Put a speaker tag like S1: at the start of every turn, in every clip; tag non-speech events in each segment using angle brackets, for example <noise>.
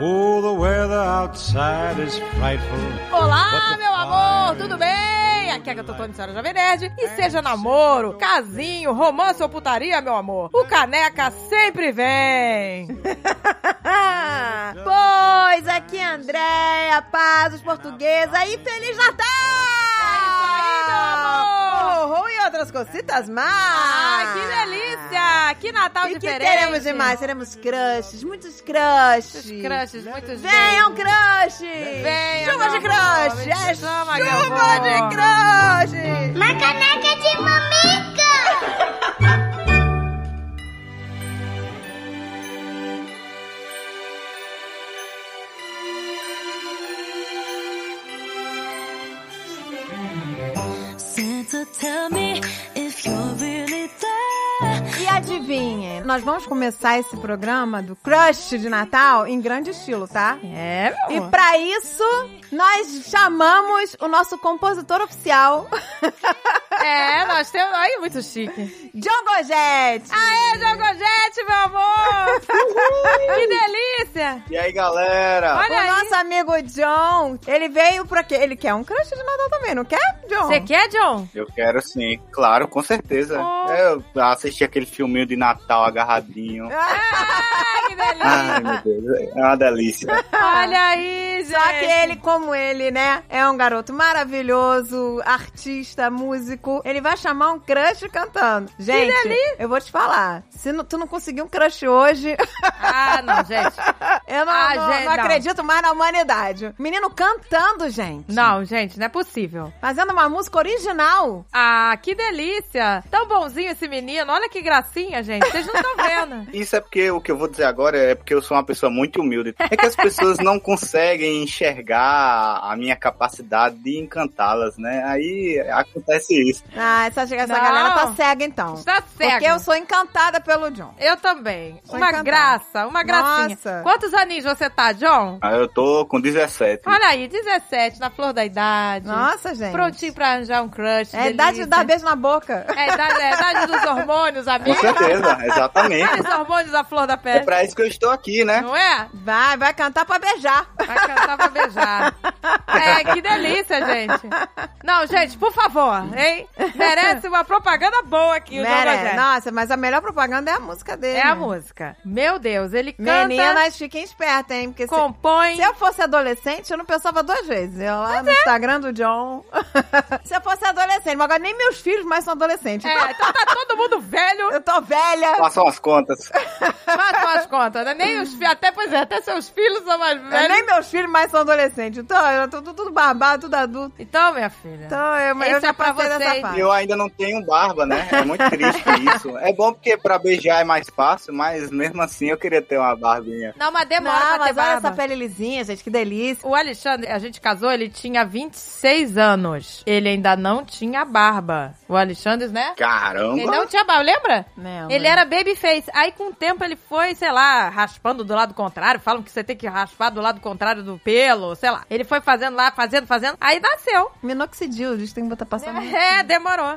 S1: Oh, outside is frightful.
S2: Olá, meu amor, tudo bem? Aqui é a Gatotone Senhora Jovem Nerd. E
S3: É,
S2: seja namoro, casinho, romance ou putaria, meu amor,
S3: É.
S2: o Caneca sempre vem. <laughs>
S3: é. pois, aqui é a Andréia, Pazos, portuguesa e Feliz Natal! Tá Uhul, e outras cositas mais!
S2: Ai, Ah, que delícia! Que Natal
S3: Ah, E que
S2: diferente!
S3: teremos demais? Teremos crushes, muitos crushes.
S2: Crushes, muitos
S3: Venham
S2: beijos.
S3: crushes!
S2: Venha,
S3: Chuva de
S2: meu amor,
S3: crush!
S2: me
S3: É
S2: chama,
S3: chuva
S2: meu amor.
S3: de crushes!
S4: Uma caneca de mamica!
S5: Santa, tell me if you're really there.
S3: E adivinhem, nós vamos começar esse programa do crush de Natal em grande estilo, tá?
S2: É, meu
S3: E
S2: amor.
S3: pra isso, nós chamamos o nosso compositor oficial, <laughs>
S2: É, nós temos... Aí, muito chique.
S3: John Gogete.
S2: Aê, Jogogete, meu amor! que delícia!
S6: E aí, galera?
S2: Olha
S3: o
S2: aí.
S3: nosso amigo John, ele veio pra quê? Ele quer um crush de Natal também, não quer, John?
S2: Você quer, John?
S6: Eu quero sim, claro, com certeza.
S2: Oh.
S6: Eu assisti aquele filminho de Natal agarradinho.
S3: Ah,
S2: Ai, que delícia!
S6: Ai, meu Deus, é uma delícia.
S2: Olha aí, gente!
S3: Só que ele, como ele, né, é um garoto maravilhoso, artista, músico, ele vai chamar um crush cantando. Gente, eu vou te falar, se não- tu não conseguir um crush hoje, <laughs>
S2: Ah, não, gente.
S3: eu não,
S2: Ah,
S3: não-
S2: gente,
S3: não
S2: não.
S3: acredito mais na humanidade. Menino cantando, gente.
S2: Não, gente, não é possível.
S3: Fazendo uma música original.
S2: Ah, que delícia! Tão bonzinho esse menino, olha que gracinha, gente. Vocês não estão vendo.
S6: Isso é porque o que eu vou dizer agora é porque eu sou uma pessoa muito humilde. É que as pessoas não conseguem enxergar a minha capacidade de encantá-las, né? Aí acontece isso.
S3: Ah, essa, essa
S2: Não.
S3: galera tá cega, então.
S2: Está
S3: Porque eu
S2: cego.
S3: sou encantada pelo John.
S2: Eu também.
S3: Sou
S2: uma
S3: encantada.
S2: graça, uma gracinha.
S3: Nossa.
S2: Quantos aninhos você tá, John?
S6: Aí eu tô com 17.
S2: Olha aí, 17, na flor da idade.
S3: Nossa, gente.
S2: Prontinho pra arranjar um crush.
S3: É a idade de
S2: delícia.
S3: dar beijo na boca.
S2: É a idade, é a idade dos hormônios,
S6: Com
S2: amigo.
S6: certeza, exatamente.
S2: Os hormônios da flor da
S6: É
S2: pele.
S6: pra isso que eu estou aqui, né?
S2: Não é?
S3: Vai, vai cantar pra beijar.
S2: Vai cantar pra beijar. É, que delícia, gente. Não, gente, por favor, hein? Merece uma propaganda boa aqui, o João
S3: Mere-
S2: Rogério.
S3: Nossa, mas a melhor propaganda é a música dele.
S2: É a música. Meu Deus, ele canta,
S3: Meninas, fiquem espertas, hein? Porque se-
S2: compõe.
S3: se, eu fosse adolescente, eu não pensava duas vezes. Eu lá no Instagram do John. <laughs> se eu fosse adolescente, mas agora nem meus filhos mais são adolescentes.
S2: É, então tá todo mundo velho,
S3: Eu tô velha.
S6: Façam as contas.
S2: faz com as contas, né? Nem os filhos, até, pois é, até seus filhos são mais
S3: Eu
S2: velhos.
S3: nem meus filhos mais são adolescentes. Então, eu tô tudo barbado, tudo adulto.
S2: Então, minha filha.
S3: Então, eu,
S2: Esse
S3: eu já
S2: é pra
S3: passei
S2: você,
S3: dessa
S2: hein?
S6: E
S3: fase.
S6: eu ainda não tenho barba, né? É muito triste isso. É bom porque pra beijar é mais fácil, mas mesmo assim eu queria ter uma barbinha.
S2: Não, mas demora
S3: Não,
S2: pra ter
S3: mas olha
S2: barba.
S3: essa pele lisinha, gente, que delícia.
S2: O Alexandre, a gente casou, ele tinha 26 anos. Ele ainda não tinha barba. O Alexandre, né? Ele
S6: Caramba!
S2: não tinha barba, lembra?
S3: Lembra.
S2: Ele era babyface. Aí, com o tempo, ele foi, sei lá, raspando do lado contrário. Falam que você tem que raspar do lado contrário do pelo, sei lá. Ele foi fazendo lá, fazendo, fazendo. Aí nasceu.
S3: Minoxidil, a gente tem que botar passando. <laughs>
S2: É, demorou.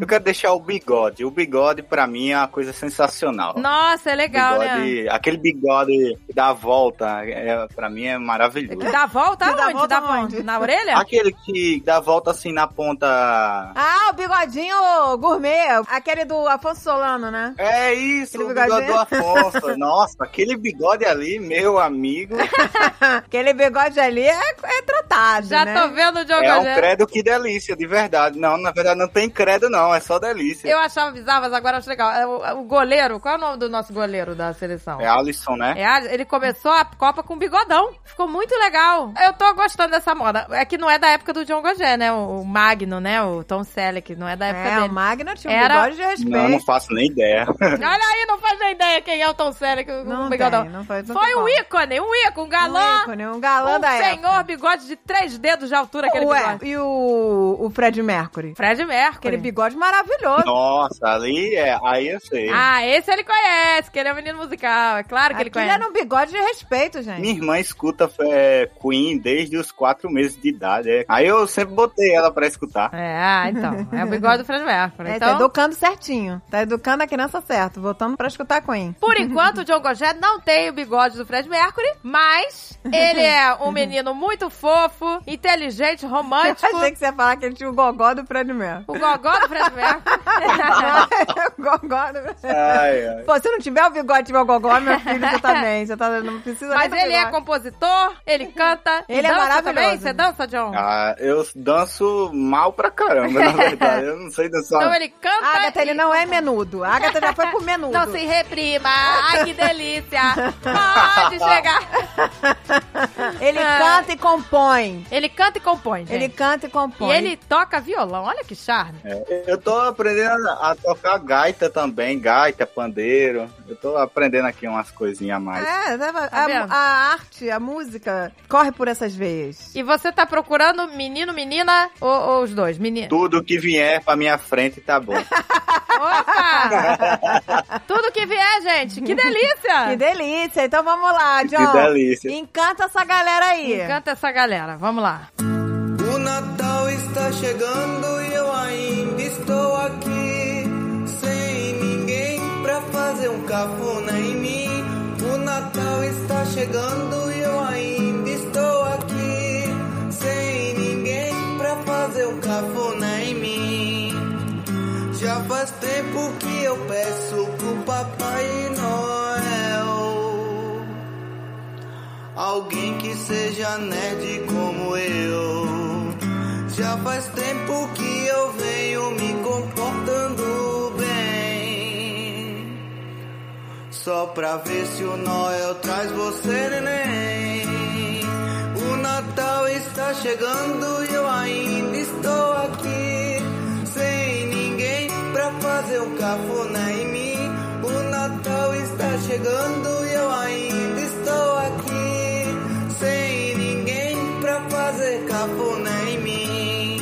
S6: Eu quero deixar o bigode. O bigode pra mim é uma coisa sensacional.
S2: Nossa, é legal, né?
S6: bigode, Aquele bigode que dá a volta, é, pra mim é maravilhoso.
S2: Dá volta
S3: Que dá
S2: aonde?
S3: volta
S2: Dá volta
S3: aonde?
S2: na orelha?
S6: Aquele que dá a volta assim na ponta.
S3: Ah, o bigodinho gourmet. Aquele do Afonso
S2: <laughs>
S3: Solano, né?
S6: É isso,
S3: Aquele
S6: o bigode do
S3: bigodinho?
S6: Afonso. Nossa, aquele bigode ali, meu amigo, é
S3: Aquele bigode ali é, é tratado,
S2: Já
S3: né?
S2: tô vendo o Diogo
S6: é um
S2: Jé.
S6: credo que delícia, de verdade. Não, na verdade não tem credo, não, é só delícia.
S2: Eu achava bizarro, mas agora eu acho legal. É, O, o goleiro, qual é o nome do nosso goleiro da seleção?
S6: É Alisson, né?
S2: É, a- ele começou a Copa com bigodão. Ficou muito legal. Eu tô gostando dessa moda. É que não é da época do John Gogé, né? O, o Magno, né? O Tom Selleck. Não é da época
S3: É, o
S2: dele.
S3: Magno tinha um
S2: Era-
S3: bigode de
S6: Não, não
S3: respeito.
S6: faço nem ideia.
S2: Olha aí, não faz nem ideia quem é o Tom Selleck com o bigodão.
S3: tem, não faz- não
S2: Foi
S3: tem
S2: um
S3: como.
S2: ícone, um ícone, um galã.
S3: Um ícone, um galã
S2: um
S3: da
S2: senhor bigode de três dedos de altura, aquele
S3: Ué,
S2: bigode.
S3: e o, o Fred Mercury?
S2: Fred Mercury.
S3: Aquele bigode maravilhoso.
S6: Nossa, ali é, aí eu sei.
S2: Ah, esse ele conhece, que ele é um menino musical. É claro que ele
S3: Aquele
S2: conhece.
S3: era um bigode de respeito, gente.
S6: Minha irmã escuta é, Queen desde os quatro meses de idade. é. Aí eu sempre botei ela pra
S2: <laughs>
S6: escutar.
S2: É, ah, então. É o bigode do Fred Mercury.
S3: <laughs> É,
S2: então...
S3: Tá educando certinho. Tá educando a criança
S2: Tipo-
S3: certo. Voltando pra escutar Queen.
S2: Por enquanto, o John Gogé não tem o bigode do Fred Mercury, mas Ele é um menino muito fofo, inteligente,
S3: Eu
S2: romântico.
S3: achei que você ia falar que ele tinha o gogó do
S2: <laughs>
S3: Fred Mercury. <laughs>
S2: O gogó do Fred Mercury.
S3: o gogó do Fred
S6: Ai, ai.
S3: Pô, se não tiver o bigode, tiver o gogó,
S2: <laughs>
S3: meu filho, você tá bem. Você tá, não precisa nem
S2: Mas
S3: do
S2: ele é
S3: bigode.
S2: compositor, ele canta. e
S3: Ele é
S2: dança
S3: maravilhoso.
S2: Também? Você dança, John?
S6: Ah, eu danço mal pra caramba, na verdade. Eu não sei dançar.
S2: Então ele canta.
S3: Agatha,
S2: e-
S3: ele não é menudo. A Agatha já foi com menudo.
S2: Não se reprima. Ai, que delícia.
S6: <laughs>
S2: Pode chegar.
S3: Ele
S2: Ah.
S3: canta e compõe.
S2: Ele canta e compõe, gente.
S3: Ele canta e compõe.
S2: E ele toca violão. Olha que charme.
S6: É, Eu tô aprendendo a a tocar gaita também, gaita, pandeiro. Eu tô aprendendo aqui umas coisinhas a mais.
S3: É, né, a-
S2: Tá vendo?
S3: a, arte, a música, corre por essas veias.
S2: E você tá procurando menino, menina ou, ou os dois? Menino.
S6: Tudo que vier pra minha frente tá bom.
S2: Opa! Tudo que vier, gente. Que delícia.
S3: Que delícia! Então vamos lá, John.
S6: delícia.
S3: Encanta essa galera aí.
S2: Canta essa galera. Vamos lá.
S7: O Natal está chegando e eu ainda estou aqui sem ninguém pra fazer um cafuné em mim. O Natal está chegando e eu ainda estou aqui sem ninguém pra fazer um cafuné em mim. Já faz tempo que eu peço pro Papai Noel Alguém que seja nerd como eu Já faz tempo que eu venho me comportando bem Só pra ver se o Noel traz você, neném O Natal está chegando e eu ainda estou aqui Sem ninguém pra fazer um cafuné em mim O Natal está chegando e eu ainda estou aqui Sem ninguém pra fazer cafuné em mim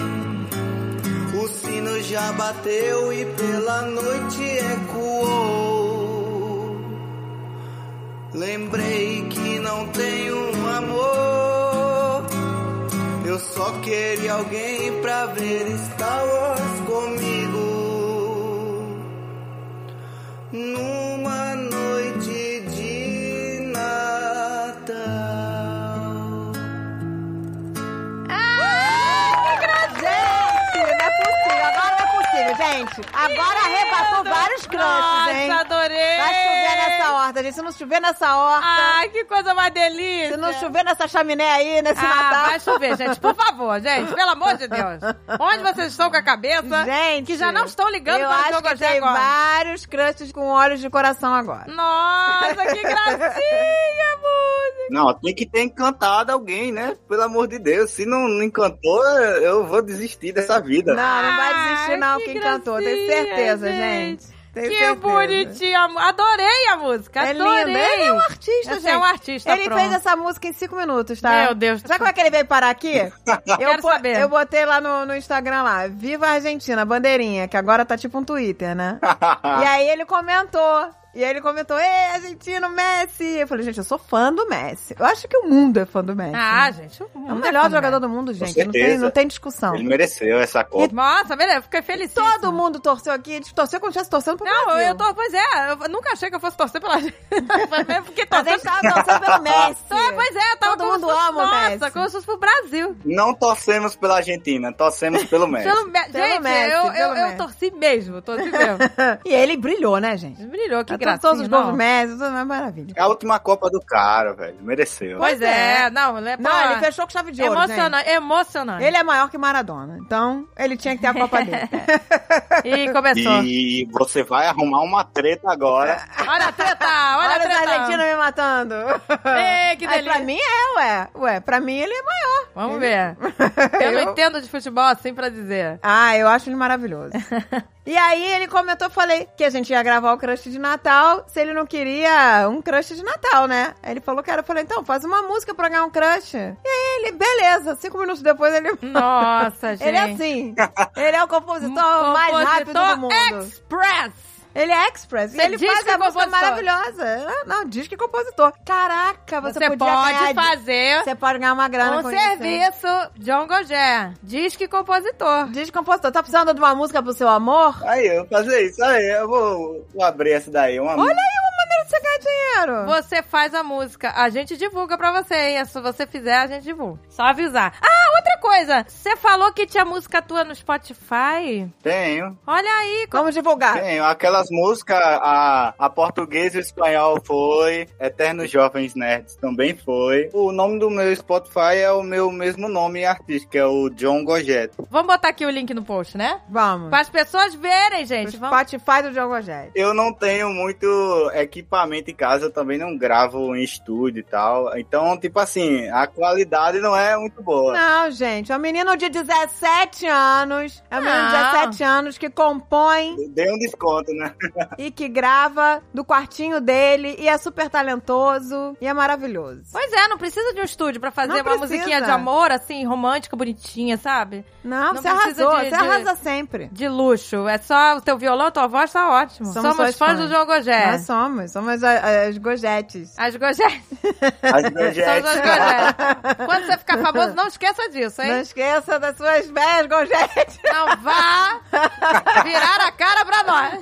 S7: o sino já bateu e pela noite ecoou. Lembrei que não tenho um amor. Eu só queria alguém pra ver Star Wars comigo. Numa noite de Natal.
S3: Gente, Ah, não é possível. Agora não é possível, gente. Agora arrebatou vários crushes, hein?
S2: Nossa, adorei.
S3: Vai chover nessa horta, gente. Se não chover nessa horta,
S2: Ai, que coisa mais delícia. <laughs>
S3: se não chover nessa chaminé aí, nesse Natal.
S2: É. Ah, vai chover, gente. Por favor, gente. Pelo amor de Deus. Onde vocês estão com a cabeça?
S3: Gente,
S2: Que já não estão ligando
S3: eu
S2: para o
S3: acho
S2: Diogo
S3: que
S2: Jé
S3: tem
S2: agora.
S3: vários crushes com olhos de coração agora.
S2: Nossa, que gracinha, música.
S6: Não, tem que ter encantado alguém, né? Pelo amor de Deus. Se não, não encantou, eu vou desistir dessa vida.
S3: Não, não vai
S2: Ai,
S3: desistir não
S2: Ah, que
S3: quem cantou. Tenho
S2: gracinha,
S3: certeza,
S2: gente.
S3: gente. Tenho
S2: Que
S3: certeza.
S2: bonitinha. a mu- Adorei a música.
S3: É
S2: adorei.
S3: lindo. Ele é um artista,
S2: Esse
S3: gente.
S2: é um artista,
S3: Ele
S2: pronto.
S3: fez essa música em cinco minutos, tá?
S2: Meu Deus.
S3: Sabe como é que ele veio
S2: <laughs>
S3: parar aqui? Eu,
S2: Quero
S3: bo-
S2: saber.
S3: eu botei lá no, no Instagram lá, Viva a Argentina, bandeirinha, que agora tá tipo um Twitter,
S2: <laughs>
S3: né? e aí ele comentou. E aí ele comentou, ei, argentino, Messi! Eu falei, gente, eu sou fã do Messi. Eu acho que o mundo é fã do Messi.
S2: Ah, gente.
S3: é o melhor jogador do mundo, gente. Não tem,
S6: certeza.
S3: não tem discussão.
S6: Ele mereceu essa Copa.
S2: Nossa, beleza. Fiquei feliz.
S3: Todo mundo torceu aqui, eles torceu como se estivesse torcendo pro
S2: Não,
S3: Brasil.
S2: eu tô. Pois é, eu nunca achei que eu fosse torcer pela <laughs> gente. Mas mesmo porque
S3: Mas
S2: torcer.
S3: eles estavam torcendo
S2: <laughs>
S3: pelo Messi.
S2: Então, pois é, eu tava
S3: Todo
S2: como
S3: mundo
S2: se fosse-
S3: ama o
S2: Nossa,
S3: Messi.
S2: como se fosse pro Brasil.
S6: Não torcemos pela Argentina, torcemos pelo Messi.
S2: Pelo, Me-
S3: Pelo
S2: gente,
S3: Messi,
S2: eu,
S3: pelo
S2: eu, eu
S3: Messi.
S2: torci mesmo, torci mesmo.
S3: <laughs> e ele brilhou, né, gente?
S2: Brilhou, que gracinha.
S3: Tá Todos os gols
S2: não?
S3: do Messi, tudo é maravilha.
S6: É a última Copa do cara, velho. Mereceu.
S2: Pois
S3: Pois
S2: é,
S3: é.
S2: não, é
S3: Não,
S2: pra-
S3: ele fechou com chave de ouro,
S2: Emocionante,
S3: gente.
S2: emocionante.
S3: Ele é maior que Maradona, então ele tinha que ter a
S2: <laughs>
S3: Copa dele. <laughs>
S2: E começou.
S6: E você vai arrumar uma treta agora.
S3: É.
S2: Olha a treta, olha,
S3: Olha
S2: a
S3: os
S2: treta.
S3: argentinos me matando.
S2: <laughs> Ei, que
S3: Aí,
S2: delícia.
S3: pra mim é, ué. Ué, pra mim ele é maior.
S2: Vamos
S3: <laughs>
S2: ver. Eu não entendo de futebol assim pra dizer.
S3: Ah, eu acho
S2: <laughs>
S3: ele maravilhoso. e aí ele comentou, falei que a gente ia gravar o crush de Natal, se ele não queria um crush de Natal, né? Aí ele falou que era, eu falei, então faz uma música pra ganhar um crush. E aí ele, beleza, cinco minutos depois ele...
S2: Nossa, gente. Um
S3: Ele é assim. Ele é o compositor, mais rápido do mundo.
S2: Express.
S3: Ele é express.
S2: Você
S3: e ele
S2: diz
S3: faz
S2: que é
S3: a música
S2: compositor.
S3: maravilhosa. Ah, Não, diz que é compositor. Caraca, você,
S2: Você,
S3: podia ganhar
S2: pode
S3: de-
S2: fazer
S3: Você pode ganhar uma grana com
S2: um
S3: isso, hein?
S2: serviço John Gogé. Diz que compositor.
S3: Diz que compositor. Tá precisando de uma música pro seu amor?
S6: Aí, eu vou fazer isso. Aí, eu vou, vou abrir essa daí. Uma...
S3: Olha aí uma maneira de você ganhar ganhar dinheiro.
S2: Você faz a música, a gente divulga pra você, hein? É, Se você fizer, a gente divulga. Só avisar. Ah, outra coisa! Você falou que tinha música tua no Spotify?
S6: Tenho,
S2: Olha aí, como...
S3: Vamos divulgar.
S6: tenho. Aquelas músicas, a, a português e o espanhol foi, Eternos Jovens Nerds também foi. O nome do meu Spotify é o meu mesmo nome artístico, é o John Gogetti.
S2: Vamos botar aqui o link no post, né?
S3: Vamos.
S2: Para as pessoas verem,
S3: O
S2: gente. Vamos...
S3: Spotify do Diogo Rogério.
S6: Eu não tenho muito equipamento em casa, eu também não gravo em estúdio e tal. Então, tipo assim, a qualidade não é muito boa.
S3: Não, gente, é um menino de 17 anos. É um menino de
S2: Não.
S3: 17 anos que compõe
S6: Dei um desconto, né?
S3: <laughs> e que grava do quartinho dele e é super talentoso e é maravilhoso.
S2: Pois é, não precisa de um estúdio pra fazer
S3: Não
S2: uma
S3: precisa.
S2: musiquinha de amor, assim, romântica, bonitinha, sabe?
S3: Não,
S2: Não
S3: você
S2: precisa
S3: arrasou,
S2: de-
S3: você
S2: de-
S3: arrasa sempre.
S2: De luxo. É só o teu violão, tua voz tá ótimo.
S3: Somos
S2: Somos,
S3: suas
S2: fãs,
S3: fãs.
S2: do João Gogé.
S3: Nós somos, somos a- as gojetes.
S2: As Gogés.
S6: As
S2: Somos
S6: Gogetti.
S2: as Gogés. Quando você <laughs> ficar famoso, não esqueça disso,
S3: Não
S2: hein?
S3: esqueça das suas velhas gojetes.
S2: Não vá virar a cara pra nós.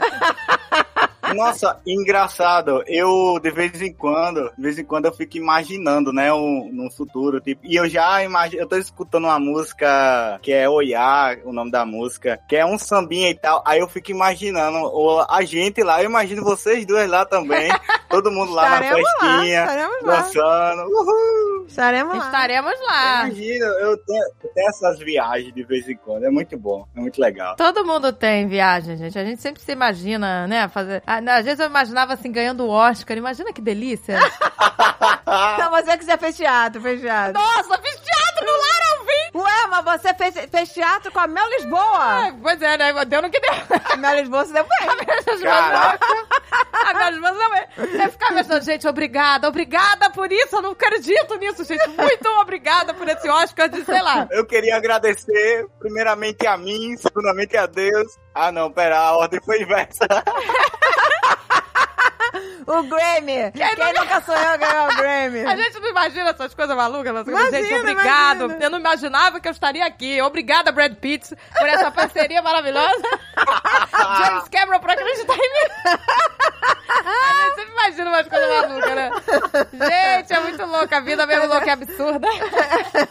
S6: Nossa, engraçado. Eu, de vez em quando, de vez em quando eu fico imaginando, né, um, num futuro, tipo... E eu já imagino... Eu tô escutando uma música que é Oiá, o nome da música, que é um sambinha e tal. Aí eu fico imaginando o- a gente lá. Eu imagino vocês duas lá
S3: <laughs>
S6: também. Todo mundo
S2: Tá
S6: lá na
S3: Estaremos lá,
S6: festinha,
S3: estaremos lá.
S6: dançando. Uhul!
S3: Estaremos lá.
S2: Estaremos
S3: Ah.
S2: lá.
S6: Imagina, eu tenho, eu tenho essas viagens de vez em quando. É muito bom, é muito legal.
S2: Todo mundo tem viagem, gente. A gente sempre se imagina, né? Fazer... Ah, não, Às vezes eu imaginava assim, ganhando o Oscar. Imagina que delícia.
S3: Então você que já fez teatro, fez teatro.
S2: <laughs> Nossa, fiz teatro no lar ao vivo!
S3: Ué, mas você fez, fez teatro com a Mel Lisboa.
S2: Ah, Pois é, né? Deu no que deu.
S3: A Mel Lisboa se deu bem.
S6: Caraca,
S2: Agora as mãos também. Eu ficava pensando, gente, obrigada, obrigada por isso. Eu não acredito nisso, gente. Muito obrigada por esse Oscar de, sei lá.
S6: eu queria agradecer primeiramente a mim, segundamente a Deus. Ah não, pera, a ordem foi inversa.
S3: O Grammy. Quem, nunca sou eu ganhou o Grammy.
S2: A gente não imagina essas coisas malucas. Mas,
S3: Imagina,
S2: gente, obrigado.
S3: imagina.
S2: Eu não imaginava que eu estaria aqui. Obrigada, Brad Pitt, por essa parceria
S3: <laughs>
S2: maravilhosa. James Cameron, por acreditar em mim. A gente sempre imagina umas coisas malucas, né? Gente, é muito louca. A vida mesmo louca é absurda.
S3: <laughs>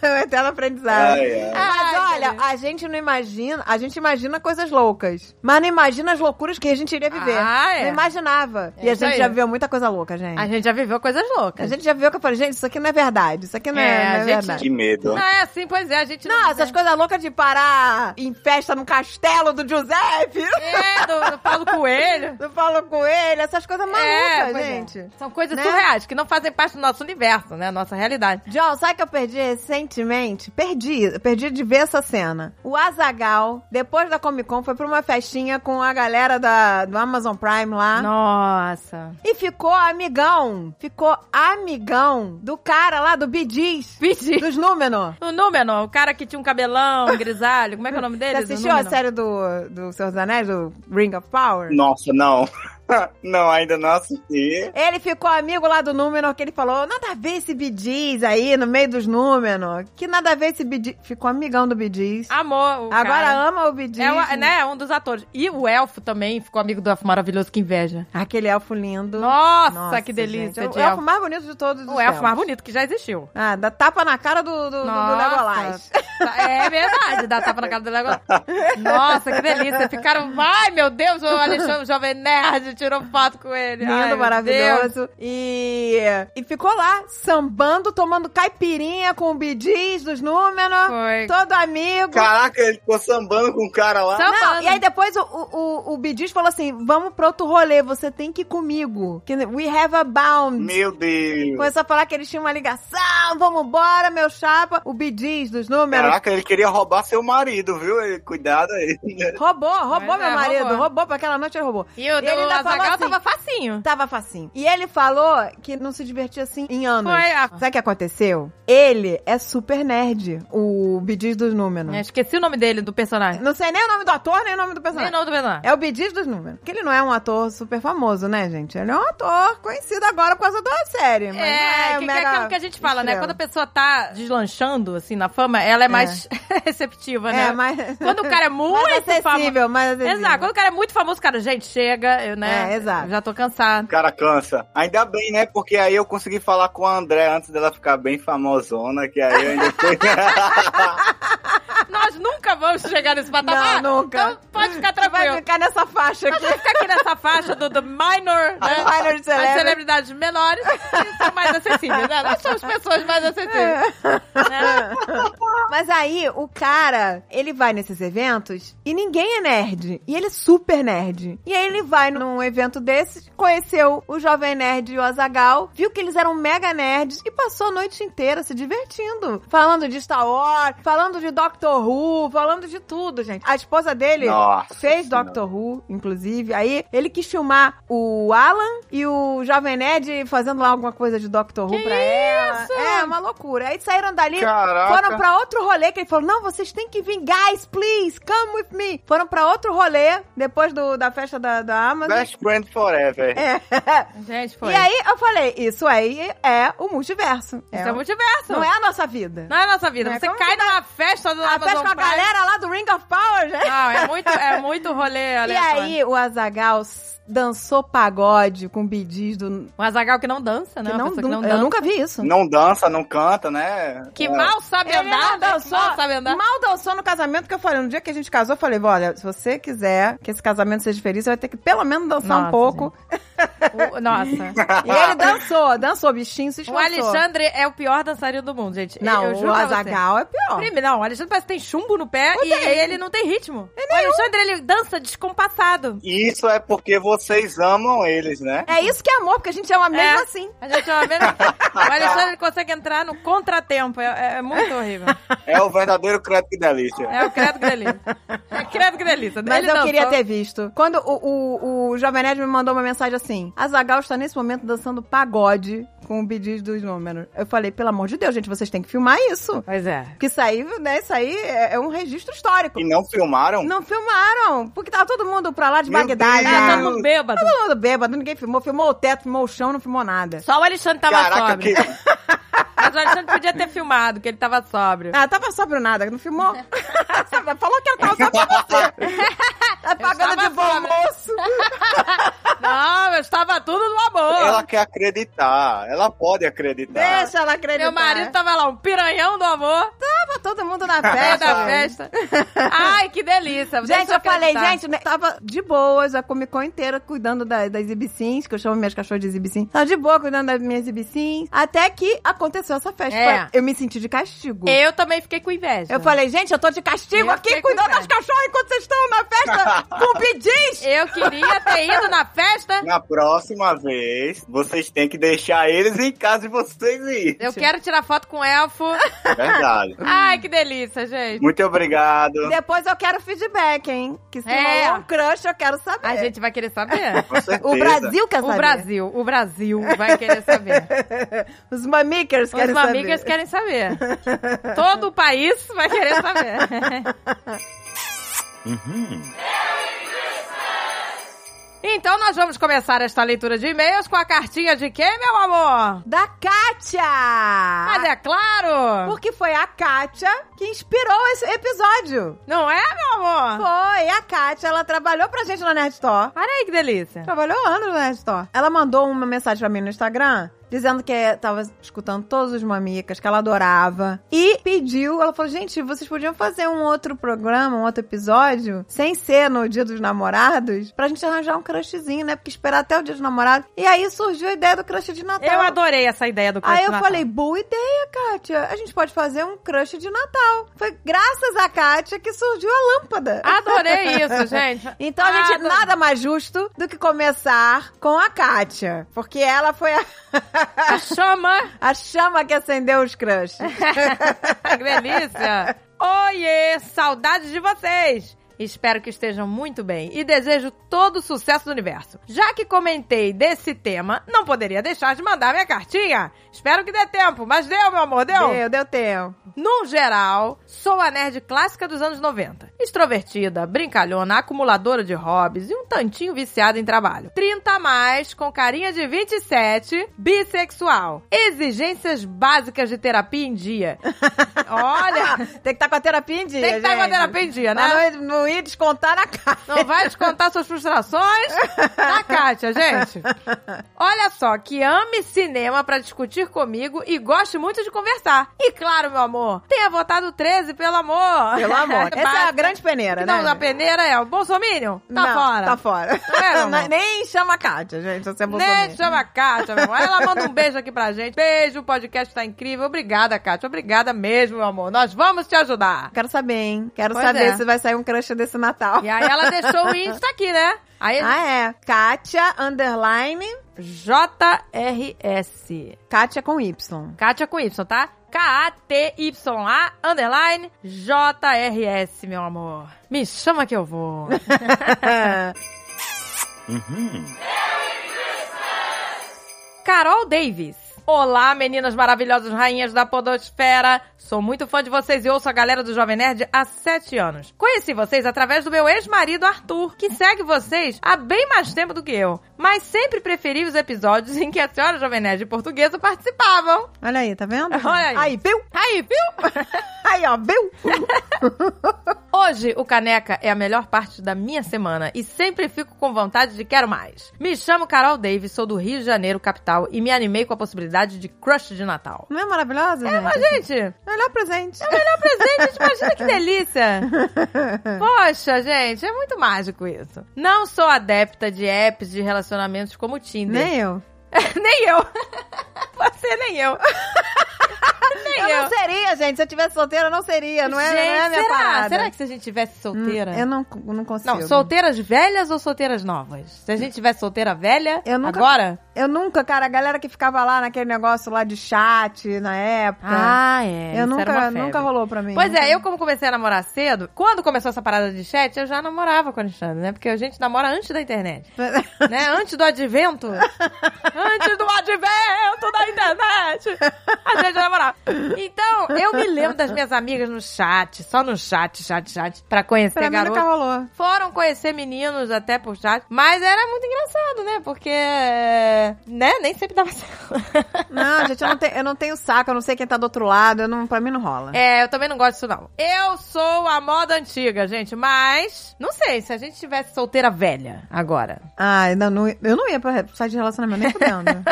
S3: É um eterno aprendizado.
S6: Ai, ai.
S3: Mas
S2: Ai,
S3: olha,
S2: gente.
S3: a gente não imagina, a gente imagina coisas loucas, mas não imagina as loucuras que a gente iria viver.
S2: Ah, é.
S3: Não imaginava.
S2: É
S3: e a
S2: isso
S3: gente
S2: aí.
S3: já viveu muita coisa louca, gente.
S2: A gente já viveu coisas
S3: A
S2: loucas.
S3: gente já viu que eu falei, gente, isso aqui não é verdade. Isso aqui não é,
S2: É,
S3: não é
S2: a gente-
S3: verdade.
S6: Que medo.
S2: Não,
S3: Ah.
S2: é assim, pois é, a gente
S3: Não, essas coisas loucas de parar em festa no castelo do Giuseppe, <laughs>
S2: É, do, do Paulo Coelho.
S3: do Paulo Coelho, essas coisas
S2: É,
S3: malucas,
S2: pois é.
S3: gente.
S2: São coisas
S3: Né?
S2: surreais, que não fazem parte do nosso universo, né? Nossa realidade.
S3: John, sabe que eu perdi recentemente? Perdi, perdi de ver essa cena. O Azagal, depois da Comic Con, foi pra uma festinha com a galera da, do Amazon Prime lá.
S2: Nossa.
S3: E ficou amigão. Ficou amigão do cara lá
S2: <laughs>
S3: do Bidiz.
S2: Pedi.
S3: Dos Númenor.
S2: O Númenor, o cara que tinha um cabelão grisalho, como é que é o nome
S3: Você
S2: dele? Do
S3: assistiu a
S2: Númenor.
S3: série do, do Senhor dos Anéis, do Ring of Power?
S6: Nossa, não. <laughs> Não, ainda não assisti.
S3: Ele ficou amigo lá do Númenor, que ele falou, nada a ver esse Bidiz aí, no meio dos Númenor. Que nada a ver esse Bidiz. Ficou amigão do Bidiz.
S2: Amor, Ah, o
S3: Agora
S2: cara.
S3: ama o Bidiz.
S2: É, o- né, um dos atores. E o elfo também ficou amigo do elfo maravilhoso, que inveja.
S3: Aquele elfo lindo.
S2: Nossa,
S3: Nossa,
S2: que delícia
S3: gente. É
S2: de
S3: O elfo
S2: elfo.
S3: mais bonito de todos os
S2: O elfo
S3: elfos.
S2: mais bonito que já existiu.
S3: Ah, dá tapa na cara do, do, do, do Legolas.
S2: <laughs> É verdade, dá tapa na cara do Legolas. Nossa, que delícia. Ficaram, ai meu Deus, o Alexandre, o Jovem Nerd, tirou foto com ele.
S3: Lindo,
S2: Ai, meu Deus.
S3: maravilhoso. E, e ficou lá, sambando, tomando caipirinha com o Bidiz dos Númenor.
S2: Foi.
S3: Todo amigo.
S6: Caraca, ele ficou sambando com o cara lá.
S2: Sam-
S3: Não,
S2: Sambando.
S3: e aí depois o, o, o- o Bidiz falou assim: vamos pro outro rolê, você tem que ir comigo. Que We have a bound.
S6: Meu Deus.
S3: Começou a falar que eles tinham uma ligação, vamos embora, meu chapa. O Bidiz dos números
S6: Caraca, ele queria roubar seu marido, viu? Ele- Cuidado aí.
S3: roubou, roubou
S2: Mas é,
S3: meu marido, roubou.
S2: roubou.
S3: pra aquela noite, ele roubou.
S2: E o
S3: Ele
S2: do
S3: ainda falou
S2: Azagal
S3: assim-
S2: tava facinho.
S3: Tava facinho. E ele falou que não se divertia assim em anos.
S2: Foi, ah, a-
S3: Sabe o que aconteceu? Ele é super nerd, o Bidiz dos números
S2: Eu Esqueci o nome dele, do personagem.
S3: Não sei nem o nome do ator, nem o nome do
S2: Nem o
S3: personagem.
S2: nome do personagem.
S3: É o Bidiz dos números. Porque ele não é um ator super famoso, né, gente? Ele é um ator conhecido agora por causa da série. Mas não
S2: É,
S3: é
S2: o que, que é
S3: mega
S2: aquilo que a gente fala, né? Quando
S3: estrela.
S2: a pessoa tá deslanchando, assim, na fama, ela é mais <laughs> receptiva, né?
S3: É, mas...
S2: Quando o cara é
S3: <laughs> mais
S2: muito famoso.
S3: acessível, mais acessível.
S2: Exato, quando o cara é muito famoso, o cara, gente, chega, eu, né? né?
S3: É, exato.
S2: Já tô cansado.
S6: Cara, cansa. Ainda bem, né? Porque aí eu consegui falar com a André antes dela ficar bem famosona, que aí eu
S3: <laughs>
S6: ainda fui...
S2: Nós nunca vamos chegar nesse patamar.
S3: Não, nunca.
S2: Então pode ficar
S3: Vai
S2: tranquilo.
S3: ficar nessa faixa
S2: Nós
S3: aqui.
S2: vamos ficar aqui nessa faixa do, do minor, né?
S3: Minor
S2: As
S3: celebrity.
S2: celebridades menores que são mais acessíveis, né? Nós somos pessoas mais acessíveis. né?
S3: Mas aí, o cara, ele vai nesses eventos e ninguém é nerd. E ele é super nerd. E aí ele vai num evento desses, conheceu o Jovem Nerd e o Azagal, viu que eles eram mega nerds e passou a noite inteira se divertindo. Falando de Star Wars, falando de Doctor Who, falando de tudo, gente. A esposa dele
S6: Nossa
S3: fez
S6: Senhora.
S3: Doctor Who, inclusive. Aí ele quis filmar o Alan e o Jovem Nerd fazendo lá alguma coisa de Doctor Who
S2: Que
S3: pra
S2: isso?
S3: ela. É, uma loucura. Aí saíram dali,
S6: Caraca.
S3: foram pra outro rolê que ele falou: Não, vocês têm que vir, guys, please, come with me. Foram pra outro rolê depois do, da festa da, da Amazon.
S6: Best friend forever.
S3: É.
S2: Gente, foi.
S3: E aí eu falei: Isso aí é o multiverso.
S2: Isso é,
S3: o-
S2: multiverso.
S3: Não é a nossa vida.
S2: Não é a nossa vida.
S3: Não é
S2: Você
S3: como
S2: cai
S3: que
S2: numa festa do
S3: a
S2: Amazon
S3: festa com a
S2: Prime.
S3: galera lá do Ring of Power, gente.
S2: Não, é muito, é muito rolê
S3: <laughs> E
S2: aleatório.
S3: aí o Azagal dançou pagode com bidis do.
S2: O Um Azagal que não dança, né?
S3: que
S2: Uma
S3: não,
S2: pessoa
S3: dan-
S2: que não
S3: eu
S2: dança.
S3: nunca vi isso.
S6: Não dança, não canta, né?
S2: Que
S6: É.
S2: mal sabe
S3: Ele
S2: andar,
S3: não
S2: né? Que
S3: dançou,
S2: mal sabe
S3: <laughs>
S2: andar.
S3: mal dançou no casamento, que eu falei, no dia que a gente casou, eu falei, olha, se você quiser que esse casamento seja feliz, você vai ter que pelo menos dançar
S2: Nossa,
S3: um pouco.
S2: O-
S3: <laughs>
S2: nossa.
S3: E ele dançou, dançou, o bichinho
S2: O
S3: se esforçou.
S2: Alexandre é o pior dançarino do mundo, gente.
S3: Não,
S2: eu juro
S3: o
S2: pra
S3: Azagal é
S2: você.
S3: pior.
S2: Primeiro, Não, o Alexandre parece que tem chumbo no pé e ele não tem ritmo.
S3: É
S2: o Alexandre, ele dança descompassado.
S6: Isso é porque vocês amam eles, né?
S3: É isso que é amor, porque a gente ama mesmo
S2: É.
S3: assim.
S2: A gente chama
S3: <laughs>
S2: mesmo. o Alexandre ele consegue entrar no contratempo. É, é muito horrível.
S6: É o verdadeiro crepe que delícia.
S2: É o credo que delícia. É credo que delícia.
S3: Mas
S2: Ele
S3: eu
S2: dançou.
S3: queria ter visto. Quando o, o, o Jovem Nerd me mandou uma mensagem assim, Azagal está nesse momento dançando pagode com o bidis dos números. Eu falei, pelo amor de Deus, gente, vocês têm que filmar isso.
S2: Pois é.
S3: Porque isso aí, né, isso aí é, é um registro histórico.
S6: E não filmaram?
S3: Não filmaram, porque tava todo mundo pra lá de
S6: Meu
S3: Bagdá
S6: Deus.
S3: já.
S2: Tá todo mundo bêbado.
S3: Todo mundo bêbado, ninguém filmou. Filmou o teto, filmou o chão, não filmou nada.
S2: Só o Alexandre tava
S6: Caraca,
S2: <laughs> sóbrio.
S6: que...
S2: Mas o Alexandre podia ter filmado, que ele tava sóbrio.
S3: Ah, tava sobre nada,
S2: <laughs>
S3: não filmou. Falou que ela tava só pra você. Tá pagando
S2: tava
S3: de bom
S2: sóbria.
S3: moço.
S2: Não, eu estava tudo no amor.
S6: ela quer acreditar. Ela pode acreditar.
S3: Deixa ela acreditar.
S2: Meu marido tava lá, um piranhão do amor.
S3: tava todo mundo na
S2: É
S3: festa.
S2: da festa. Ai, que delícia.
S3: Gente,
S2: Deixa
S3: eu falei,
S2: acreditar.
S3: gente, né, tava de boas, a Comic Con inteira cuidando da- das ibicins, que eu chamo minhas cachorras de exibicins. Tava de boa cuidando das minhas ibicins, até que aconteceu essa festa.
S2: É.
S3: Eu me senti de castigo.
S2: Eu também fiquei com inveja.
S3: Eu falei, gente, eu tô de castigo
S2: Eu
S3: aqui
S2: fiquei
S3: cuidando
S2: com
S3: das cachorras enquanto vocês estão
S2: <laughs>
S3: na festa com pedis.
S2: Eu queria ter ido na festa.
S6: Na próxima vez, vocês têm que deixar eles em casa e vocês ir.
S2: Eu quero tirar foto com o elfo.
S6: Verdade.
S2: Ai, que delícia, gente.
S6: Muito obrigado.
S3: Depois eu quero feedback, hein? Que se
S2: É.
S3: rolou um crush, eu quero saber.
S2: A gente vai querer saber.
S6: Com certeza.
S3: O Brasil quer saber.
S2: O Brasil, o Brasil vai querer saber.
S3: Os mamikers
S2: Os
S3: querem
S2: amigas
S3: saber.
S2: querem saber. Todo o país vai querer saber. Então nós vamos começar esta leitura de e-mails com a cartinha de quem, meu amor?
S3: Da Kátia! Ah.
S2: Mas é claro!
S3: Porque foi a Kátia que inspirou esse episódio.
S2: Não é, meu amor?
S3: Foi a Kátia, ela trabalhou pra gente na Nerd Store.
S2: Olha aí que delícia.
S3: Trabalhou anos na Nerd Store. Ela mandou uma mensagem pra mim no Instagram, dizendo que tava escutando todos os mamicas, que ela adorava. E pediu, ela falou, gente, vocês podiam fazer um outro programa, um outro episódio, sem ser no Dia dos Namorados, pra gente arranjar um crushzinho, né? Porque esperar até o Dia dos Namorados. E aí surgiu a ideia do crush de Natal.
S2: Eu adorei essa ideia do
S3: Então, Aí eu
S2: Natal.
S3: falei, boa ideia, Kátia. A gente pode fazer um crush de Natal. Foi graças a Kátia que surgiu a lâmpada.
S2: Adorei
S3: <laughs>
S2: isso, gente.
S3: Então a gente
S2: Adorei.
S3: nada mais justo do que começar com a Kátia, porque ela foi a,
S2: A chama.
S3: a chama que acendeu os crushes.
S2: É. que delícia. Oiê, saudades de vocês. Espero que estejam muito bem e desejo todo o sucesso do universo. Já que comentei desse tema, não poderia deixar de mandar minha cartinha. Espero que dê tempo, mas deu, meu amor, deu.
S3: Deu, deu tempo.
S2: Num geral, sou a nerd clássica dos anos 90. Extrovertida, brincalhona, acumuladora de hobbies e um tantinho viciada em trabalho. 30 a mais, com carinha de 27, bissexual. Exigências básicas de terapia em dia. Olha,
S3: Tem que estar com a terapia em dia,
S2: Ah. tem que estar com a
S3: gente.
S2: terapia em dia, né?
S3: Mas Não, não aí descontar na cara.
S2: Não vai descontar suas frustrações na Kátia, gente. Olha só, que ame cinema pra discutir comigo e goste muito de conversar. E claro, meu amor, tenha votado 13, pelo amor.
S3: Pelo
S2: <laughs>
S3: amor. Essa é a
S2: Basta.
S3: grande peneira,
S2: Não,
S3: né?
S2: na peneira é o Bolsominion? Tá
S3: Não,
S2: fora.
S3: Tá fora.
S2: Não
S3: <laughs>
S2: é, meu amor?
S3: Nem chama a Kátia, gente, se você é
S2: Nem
S3: bolsominion.
S2: chama a Kátia, meu amor. Ela manda um beijo aqui pra gente. Beijo, o podcast tá incrível. Obrigada, Kátia. Obrigada mesmo, meu amor. Nós vamos te ajudar.
S3: Quero saber, hein? Quero
S2: Pois
S3: saber
S2: é.
S3: se vai sair um crush desse Natal.
S2: E aí ela deixou o Insta aqui, né? Aí
S3: Ah, é. Kátia, underline,
S2: JRS.
S3: Kátia com Y.
S2: Kátia com Y, tá? K-A-T-Y-A, underline, J-R-S, meu amor. Me chama que eu vou. Carol Davis. Olá, meninas maravilhosas, rainhas da podosfera. Sou muito fã de vocês e ouço a galera do Jovem Nerd há sete anos. Conheci vocês através do meu ex-marido Arthur, que segue vocês há bem mais tempo do que eu. Mas sempre preferi os episódios <laughs> em que a senhora Jovem Nerd portuguesa participavam.
S3: Olha aí, tá vendo?
S2: Olha aí.
S3: Aí, viu?
S2: Aí, viu?
S3: Aí, ó, viu?
S2: Hoje, o Caneca é a melhor parte da minha semana e sempre fico com vontade de quero mais. Me chamo Carol Davis, sou do Rio de Janeiro, capital, e me animei com a possibilidade de crush de Natal.
S3: Não é maravilhosa, É
S2: É, mas, gente,
S3: Melhor presente.
S2: melhor presente,
S3: <laughs>
S2: gente, imagina que delícia! <laughs> Poxa, gente, é muito mágico isso. Não sou adepta de apps de relacionamentos como o Tinder.
S3: Nem eu.
S2: <laughs> nem eu. <laughs> Você, nem eu. <laughs> nem
S3: Eu
S2: eu.
S3: não seria, gente. Se eu tivesse solteira, eu não seria. Não é,
S2: Gente,
S3: não é a minha
S2: será?
S3: parada.
S2: Será que se a gente tivesse solteira?
S3: Hum, Eu não, não consigo.
S2: Não, solteiras velhas ou solteiras novas? Se a gente tivesse solteira velha,
S3: Eu nunca-
S2: agora?
S3: Eu nunca, cara, a galera que ficava lá naquele negócio lá de chat na época.
S2: é.
S3: Ah, eu nunca, nunca rolou pra mim.
S2: Pois
S3: Nunca.
S2: é, eu como comecei a namorar cedo, quando começou essa parada de chat, eu já namorava com o Alexandre, né? Porque a gente namora antes da internet.
S3: <laughs>
S2: né? Antes do advento. antes do advento da internet. A gente namorava. Então, eu me lembro das minhas amigas no chat, só no chat, chat, chat, pra conhecer
S3: Pra mim
S2: garoto.
S3: nunca rolou.
S2: Foram conhecer meninos até por chat, mas era muito engraçado, né? Porque, é, né? Nem sempre dava <laughs> certo.
S3: Não, gente, eu não, tenho, eu não tenho saco, eu não sei quem tá do outro lado, eu não, pra mim não rola.
S2: É, eu também não gosto disso, não. Eu sou a moda antiga, gente, mas não sei se a gente tivesse solteira velha agora.
S3: Ai, não, não- eu não ia pra site de relacionamento nem fudendo.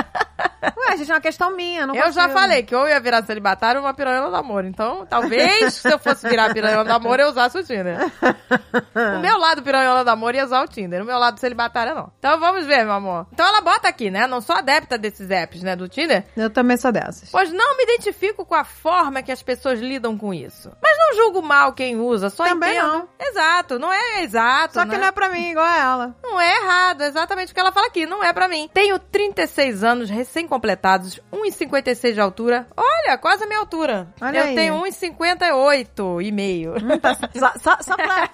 S2: <laughs>
S3: Ué, gente, é uma questão minha, eu não
S2: eu já
S3: consigo.
S2: falei que ou eu ia virar celibatário ou uma piranha do amor. Então, talvez, se eu fosse virar piranha do amor, eu usasse o Tinder. O meu lado piranhola do amor ia usar o Tinder. O meu lado celibatário, não. Então, vamos ver, meu amor. Então, ela bota aqui, né? Não sou adepta desses apps, né? Do Tinder.
S3: Eu também sou dessas.
S2: Pois não me identifico com a forma que as pessoas lidam com isso. Mas não julgo mal quem usa, só
S3: Também
S2: entendo.
S3: não.
S2: Exato, não é exato.
S3: Só que
S2: né?
S3: não é pra mim, igual a ela.
S2: Não é errado, é exatamente o que ela fala aqui, não é pra mim. Tenho 36 anos recém-completados, 1,56 de altura. Olha, quase a minha altura.
S3: Olha
S2: Eu
S3: aí. Hum, tá
S2: tenho 1,58 e meio. <laughs>
S3: Só, só, só pra...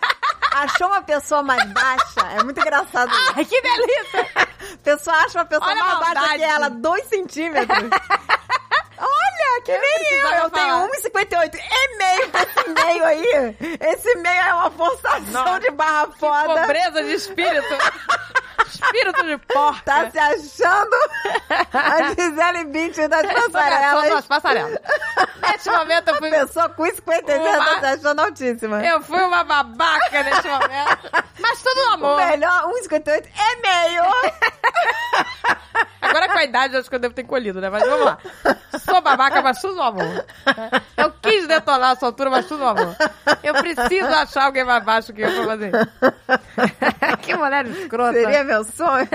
S3: Achou uma pessoa mais baixa? É muito engraçado. isso.
S2: Ai, que delícia!
S3: <laughs> pessoa acha uma pessoa
S2: Olha a
S3: mais baixa
S2: maldade.
S3: que ela, 2 centímetros. Olha, que nem eu.
S2: precisava
S3: Eu
S2: falar.
S3: tenho 1,58 e É meio pra esse meio aí. Esse meio é uma forçação
S2: Nossa,
S3: de barra foda.
S2: Pobreza de espírito. espírito de porca.
S3: Tá se achando a Gisele Bündchen tá das
S2: Só nas
S3: passarelas.
S2: passarelas. Neste momento eu
S3: <laughs>
S2: fui...
S3: Pessoa com 56
S2: Uma-
S3: anos tá se achando altíssima.
S2: Eu fui uma babaca neste momento. Mas tudo no
S3: O
S2: amor.
S3: melhor, 1,58 é meio.
S2: Agora com a idade, eu acho que eu devo ter encolhido, né? Mas vamos lá. Sou babaca, mas tudo no amor. Eu quis detonar a sua altura, mas tudo no amor. Eu preciso achar alguém mais baixo que eu pra fazer. isso. que mulher escrota.
S3: Seria
S2: <laughs>
S3: meu sonho.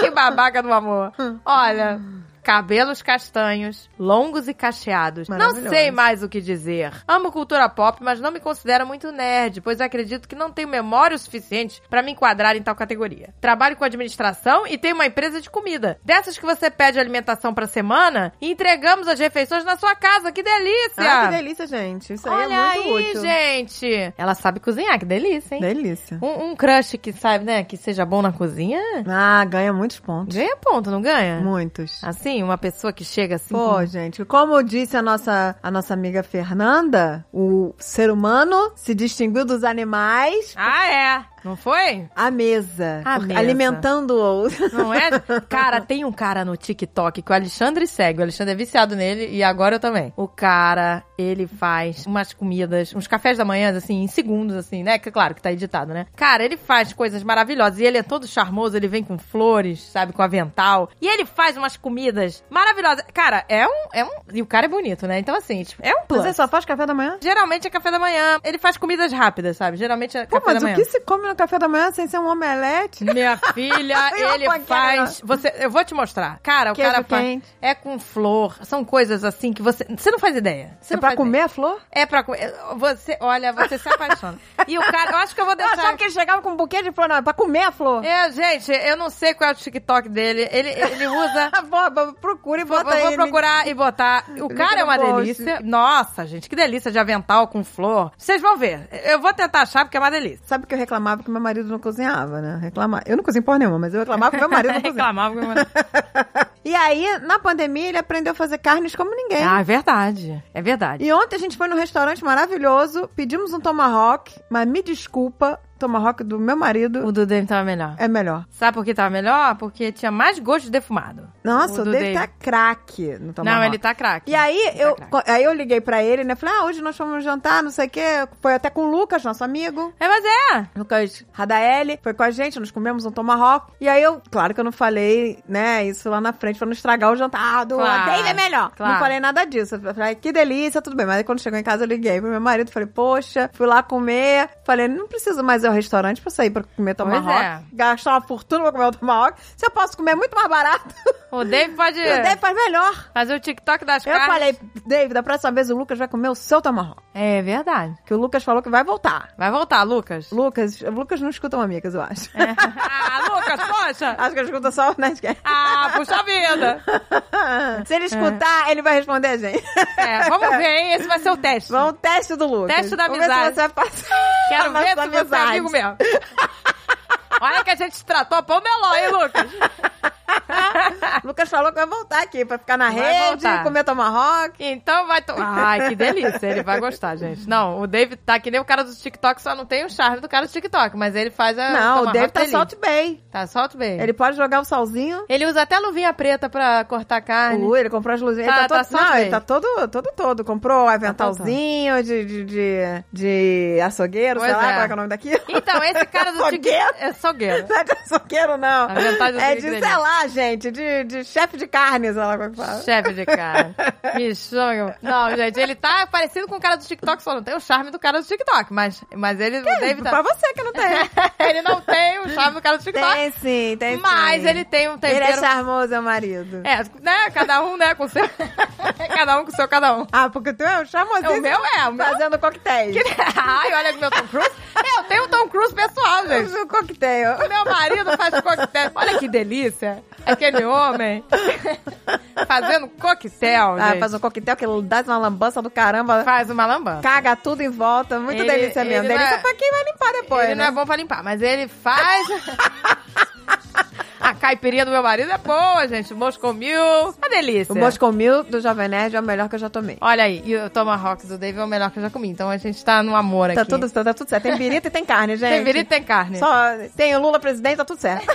S2: que babaca do amor. Olha, cabelos castanhos, longos e cacheados. Não
S3: Maravilhoso.
S2: sei mais o que dizer. Amo cultura pop, mas não me considero muito nerd, pois acredito que não tenho memória o suficiente pra me enquadrar em tal categoria. Trabalho com administração e tenho uma empresa de comida. Dessas que você pede alimentação pra semana e entregamos as refeições na sua casa. Que delícia!
S3: Ai, Ah, que delícia, gente. Isso aí
S2: Olha
S3: é muito
S2: aí,
S3: útil.
S2: gente! Ela sabe cozinhar, que delícia, hein?
S3: Delícia.
S2: Um, um crush que sabe, né, que seja bom na cozinha,
S3: Ah, ganha muitos pontos.
S2: Ganha ponto, não ganha?
S3: Muitos.
S2: Assim, uma pessoa que chega assim.
S3: Pô, gente, como disse a nossa, a nossa amiga Fernanda, o ser humano se distinguiu dos animais
S2: Ah, é. Não foi?
S3: A mesa.
S2: A
S3: Porque-
S2: mesa.
S3: Alimentando o outro.
S2: Não é? Cara, tem um cara no TikTok que o Alexandre segue. O Alexandre é viciado nele e agora eu também. O cara, ele faz umas comidas, uns cafés da manhã, assim, em segundos, assim, né? Que claro que tá editado, né? Cara, ele faz coisas maravilhosas e ele é todo charmoso, ele vem com flores, sabe? Com avental. E ele faz umas comidas maravilhosas. Cara, é um. É um e o cara é bonito, né? Então, assim, tipo, é um plus.
S3: Você só faz café da manhã?
S2: Geralmente é café da manhã. Ele faz comidas rápidas, sabe? Geralmente é
S3: Pô,
S2: café
S3: mas
S2: da
S3: o
S2: manhã.
S3: que se come no café da manhã sem ser um omelete?
S2: Minha
S3: <laughs>
S2: filha,
S3: E uma
S2: ele
S3: panqueca?
S2: faz. Você, eu vou te mostrar. Cara, o
S3: né? Queijo
S2: cara faz.
S3: quente.
S2: É com flor. São coisas assim que você. Você não faz ideia. Você
S3: É
S2: não
S3: pra
S2: faz
S3: comer
S2: ideia.
S3: a flor?
S2: É pra comer. Você, olha, você se apaixona. E o cara, eu acho que eu vou
S3: Eu
S2: deixar.
S3: achava que ele chegava com um buquê de flor, não, é pra comer a flor. <laughs>
S2: É, gente, eu não sei qual é o TikTok dele. Ele, ele usa.
S3: Boba, procura e
S2: Vou,
S3: <laughs> bota
S2: vou
S3: aí. link-
S2: procurar e botar. O cara é uma
S3: no post.
S2: delícia. Nossa, gente, que delícia de avental com flor. Vocês vão ver. Eu vou tentar achar porque é uma delícia.
S3: Sabe que eu reclamava que meu marido não cozinhava, né? Reclamar. Eu não cozinho porra nenhuma, mas eu reclamava que meu
S2: <laughs>
S3: marido não cozinhava.
S2: Reclamava que eu
S3: <laughs>
S2: mandava.
S3: E aí, na pandemia, ele aprendeu a fazer carnes como ninguém.
S2: Ah, é verdade. É verdade.
S3: E ontem a gente foi num restaurante maravilhoso, pedimos um tomahawk, mas me desculpa, tomahawk do meu marido
S2: O do Dave tava melhor.
S3: é melhor.
S2: Sabe por que tava melhor? Porque tinha mais gosto de defumado.
S3: Nossa, o,
S2: do
S3: Dave
S2: Dave.
S3: tá craque no tomahawk.
S2: Não, ele tá craque.
S3: E aí
S2: Ele tá
S3: eu,
S2: craque.
S3: aí eu liguei pra ele, né? Falei, ah, hoje nós fomos jantar, não sei o quê. Foi até com o Lucas, nosso amigo.
S2: É, mas é.
S3: Lucas Radaeli foi com a gente, nós comemos um tomahawk. E aí eu, claro que eu não falei, né, isso lá na frente pra não estragar o jantar do
S2: Claro,
S3: Dave é melhor. Não
S2: claro.
S3: falei nada disso. Eu falei, que delícia, tudo bem. Mas aí quando chegou em casa eu liguei pro meu marido, falei, poxa, fui lá comer. Falei, não preciso mais ir ao restaurante pra sair pra comer
S2: Pois
S3: tomahawk.
S2: é.
S3: Gastar uma fortuna pra comer o tomahawk. Se eu posso comer muito mais barato,
S2: O Dave pode
S3: o Dave faz melhor.
S2: fazer o TikTok das
S3: Eu
S2: carnes.
S3: falei, Dave, da próxima vez o Lucas vai comer o seu tomahawk.
S2: É verdade.
S3: Que o Lucas falou que vai voltar.
S2: Vai voltar, Lucas.
S3: Lucas, Lucas não escuta amigas, eu acho.
S2: <laughs> ah, Lucas, poxa.
S3: <laughs> Acho que ele escuta só o Nerdcast.
S2: Ah, puxa vida.
S3: <laughs> Se ele escutar, ele vai responder a gente.
S2: É, vamos ver, hein? Esse vai ser o teste.
S3: <laughs> Vamos, teste do Lucas.
S2: Teste da
S3: Vamos ver se
S2: amizade.
S3: você vai
S2: <laughs>
S3: passar <laughs>
S2: Quero
S3: na
S2: ver se
S3: nossa
S2: você é
S3: amizade.
S2: amigo mesmo. Olha que a gente tratou pão meló, hein, Lucas?
S3: <laughs> Lucas falou que vai voltar aqui pra ficar na
S2: Vai
S3: rede,
S2: voltar.
S3: comer tomahawk.
S2: Então vai tomar. Ai, que delícia. Ele vai gostar, gente. Não, o David tá que nem o cara do TikTok, só não tem o charme do cara do TikTok, mas ele faz a.
S3: Não, o
S2: tomahawk
S3: Dave tá
S2: dele.
S3: solto bem.
S2: Tá solto bem. Ele...
S3: Ele pode jogar o salzinho.
S2: usa até luvinha preta pra cortar carne.
S3: Ui, ele comprou as luzinhas.
S2: Tá,
S3: ele tá,
S2: tá
S3: todo,
S2: solto
S3: não, ele
S2: bem. Tá
S3: tá todo, todo, todo. Comprou o aventalzinho de, de, de, de açougueiro, sei
S2: Pois
S3: lá
S2: é.
S3: qual é, que é o nome daquilo. <laughs>
S2: Então, esse cara do TikTok.
S3: Açougueiro?
S2: É sogueiro.
S3: Não é de açougueiro, não.
S2: A vantagem do
S3: É
S2: Big
S3: de,
S2: Grelha.
S3: sei lá, gente, de, de chefe de carne, sei lá como é que fala.
S2: Chefe de cara. Me chama. Não, gente, ele tá parecido com o cara do TikTok, só não tem o charme do cara do TikTok, mas, mas ele, o David
S3: Pra
S2: tá... <laughs>
S3: você que não tem.
S2: ele não tem o charme do cara do TikTok,
S3: <laughs> Tem sim, tem sim.
S2: mas ele tem um tempero...
S3: Ele é charmoso, é o marido.
S2: É, né? Cada um, né? Com seu. <laughs> cada um com seu, cada um.
S3: Ah, porque tu é um charmosinho.
S2: O meu é, o meu- <laughs>
S3: Fazendo coquetéis. <laughs>
S2: Que- Ai, olha o meu Tom Cruise. Eu tenho um Tom Cruise pessoal, gente.
S3: Um coquetel.
S2: O meu marido faz coquetel. Olha que delícia. Aquele homem <laughs> fazendo coquetel,
S3: Ah,
S2: gente.
S3: faz um coquetel que dá uma lambança do caramba.
S2: Faz uma lambança.
S3: Caga tudo em volta. Muito
S2: Ele-
S3: delícia mesmo.
S2: ele
S3: Delícia
S2: não é-
S3: pra quem vai limpar depois,
S2: ele
S3: né?
S2: não é bom pra limpar, mas ele faz. <laughs> A caipirinha do meu marido é boa, gente. O Moscou Mil. Uma delícia.
S3: O Moscow Milk do Jovem Nerd é o melhor que eu já tomei.
S2: Olha aí, e o Tomahawk do Dave é o melhor que eu já comi. Então a gente tá no amor
S3: Tá
S2: aqui.
S3: tudo, tá, tá tudo certo. Tem birita e tem carne, gente.
S2: Tem virita, tem carne. <laughs>
S3: Só tem o Lula presidente, tá tudo certo.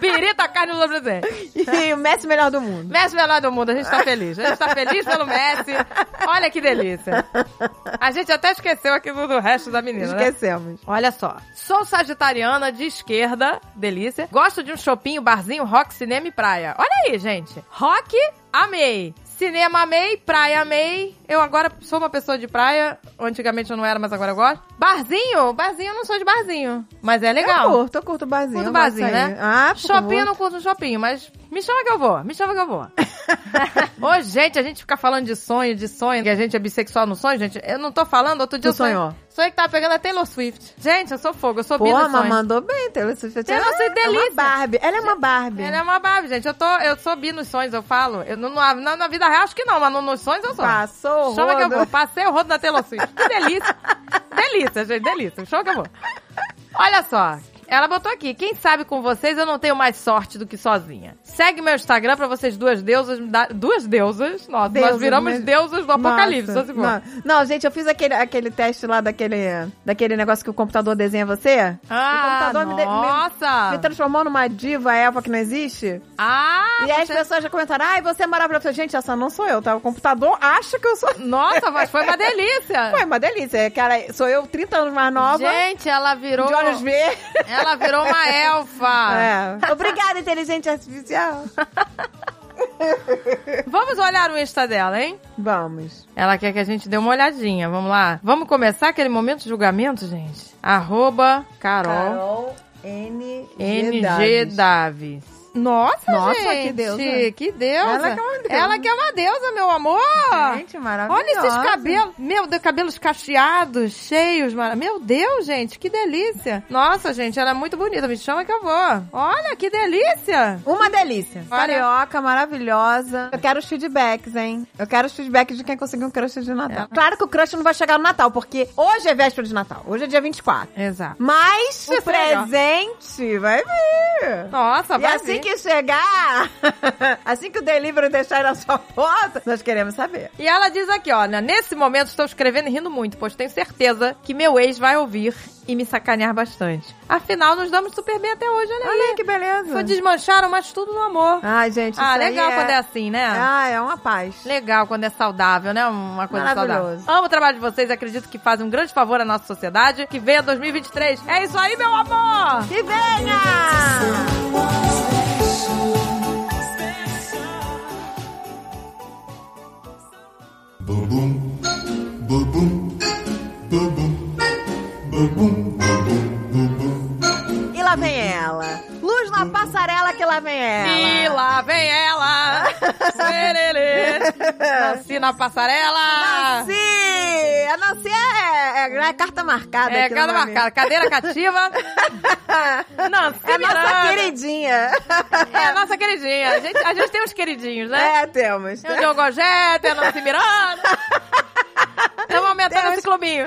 S2: Pirita, carne do Brasil.
S3: e o Messi melhor do mundo.
S2: Messi melhor do mundo, a
S3: <laughs>
S2: gente tá feliz. A gente tá feliz pelo Messi. Olha que delícia.
S3: <laughs>
S2: A gente até esqueceu aqui do do resto da menina, né?
S3: Esquecemos.
S2: Olha só. Sou sagitariana de esquerda, delícia. Gosto de um shopping, barzinho, rock, cinema e praia. Olha aí, gente. Rock, amei. Cinema amei, praia amei. Eu agora sou uma pessoa de praia. Antigamente eu não era, mas agora eu gosto. Barzinho? Barzinho eu não sou de barzinho. Mas é legal.
S3: Eu curto, eu curto o barzinho.
S2: Curto
S3: eu
S2: barzinho,
S3: gosto aí.
S2: né?
S3: Ah, por
S2: Shopping eu
S3: favor. <laughs>
S2: não curto um shopping, mas me chama que eu vou, me chama que eu vou. Ô, gente, a gente fica falando de sonho, de sonho, que a gente é bissexual no sonho, gente. Eu não tô falando, outro dia
S3: Tu sonhou?
S2: Sonho, sonhei que tava pegando a Taylor Swift. Gente, eu sou fogo, eu sou bi
S3: Pô,
S2: no
S3: mas
S2: sonho.
S3: mandou bem, Taylor Swift.
S2: Taylor
S3: Ela
S2: Swift
S3: é uma
S2: delícia.
S3: Barbie. Ela é uma Barbie.
S2: Ela é uma Barbie, gente. Eu, tô, eu sou bi nos sonhos, eu falo. Eu, não- na, na- na vida real, acho que não, mas no- nos sonhos eu sou.
S3: Passou o
S2: Chama que eu
S3: rodo.
S2: vou. Passei o rodo na Taylor Swift. Que delícia. delícia, gente, delícia. Chama que eu vou. Olha só. Ela botou aqui, quem sabe com vocês eu não tenho mais sorte do que sozinha. Segue meu Instagram pra vocês duas deusas me dar... Duas deusas? Nossa, nós
S3: Deusas,
S2: viramos
S3: mas-
S2: deusas do apocalipse.
S3: Nossa,
S2: só se for.
S3: não, não, gente, eu fiz aquele, aquele teste lá daquele, daquele negócio que o computador desenha você.
S2: Ah,
S3: O computador me de- me-
S2: nossa!
S3: Me transformou numa diva Eva que não existe.
S2: Ah,
S3: e aí as pessoas já comentaram, ai, você é maravilhosa. Eu falei, Gente, essa não sou eu, tá? O computador acha que
S2: <laughs>
S3: eu sou...
S2: nossa, mas foi uma delícia!
S3: <laughs> Foi uma delícia. Cara, sou eu 30 anos mais nova,
S2: Gente, ela virou...
S3: de olhos verdes.
S2: Ela virou uma
S3: <laughs>
S2: elfa!
S3: É. Obrigada, inteligente artificial.
S2: Vamos olhar o Insta dela, hein?
S3: Vamos.
S2: Ela quer que a gente dê uma olhadinha. Vamos lá. Vamos começar aquele momento de julgamento, gente? Arroba Carol,
S3: N.
S2: NG Davis. Nossa,
S3: Nossa,
S2: gente.
S3: que deusa.
S2: Que deusa.
S3: Ela que é uma deusa.
S2: Ela que é uma deusa, meu amor.
S3: Gente, tá maravilhosa.
S2: Olha esses cabelos. Meu Deus, cabelos cacheados, cheios. Mara... Meu Deus, gente, que delícia. Nossa, gente, ela é muito bonita. Me chama que eu vou. Olha, que delícia.
S3: Uma delícia.
S2: Olha.
S3: Carioca, maravilhosa. Eu quero os feedbacks, hein? Eu quero os feedbacks de quem conseguiu um crush de Natal. Claro que o crush não vai chegar no Natal, porque hoje é véspera de Natal. Hoje é dia 24.
S2: Exato.
S3: Mas
S2: Vai
S3: o
S2: chegar.
S3: presente vai vir.
S2: Nossa,
S3: E
S2: vai
S3: assim
S2: vir.
S3: que chegar, <laughs> assim que o delivery deixar na sua porta, nós queremos saber.
S2: E ela diz aqui, ó, né, nesse momento estou escrevendo e rindo muito, pois tenho certeza que meu ex vai ouvir e me sacanear bastante. Afinal, nos damos super bem até hoje, olha aí.
S3: Olha aí que beleza.
S2: Só desmancharam, mas tudo no amor.
S3: Ai, gente, isso
S2: ah,
S3: aí
S2: legal
S3: é...
S2: quando é assim, né?
S3: Ah, é uma paz.
S2: Legal quando é saudável, né? Uma coisa
S3: Maravilhoso.
S2: saudável. Amo o trabalho de vocês, acredito que fazem um grande favor à nossa sociedade. Que venha 2023. É isso aí, meu amor!
S3: Que venha! E lá vem ela. Luz na passarela que lá vem
S2: E
S3: ela.
S2: lá vem ela!
S3: <laughs>
S2: Sererê. Nasci na passarela!
S3: Nancy! A Nancy é, é, é carta marcada.
S2: É,
S3: aqui no
S2: cada
S3: nome.
S2: marcada, cadeira cativa.
S3: <laughs>
S2: Nancy
S3: É a nossa
S2: Miranda.
S3: queridinha.
S2: É a nossa queridinha. A gente, a gente tem uns queridinhos, né?
S3: É, temos.
S2: Tem o
S3: <laughs>
S2: Diogo Ogé, tem a Nancy Miranda. Estamos aumentando
S3: Tem uns-
S2: esse clubinho.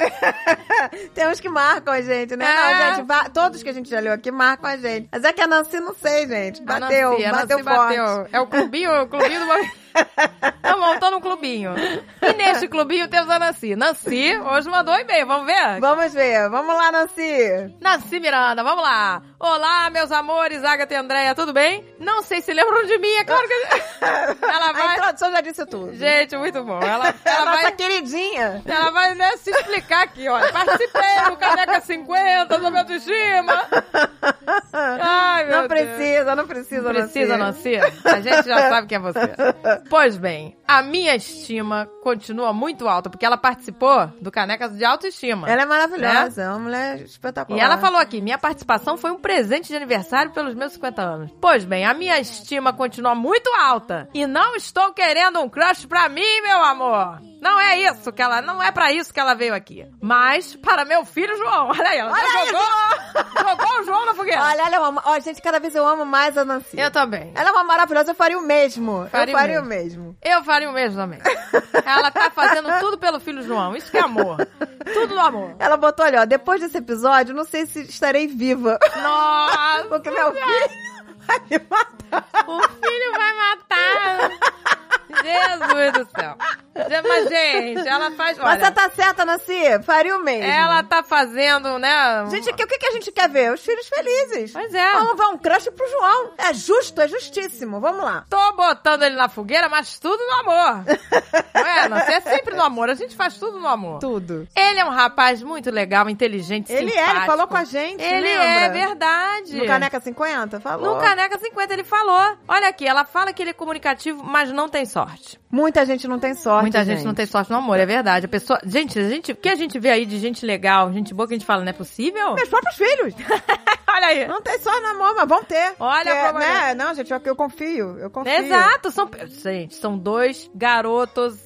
S3: Temos que marcam a gente, né?
S2: É.
S3: Não, gente, va- todos que a gente já leu aqui marcam a gente. Mas é que a Nancy, não sei, gente.
S2: A
S3: Bateu,
S2: Nancy, a
S3: bateu
S2: Nancy
S3: forte.
S2: É o clubinho, o clubinho do momento. Estamos montando um clubinho. E neste clubinho temos a Nancy. Nancy, hoje mandou um e-mail, vamos ver?
S3: <laughs> Vamos ver. Vamos lá, Nancy.
S2: Nancy Miranda, vamos lá. Olá, meus amores, Agatha e Andréia, tudo bem? Não sei se lembram de mim, é claro
S3: <laughs>
S2: que... Ela
S3: A
S2: vai...
S3: introdução já disse tudo.
S2: Gente, muito bom. Ela,
S3: É a
S2: ela
S3: nossa
S2: vai...
S3: queridinha.
S2: Ela vai né, se explicar aqui, olha. Participei do Caneca 50, do meu autoestima. Ai, meu
S3: não
S2: Deus.
S3: precisa, não precisa,
S2: Não Precisa,
S3: Nancy.
S2: Nancy? A gente já sabe quem é você. Pois bem, a minha estima continua muito alta, porque ela participou do Caneca de Autoestima.
S3: Ela é maravilhosa, é uma mulher espetacular.
S2: E ela falou aqui: minha participação foi um presente de aniversário pelos meus 50 anos. Pois bem, a minha estima continua muito alta. E não estou querendo um crush pra mim, meu amor. Não é isso que ela. Não é pra isso que ela veio aqui. Mas para meu filho João. <laughs> Olha aí, ela já
S3: Olha aí,
S2: jogou, jogou o João na fogueira.
S3: Olha, ela é uma... Ó, gente, cada vez eu amo mais a Nancy.
S2: Eu também.
S3: Ela é uma maravilhosa, eu faria o mesmo.
S2: Faria
S3: eu
S2: o
S3: faria o mesmo.
S2: Eu faria o mesmo também. Ela tá fazendo tudo pelo filho João. Isso que é amor. Tudo no
S3: <laughs>
S2: amor.
S3: Ela botou ali, ó, depois desse episódio, não sei se estarei
S2: <laughs>
S3: viva.
S2: Nossa!
S3: Porque meu filho vai me matar.
S2: O filho vai matar. Jesus do céu. Já- Mas, gente, ela faz.
S3: Mas você
S2: Olha,
S3: tá certa, Nancy. Faria o mesmo.
S2: ela tá fazendo, né?
S3: Gente, que- o que, que a gente quer ver? Os filhos felizes.
S2: Pois é.
S3: Vamos ver um crush pro João. É justo, é justíssimo. Vamos lá.
S2: Tô botando ele na fogueira, mas tudo no amor. Não é, Nancy? É sempre no amor. A gente faz tudo no amor.
S3: Tudo.
S2: Ele é um rapaz muito legal, inteligente,
S3: Ele é,
S2: simpático.
S3: ele falou com a gente,
S2: Ele
S3: lembra?
S2: é, verdade.
S3: No Caneca 50? Falou.
S2: No Caneca 50 ele falou. Olha aqui, ela fala que ele é comunicativo, mas não tem sorte.
S3: Muita gente não tem sorte,
S2: Muita gente, não tem sorte no amor, é verdade. A pessoa, gente, a gente, o que a gente vê aí de gente legal, gente boa que a gente fala, não é possível?
S3: Meus próprios filhos.
S2: <laughs> Olha aí.
S3: não tem sorte no amor, mas vão ter.
S2: Olha
S3: Porque,
S2: a probabilidade.
S3: né? Não, gente, eu, eu confio. Eu
S2: é
S3: confio.
S2: Exato, são, gente, são dois garotos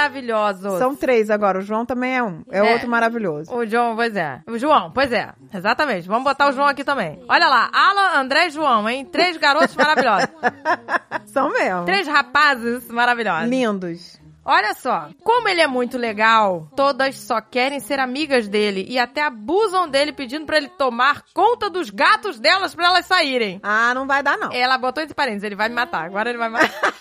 S2: maravilhosos.
S3: São três agora. O João também é um. É,
S2: É.
S3: outro maravilhoso.
S2: O João, pois é. O João, pois é. Exatamente. Vamos botar o João aqui também. Olha lá, Alan, André e João, hein? <laughs> Três garotos maravilhosos.
S3: <laughs> São mesmo.
S2: Três rapazes maravilhosos.
S3: Lindos.
S2: Olha só, como ele é muito legal, todas só querem ser amigas dele e até abusam dele pedindo pra ele tomar conta dos gatos delas pra elas saírem.
S3: Ah, não vai dar, não.
S2: Ela botou entre parênteses, ele vai me matar. Agora ele vai
S3: <laughs>
S2: me matar.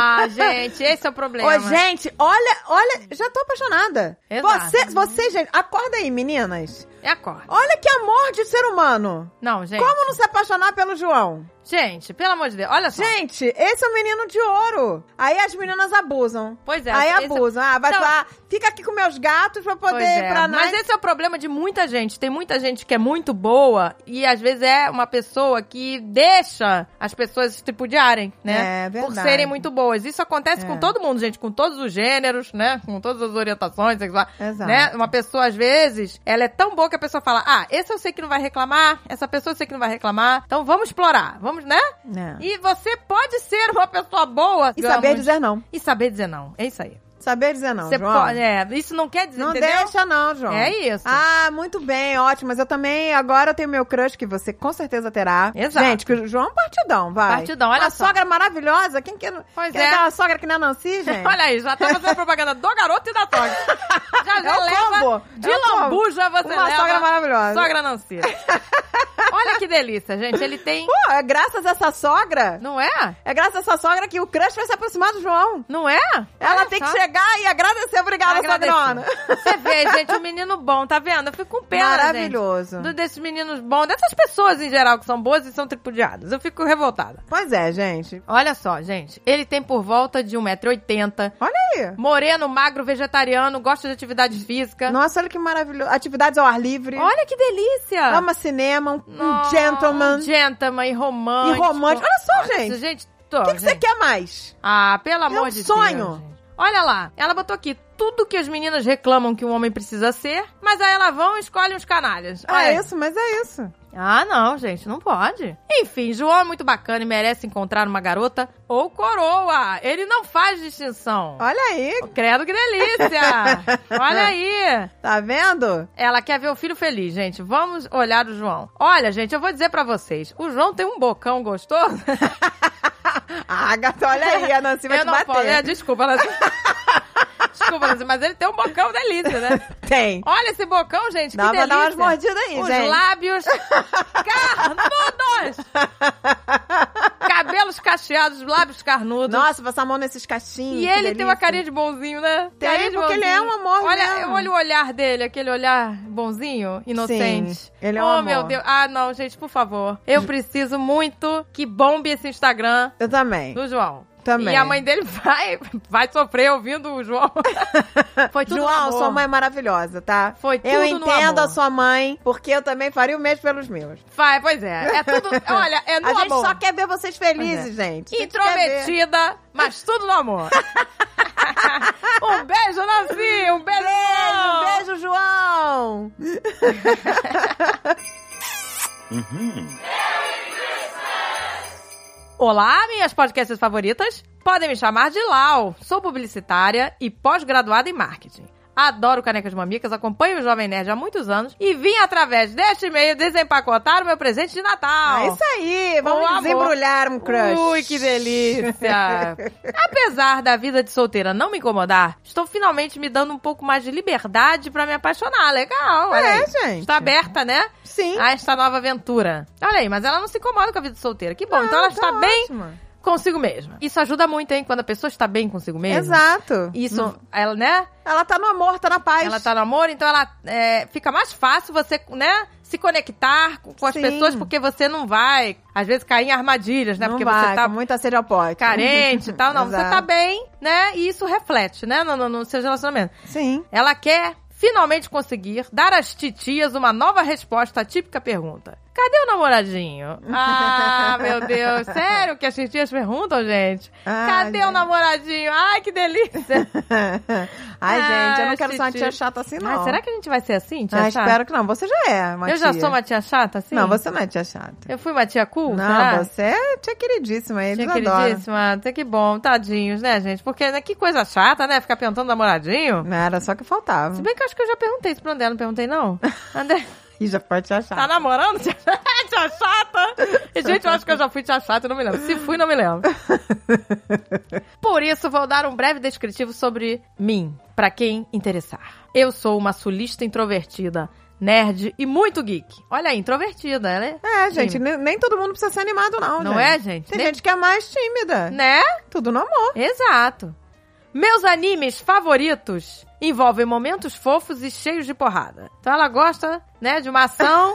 S2: ah, gente, esse é o problema.
S3: Ô, gente, olha, olha, já tô apaixonada.
S2: Exato.
S3: Você, você, gente, acorda aí, meninas.
S2: É a cor.
S3: Olha que amor de ser humano.
S2: Não, gente.
S3: Como não se apaixonar pelo João?
S2: Gente, pelo amor de Deus, olha só.
S3: Gente, esse é um menino de ouro. Aí as meninas abusam.
S2: Pois é.
S3: Aí
S2: esse-
S3: abusam. Ah, vai
S2: Então-
S3: lá, fica aqui com meus gatos pra poder
S2: Pois é,
S3: ir pra
S2: Mas
S3: night.
S2: esse é o problema de muita gente. Tem muita gente que é muito boa e às vezes é uma pessoa que deixa as pessoas estripudiarem, né?
S3: É,
S2: Por
S3: verdade.
S2: serem muito boas. Isso acontece
S3: É.
S2: com todo mundo, gente, com todos os gêneros, né? Com todas as orientações sexuais.
S3: Exato.
S2: Né? Uma pessoa, às vezes, ela é tão boa que a pessoa fala: Ah, esse eu sei que não vai reclamar, essa pessoa eu sei que não vai reclamar, então vamos explorar, vamos, né?
S3: É.
S2: E você pode ser uma pessoa boa
S3: E saber
S2: digamos,
S3: dizer não.
S2: E saber dizer não. É isso aí.
S3: Saber dizer não,
S2: Você
S3: João.
S2: pode, é, isso não quer dizer,
S3: Não
S2: entendeu?
S3: deixa não, João.
S2: É isso. <laughs>
S3: Ah, muito bem, ótimo. Mas eu também, agora eu tenho meu crush, que você com certeza terá.
S2: Exato.
S3: Gente, que o João é um partidão, vai.
S2: Partidão, olha
S3: uma
S2: só.
S3: sogra maravilhosa. Quem quer,
S2: Pois
S3: quer
S2: é.
S3: dar uma sogra que nem a Nancy,
S2: <laughs>
S3: gente?
S2: Olha aí, já tá fazendo propaganda do garoto e da sogra. Já, já
S3: É o
S2: leva
S3: combo.
S2: de
S3: É o combo.
S2: lambuja você
S3: Uma
S2: leva.
S3: sogra maravilhosa.
S2: Sogra
S3: <laughs>
S2: Nancy. Olha que delícia, gente. Ele tem...
S3: Pô, é graças a essa sogra...
S2: Não é?
S3: É graças a essa sogra que o crush vai se aproximar do João.
S2: Não é?
S3: Ela
S2: Olha
S3: tem
S2: só.
S3: que chegar e agradecer. Obrigada,
S2: Agradecer.
S3: sogrona.
S2: Você vê, gente, um menino bom, tá vendo? Eu fico com <laughs> pena,
S3: Maravilhoso.
S2: gente, do- desses meninos bons, dessas pessoas em geral que são boas e são tripudiadas. Eu fico revoltada.
S3: Pois é, gente.
S2: Olha só, gente. Ele tem por volta de 1,80m.
S3: Olha aí.
S2: Moreno, magro, vegetariano, gosta de atividade física.
S3: Nossa, olha que maravilhoso. Atividades ao ar livre.
S2: Olha que delícia!
S3: Ama cinema, um,
S2: Ah.
S3: um
S2: Nossa,
S3: gentleman.
S2: Um gentleman e romântico.
S3: E romântico. Olha só, gente.
S2: gente.
S3: O que que você quer mais?
S2: Ah, pelo amor
S3: um
S2: de
S3: sonho.
S2: Deus. gente. Olha lá, ela botou aqui tudo que as meninas reclamam que um homem precisa ser, mas aí ela vão e escolhe uns canalhas.
S3: Ah,
S2: Olha
S3: é
S2: aí.
S3: isso, mas é isso.
S2: Ah, não, gente, não pode. Enfim, João é muito bacana e merece encontrar uma garota ou coroa. Ele não faz distinção.
S3: Olha aí,
S2: Credo que
S3: <laughs>
S2: delícia! Olha aí!
S3: tá vendo?
S2: Ela quer ver o filho feliz, gente. Vamos olhar o João. Olha, gente, eu vou dizer pra vocês. O João tem um bocão gostoso.
S3: Ah, gata, olha aí, a Nancy vai
S2: <laughs> eu
S3: te
S2: não
S3: bater.
S2: posso. É, desculpa,
S3: <laughs>
S2: Nancy. desculpa, Nancy, mas ele tem um bocão delícia, né?
S3: Tem.
S2: Olha esse bocão, gente, que
S3: Dá
S2: delícia.
S3: pra dar umas mordidas aí,
S2: Os
S3: gente.
S2: lábios
S3: <laughs>
S2: carnudos. Cabelos cacheados, lábios carnudos.
S3: Nossa, passar a mão nesses cachinhos.
S2: E
S3: Hum, que
S2: ele tem uma
S3: delícia.
S2: carinha de bonzinho, né?
S3: Tem,
S2: Carinha de
S3: porque ele é um amor
S2: Olha,
S3: mesmo.
S2: olha o olhar dele, aquele olhar bonzinho, inocente.
S3: Sim, ele é um
S2: oh,
S3: amor.
S2: meu Deus. Ah, não, gente, por favor. Eu preciso muito que bombe esse Instagram
S3: Eu também.
S2: do João.
S3: Também.
S2: E a mãe dele vai, vai sofrer ouvindo o
S3: <laughs>
S2: João. Foi tudo
S3: João,
S2: no amor.
S3: sua mãe é maravilhosa, tá?
S2: Foi
S3: Eu
S2: tudo no
S3: entendo a
S2: amor.
S3: sua mãe, porque eu também faria o mesmo pelos meus.
S2: Vai, pois é. É
S3: <laughs>
S2: tudo. Olha, é no
S3: a gente
S2: amor.
S3: só quer ver vocês felizes,
S2: Pois é.
S3: gente. A gente quer ver.
S2: Intrometida, mas tudo no
S3: <laughs>
S2: amor. um beijo, Nancy! Um beijo! João.
S3: Beijo, beijo, João!
S2: Olá, minhas podcasts favoritas. Podem me chamar de Lau. Sou publicitária e pós-graduada em marketing. Adoro canecas mamicas, acompanho o Jovem Nerd há muitos anos e vim através deste e-mail desempacotar o meu presente de Natal.
S3: É isso aí, vamos
S2: Um amor.
S3: desembrulhar um crush.
S2: Ui, que delícia! Apesar da vida de solteira não me incomodar, estou finalmente me dando um pouco mais de liberdade pra me apaixonar. Legal, olha
S3: É,
S2: aí.
S3: gente.
S2: Está aberta, né?
S3: Sim.
S2: A esta nova aventura. Olha aí, mas ela não se incomoda com a vida de solteira. Que bom,
S3: Não,
S2: então ela
S3: tá
S2: está bem
S3: ótima.
S2: consigo mesma. Isso ajuda muito, hein? Quando a pessoa está bem consigo mesma.
S3: Exato.
S2: Isso,
S3: Não-
S2: ela, né?
S3: Ela tá no amor, tá na paz.
S2: Ela tá no amor, então ela é, fica mais fácil você, né? Se conectar com com as
S3: Sim.
S2: pessoas, porque você não vai, às vezes, cair em armadilhas, né?
S3: Não
S2: porque
S3: vai,
S2: você tá
S3: com muita sede ao pote.
S2: carente e tal. Não, você
S3: Exato.
S2: tá bem, né? E isso reflete, né? No, no, no seu relacionamento.
S3: Sim. <laughs>
S2: Ela quer finalmente conseguir dar às titias uma nova resposta à típica pergunta. Cadê o
S3: <laughs>
S2: namoradinho? Ah, meu Deus. Sério que as titias perguntam, gente?
S3: Ah,
S2: Cadê o
S3: gente.
S2: namoradinho? Ai, que delícia.
S3: Ai, gente, eu não
S2: Ah,
S3: quero ser uma
S2: Titi.
S3: tia chata assim, <laughs> não.
S2: Ai, será que a gente vai ser assim, tia
S3: Ah,
S2: chata?
S3: espero que não. Você já é uma
S2: Eu já
S3: tia.
S2: sou uma tia chata, assim?
S3: Não, você não é tia chata.
S2: Eu fui uma tia cool,
S3: não,
S2: será?
S3: você é tia queridíssima. Eles
S2: Tia
S3: adoram.
S2: queridíssima, até que bom, tadinhos, né, gente? Porque né, que coisa chata, né? Ficar perguntando namoradinho.
S3: Não, era só que faltava.
S2: Se bem que eu acho que eu já perguntei isso pro
S3: <laughs>
S2: André, não perguntei não? André,
S3: Ih, já pode te achar.
S2: tá namorando? Tia, tia chata? Gente, eu acho que eu já fui tia chata, eu não me lembro. Se fui, não me lembro. <laughs> Por isso, vou dar um breve descritivo sobre mim, pra quem interessar. Eu sou uma sulista introvertida, nerd e muito geek. Olha aí, introvertida, ela é...
S3: É, gente, nem, nem todo mundo precisa ser animado, não.
S2: Não
S3: gente.
S2: é, gente?
S3: Tem
S2: Nem-
S3: gente que é mais tímida.
S2: Né?
S3: Tudo
S2: <laughs>
S3: no amor.
S2: Exato. Meus animes favoritos envolvem momentos fofos e cheios de porrada. Então ela gosta, né, de uma <laughs> ação.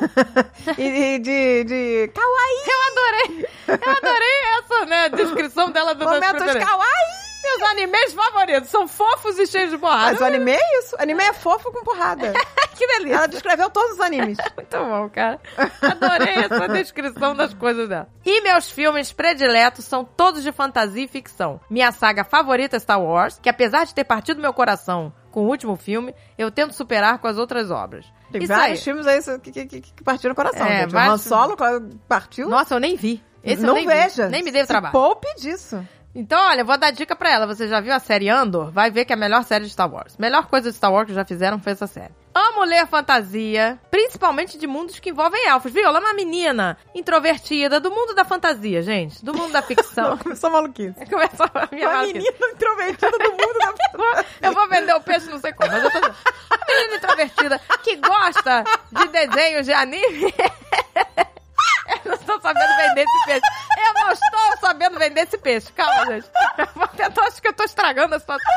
S3: E, e de, de kawaii,
S2: Eu adorei essa, né, descrição dela do
S3: momentos
S2: das-
S3: kawaii.
S2: Meus animes favoritos são fofos e cheios de porrada.
S3: Mas o anime é isso. O anime é fofo
S2: <laughs>
S3: com porrada.
S2: que delícia.
S3: Ela descreveu todos
S2: <laughs>
S3: os animes.
S2: Muito bom, cara. Adorei essa descrição das coisas dela. E meus filmes prediletos são todos de fantasia e ficção. Minha saga favorita é Star Wars, que apesar de ter partido meu coração com o último filme, eu tento superar com as outras obras.
S3: Tem
S2: Isso
S3: vários
S2: aí.
S3: filmes aí que, que, que- que partiram o coração,
S2: É,
S3: gente. O
S2: vários-
S3: Han Solo claro, partiu.
S2: Nossa, eu nem vi. Esse eu
S3: não
S2: nem vi.
S3: veja.
S2: Nem me dei o
S3: Se
S2: trabalho.
S3: Poupe disso.
S2: Então, olha, eu vou dar dica pra ela. Você já viu a série Andor? Vai ver que é a melhor série de Star Wars. Melhor coisa de Star Wars que já fizeram foi essa série. Amo ler fantasia, principalmente de mundos que envolvem elfos, viu? Ela é uma menina introvertida do mundo da fantasia, gente. Do mundo da
S3: <laughs>
S2: ficção. <laughs>
S3: Começou maluquice.
S2: Começa a Então, É assim. minha
S3: Uma
S2: maluquice.
S3: menina introvertida do mundo né? da
S2: <laughs> Eu vou vender o peixe, não sei como, É, mas eu tô... Uma <laughs> menina introvertida que gosta de desenhos de anime. <laughs> Eu não estou sabendo vender esse peixe. Eu não estou sabendo vender esse peixe. Calma, gente. Eu vou tentar, acho que eu tô estragando a situação.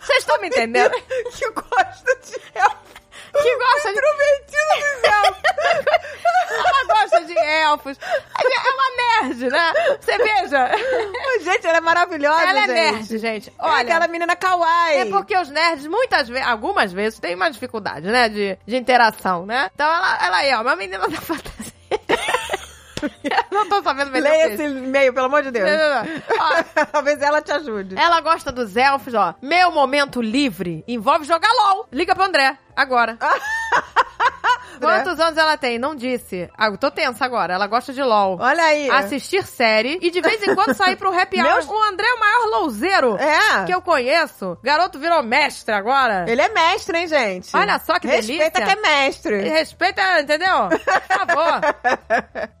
S2: Vocês estão me entendendo?
S3: <laughs> que gosta de elfo.
S2: Que gosta de...
S3: Introvertida dos elfos.
S2: Ela gosta de elfos. Ela é uma nerd, né? Você veja.
S3: Gente, ela é maravilhosa,
S2: Ela é
S3: gente.
S2: nerd, gente.
S3: Olha,
S2: Olha...
S3: aquela menina kawaii.
S2: É porque os nerds, muitas vezes, algumas vezes, têm uma dificuldade, né? De, de interação, né? Então ela, ela aí, ó, uma menina da fantasia. <laughs> Eu não tô sabendo vender o
S3: Leia
S2: peixe.
S3: esse e-mail, pelo amor de Deus.
S2: Não, não, não. É, Ó,
S3: <laughs> Talvez ela te ajude.
S2: ela gosta dos elfos, ó. Meu momento livre envolve jogar LOL. Liga pro André, agora.
S3: Ah, Né?
S2: Quantos anos ela tem? Não disse. Ah, eu tô tensa agora. Ela gosta de LOL.
S3: Olha aí.
S2: Assistir série e de vez em quando sair pro
S3: <laughs>
S2: happy hour.
S3: Meus-
S2: O André é o maior louzeiro
S3: É.
S2: que eu conheço. Garoto virou mestre agora.
S3: Ele é mestre, hein, gente?
S2: Olha só que delícia.
S3: Respeita que é mestre.
S2: E Respeita, entendeu? Por favor.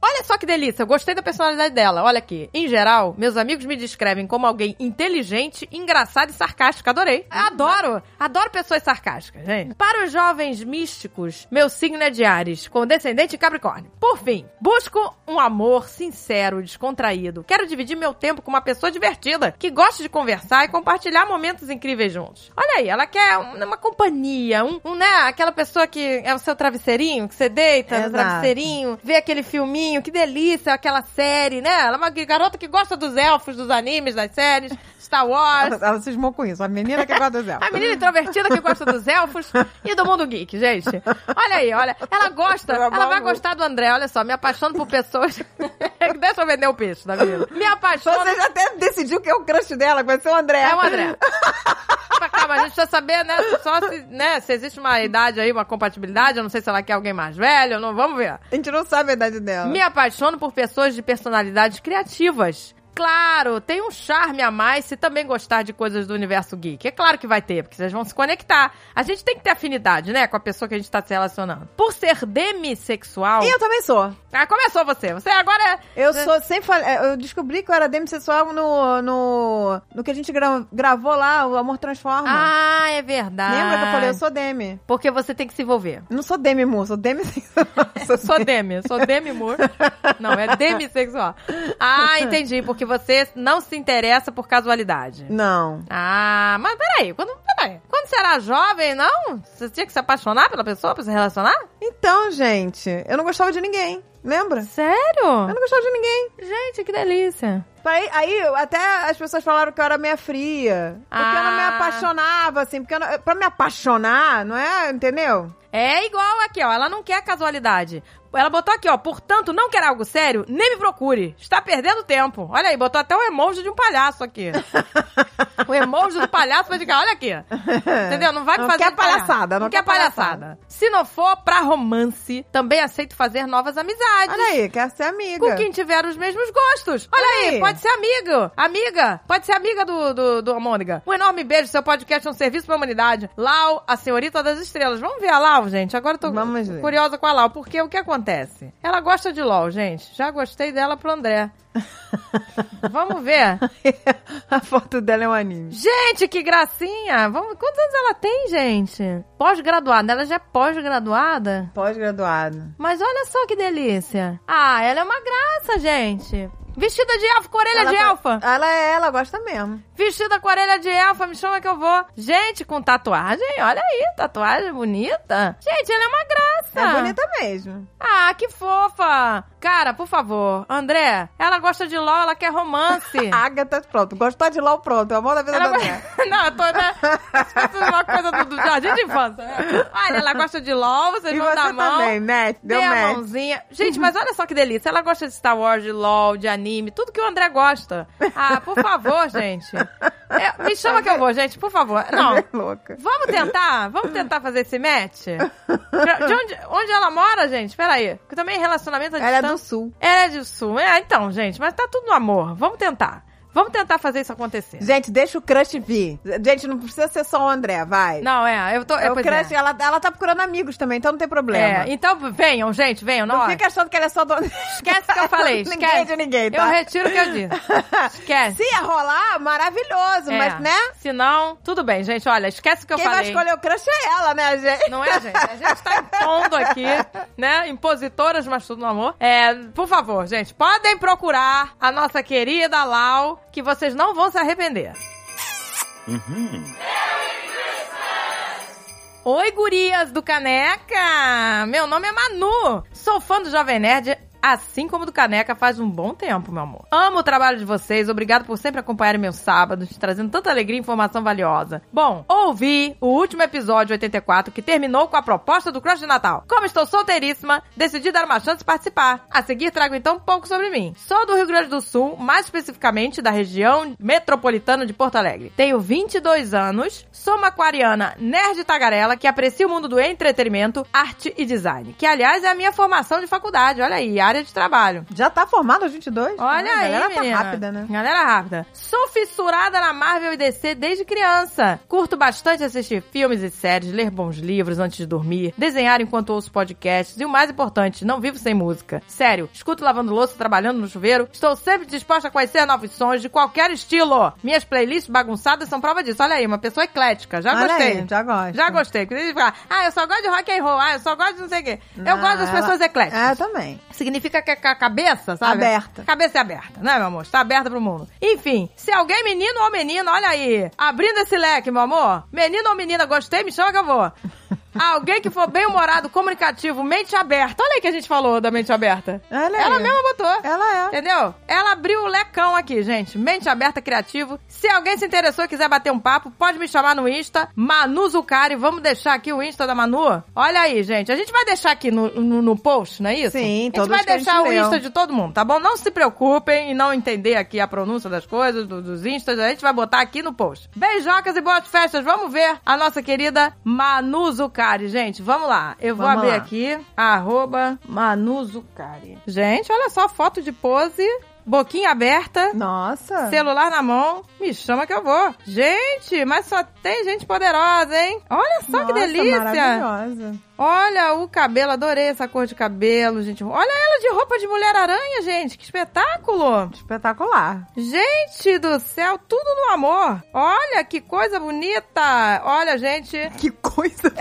S2: Olha só que delícia, eu gostei da personalidade dela. Olha aqui. Em geral, meus amigos me descrevem como alguém inteligente, engraçada e sarcástica. Adorei. Adoro. Adoro pessoas sarcásticas, gente. Para os jovens místicos, meu signo é de Ares, com descendente em Capricórnio. Por fim, busco um amor sincero, e descontraído. Quero dividir meu tempo com uma pessoa divertida, que gosta de conversar e compartilhar momentos incríveis juntos. Olha aí, ela quer um- uma companhia, um, um, né, aquela pessoa que é o seu travesseirinho, que você deita no
S3: Exato.
S2: travesseirinho, vê aquele filminho, que delícia, aquela série, né? Ela é uma garota que gosta dos elfos, dos animes, das séries, Star Wars.
S3: Ela, ela cismou com isso. A menina que é gosta dos elfos.
S2: A menina introvertida que gosta dos elfos e do mundo geek, gente. Olha aí, olha. Ela gosta,
S3: Tá bom,
S2: ela vai
S3: amor.
S2: gostar do André, olha só. Me apaixono por pessoas. <laughs> Deixa eu vender o peixe da vida. Me apaixono.
S3: <laughs> Você já até decidiu que é o crush dela, que vai ser o André.
S2: É o André. Mas Calma, a gente precisa saber, né? Só se, né, se existe uma idade aí, uma compatibilidade. Eu não sei se ela quer alguém mais velho, não, vamos ver.
S3: <laughs> A gente não sabe a idade dela.
S2: Me apaixono por pessoas de personalidades criativas. Claro, tem um charme a mais se também gostar de coisas do universo geek. É claro que vai ter, porque vocês vão se conectar. A gente tem que ter afinidade, né, com a pessoa que a gente tá se relacionando. Por ser demissexual.
S3: E eu também sou.
S2: Ah, começou você. Você agora é.
S3: Eu sou sempre. fal- é, Eu descobri que eu era demissexual no, no, no que a gente gra- gravou lá, o Amor Transforma.
S2: Ah, é verdade.
S3: Lembra que eu falei, eu sou demi.
S2: Porque você tem que se envolver.
S3: Não sou demi, amor, sou demi. <laughs>
S2: Sou Demi, sou Demi Moore. Não, é demissexual. Ah, entendi. Porque você não se interessa por casualidade.
S3: Não.
S2: Ah, mas peraí, quando, peraí. Quando você era jovem, não? Você tinha que se apaixonar pela pessoa pra se relacionar?
S3: Então, gente, eu não gostava de ninguém. Lembra? Eu
S2: Sério?
S3: não gostava de ninguém.
S2: Gente, que delícia.
S3: Aí, aí eu- até as pessoas falaram que eu era meia fria. Porque eu não me
S2: Ah.
S3: apaixonava, assim. Porque eu não, pra me apaixonar, não
S2: <laughs>
S3: é? Entendeu?
S2: É igual aqui, ó. Ela não quer casualidade. Ela botou aqui, ó. Portanto, não quer algo sério? Nem me procure. Está perdendo tempo. Olha aí, botou até o emoji de um palhaço <laughs> aqui. o emoji do palhaço vai ficar, olha aqui. Entendeu? Não vai me
S3: Não
S2: fazer.
S3: quer
S2: de palhaço.
S3: palhaçada, não
S2: quer,
S3: quer
S2: palhaçada. Se não for pra romance, também aceito fazer novas amizades.
S3: Olha aí, quer ser amiga.
S2: com quem tiver os mesmos gostos. Olha
S3: Olha
S2: aí,
S3: aí.
S2: pode ser amigo, amiga, pode ser amiga do, do, do Mônica. Um enorme beijo, seu podcast é um serviço pra humanidade. Lau, a senhorita das estrelas. Vamos ver a Lau, gente? Agora eu tô
S3: Vamos ver.
S2: curiosa com a Lau, porque o que
S8: acontece?
S2: Ela gosta de LOL, gente. Já gostei dela pro André. Vamos
S3: <laughs>
S2: ver.
S3: <laughs> a foto dela é um anime.
S2: Gente, que gracinha! Vamos... Quantos anos ela tem, gente? Pós-graduada. Ela já é pós-graduada?
S3: Pós-graduado.
S2: Mas olha só que delícia. Ah, ela é uma graça, gente. Vestida de elfa, com orelha de elfa.
S3: Ela é, ela gosta mesmo.
S2: Vestida com orelha de elfa, me chama que eu vou. Gente, com tatuagem, olha aí, tatuagem bonita. Gente, ela é uma graça.
S3: É bonita mesmo.
S2: Ah, que fofa. Cara, por favor, André, ela gosta de LOL, ela quer
S3: <laughs>
S2: romance.
S3: Agatha, pronto. Gostou de LOL, pronto. É o amor da vida
S2: Ela
S3: da
S2: gosta... <laughs>
S3: mulher.
S2: Não, eu tô, né? Tipo, uma coisa do, do jardim de infância, né? Olha, ela gosta de LOL, vocês
S3: E
S2: vão
S3: você
S2: dar a mão.
S3: também, Matt. Deu
S2: Dê a
S3: match.
S2: mãozinha. Gente, mas olha só que delícia. Ela gosta de Star Wars, de LOL, de anime, tudo que o André gosta. Ah, por favor, gente. É, me chama que eu vou, gente, por favor. Não.
S3: É <laughs> louca.
S2: Vamos tentar? Vamos tentar fazer esse match? Pra- De onde, onde ela mora, gente? Peraí. Porque também relacionamento à
S3: Ela é
S2: distância.
S3: do sul.
S2: Ela é do sul. É, então, gente, mas tá tudo no amor. Vamos tentar. Vamos tentar fazer isso acontecer.
S3: Gente, deixa o crush vir. Gente, não precisa ser só o André, vai.
S2: Não, é, eu tô.
S3: É,
S2: É,
S3: o
S2: pois
S3: crush,
S2: é.
S3: ela, ela tá procurando amigos também, então não tem problema.
S2: É, então venham, gente, venham.
S3: Não
S2: hora.
S3: fica achando que ela é só do...
S2: Esquece o que eu falei. Esquece.
S3: <laughs> ninguém é de ninguém, tá?
S2: Eu
S3: <laughs>
S2: retiro o que eu disse. Esquece.
S3: Se ia rolar, maravilhoso,
S2: É.
S3: mas, né?
S2: Se não, tudo bem, gente. Olha, esquece o que eu
S3: Quem vai
S2: falei.
S3: escolher o crush é ela, né, gente?
S2: Não é, gente? A gente tá impondo aqui, né? Impositoras, mas tudo no amor. É, por favor, gente, podem procurar a nossa querida Lau, que vocês não vão se arrepender. Oi, gurias do Caneca! Meu nome é Manu, sou fã do Jovem Nerd. Assim como do Caneca faz um bom tempo, meu amor. Amo o trabalho de vocês, obrigado por sempre acompanharem meus sábados, trazendo tanta alegria e informação valiosa. Bom, ouvi o último episódio 84 que terminou com a proposta do Crush de Natal. Como estou solteiríssima, decidi dar uma chance de participar. A seguir trago então um pouco sobre mim. Sou do Rio Grande do Sul, mais especificamente da região metropolitana de Porto Alegre. Tenho 22 anos, sou uma aquariana nerd tagarela que aprecia o mundo do entretenimento, arte e design, que aliás é a minha formação de faculdade, olha aí, área de trabalho.
S3: Já tá formada aos 22?
S2: Olha
S3: Ah,
S2: aí,
S3: A galera
S2: menina.
S3: tá rápida, né?
S2: Galera rápida. Sou fissurada na Marvel e DC desde criança. Curto bastante assistir filmes e séries, ler bons livros antes de dormir, desenhar enquanto ouço podcasts e o mais importante, não vivo sem música. Sério, escuto lavando louça, trabalhando no chuveiro. Estou sempre disposta a conhecer novos sons de qualquer estilo. Minhas playlists bagunçadas são prova disso. Olha aí, uma pessoa eclética. Já
S3: Olha
S2: gostei.
S3: aí, já gosto.
S2: Já gostei. Porque eles ficam, Ah, eu só gosto de rock and roll. Ah, eu só gosto de não sei o quê. eu
S3: Ah,
S2: gosto das
S3: ela-
S2: pessoas ecléticas.
S3: É, eu também.
S2: Significa que a cabeça, sabe?
S3: Aberta.
S2: Cabeça é aberta, né, meu amor? Está aberta pro mundo. Enfim, se alguém, menino ou menina, olha aí, abrindo esse leque, meu amor. Menino ou menina, gostei, me chama que eu vou.
S3: <laughs>
S2: Alguém que for bem-humorado, comunicativo, mente aberta. Olha aí que a gente falou da mente aberta.
S3: Olha
S2: Ela
S3: aí.
S2: mesma botou.
S3: Ela é.
S2: Entendeu? Ela abriu o lecão aqui, gente. Mente aberta, criativo. Se alguém se interessou e quiser bater um papo, pode me chamar no Insta, Manu Zucari. Vamos deixar aqui o Insta da Manu. Olha aí, gente. A gente vai deixar aqui no, no, no post, não é isso?
S3: Sim,
S2: A gente
S3: todos
S2: vai
S3: que a
S2: deixar
S3: gente
S2: o
S3: leu.
S2: Insta de todo mundo, tá bom? Não se preocupem em não entender aqui a pronúncia das coisas, do- dos Instas. A gente vai botar aqui no post. Beijocas e boas festas. Vamos ver a nossa querida Manu Zucari, gente. Vamos lá. Eu vou
S3: Vamos
S2: abrir
S3: lá.
S2: aqui. Arroba Manu Zucari. Gente, olha só, foto de pose, boquinha aberta,
S3: Nossa.
S2: celular na mão. Me chama que eu vou. Gente, mas só tem gente poderosa, hein? Olha só
S3: Nossa,
S2: que delícia.
S3: Maravilhosa.
S2: Olha o cabelo, adorei essa cor de cabelo, gente. Olha ela de roupa de Mulher-Aranha, gente. Que espetáculo.
S3: Espetacular.
S2: Gente do céu, tudo no amor. Olha que coisa bonita. Olha, gente, <laughs>
S3: Que coisa.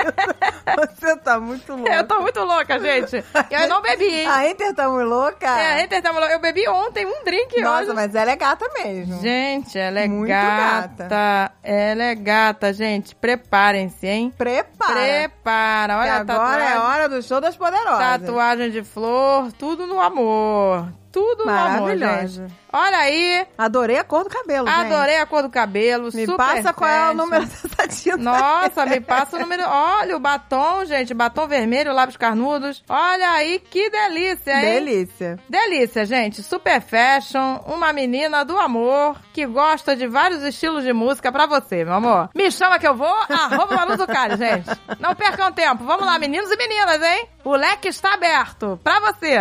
S3: Você tá muito louca.
S2: eu tô muito louca, gente. Eu não bebi, hein?
S3: A Enter tá muito louca.
S2: É, a Enter tá maluca. Eu bebi ontem um drink
S3: Nossa,
S2: hoje.
S3: mas ela é gata mesmo.
S2: Gente, ela é
S3: Muito
S2: gata. Ela é gata, gente. Preparem-se, hein?
S3: Prepara.
S2: Prepara.
S3: que
S2: Olha tá a
S3: agora é
S2: tatuagem,
S3: hora do show das poderosas.
S2: tatuagem de flor. Tudo no amor. Tudo no amor,
S3: Maravilhosa.
S2: gente. Olha aí.
S3: Adorei a cor do cabelo, gente.
S2: Adorei a cor do cabelo.
S3: Me
S2: super
S3: passa qual é o
S2: fashion. <laughs>
S3: número <laughs> dessa tinta.
S2: Nossa, me passa o número. Olha o batom, gente. Batom vermelho, lábios carnudos. Olha aí, que delícia, hein?
S3: Delícia.
S2: Delícia, gente. Super fashion, uma menina do amor que gosta de vários estilos de música pra você, meu amor. Me chama que eu vou, arroba Manu Zucari, gente. Não percam tempo. Vamos lá, meninos e meninas, hein? O leque está aberto Uhum. pra você.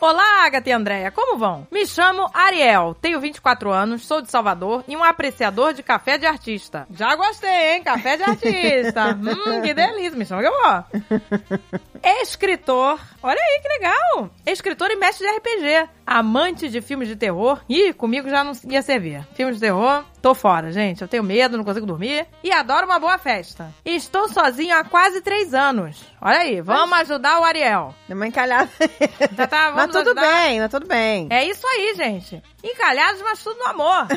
S2: Olá, Agatha e Andréia, como vão? Me chamo Ariel, tenho 24 anos, sou de Salvador e um apreciador de café de artista. Já gostei, hein? Café de <laughs> artista. hum, que delícia, me chama que eu vou. Escritor, olha aí que legal. Escritor e mestre de RPG. Amante de filmes de terror. Ih, comigo já não ia servir. Filmes de terror, tô fora, gente. Eu tenho medo, não consigo dormir. E adoro uma boa festa. Estou sozinho há quase três anos. Olha aí, vamos ajudar o Ariel.
S3: Deu uma encalhada.
S2: Tá, tá, vamos
S3: mas tudo
S2: ajudar.
S3: bem, mas tudo bem.
S2: É isso aí, gente. Encalhados, mas tudo no amor.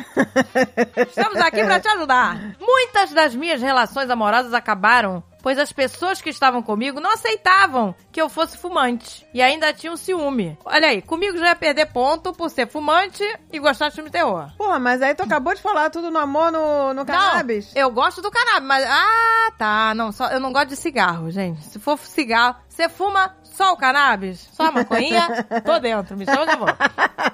S2: Estamos aqui pra te ajudar. Muitas das minhas relações amorosas acabaram, pois as pessoas que estavam comigo não aceitavam que eu fosse fumante e ainda tinham ciúme. Olha aí, comigo já ia perder ponto por ser fumante e gostar de filme de terror.
S3: Porra, mas aí tu acabou de falar tudo no amor no, no cannabis.
S2: Não, eu gosto do cannabis, mas ah, tá, não, só eu não gosto de cigarro, gente. Se for cigarro, você fuma só o cannabis, só a
S3: <laughs>
S2: maconhinha, tô dentro, me chama que eu vou.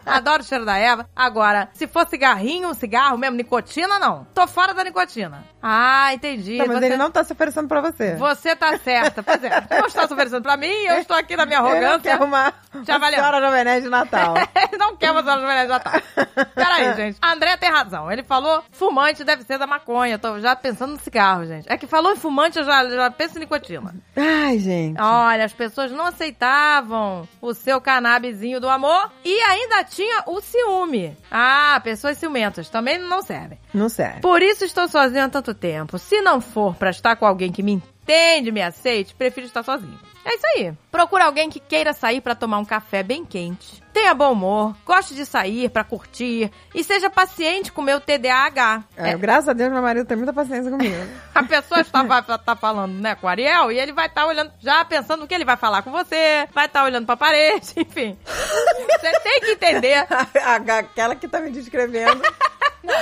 S2: Adoro o cheiro da erva. Agora, se for cigarrinho, cigarro mesmo, nicotina, não. Tô fora da nicotina. Ah, entendi.
S3: Tá, mas
S2: Você-
S3: ele não tá se oferecendo pra você.
S2: <laughs> você tá certa. Pois é, não está se oferecendo pra mim,
S3: <laughs>
S2: eu estou aqui na minha
S3: Ele não quer
S2: arrogância.
S3: arrumar
S2: Já
S3: Já
S2: valeu.
S3: valeu. a senhora Jovenés de Natal.
S2: <laughs> Ele não quer mais horas melhores de Natal. <laughs> Peraí, gente. André tem razão. Ele falou fumante deve ser da maconha. Eu tô já pensando no cigarro, gente. É que falou em fumante, eu já, já penso em nicotina.
S3: Ai, gente.
S2: Olha, as pessoas não aceitavam o seu canabizinho do amor e ainda tinha o ciúme. Ah, pessoas ciumentas também não servem.
S3: Não serve.
S2: Por isso estou sozinha há tanto tempo. Se não for pra estar com alguém que me entende, me aceite, prefiro estar sozinho. É isso aí. Procura alguém que queira sair pra tomar um café bem quente. Tenha bom humor, goste de sair pra curtir e seja paciente com o meu TDAH.
S3: É, graças a Deus, meu marido tem muita paciência comigo.
S2: A pessoa está, vai tá falando, né, com o Ariel, e ele vai estar olhando, já pensando no que ele vai falar com você, vai estar olhando pra parede, <laughs> enfim. Você tem que
S3: <laughs>
S2: entender.
S3: A- Aquela que tá me descrevendo.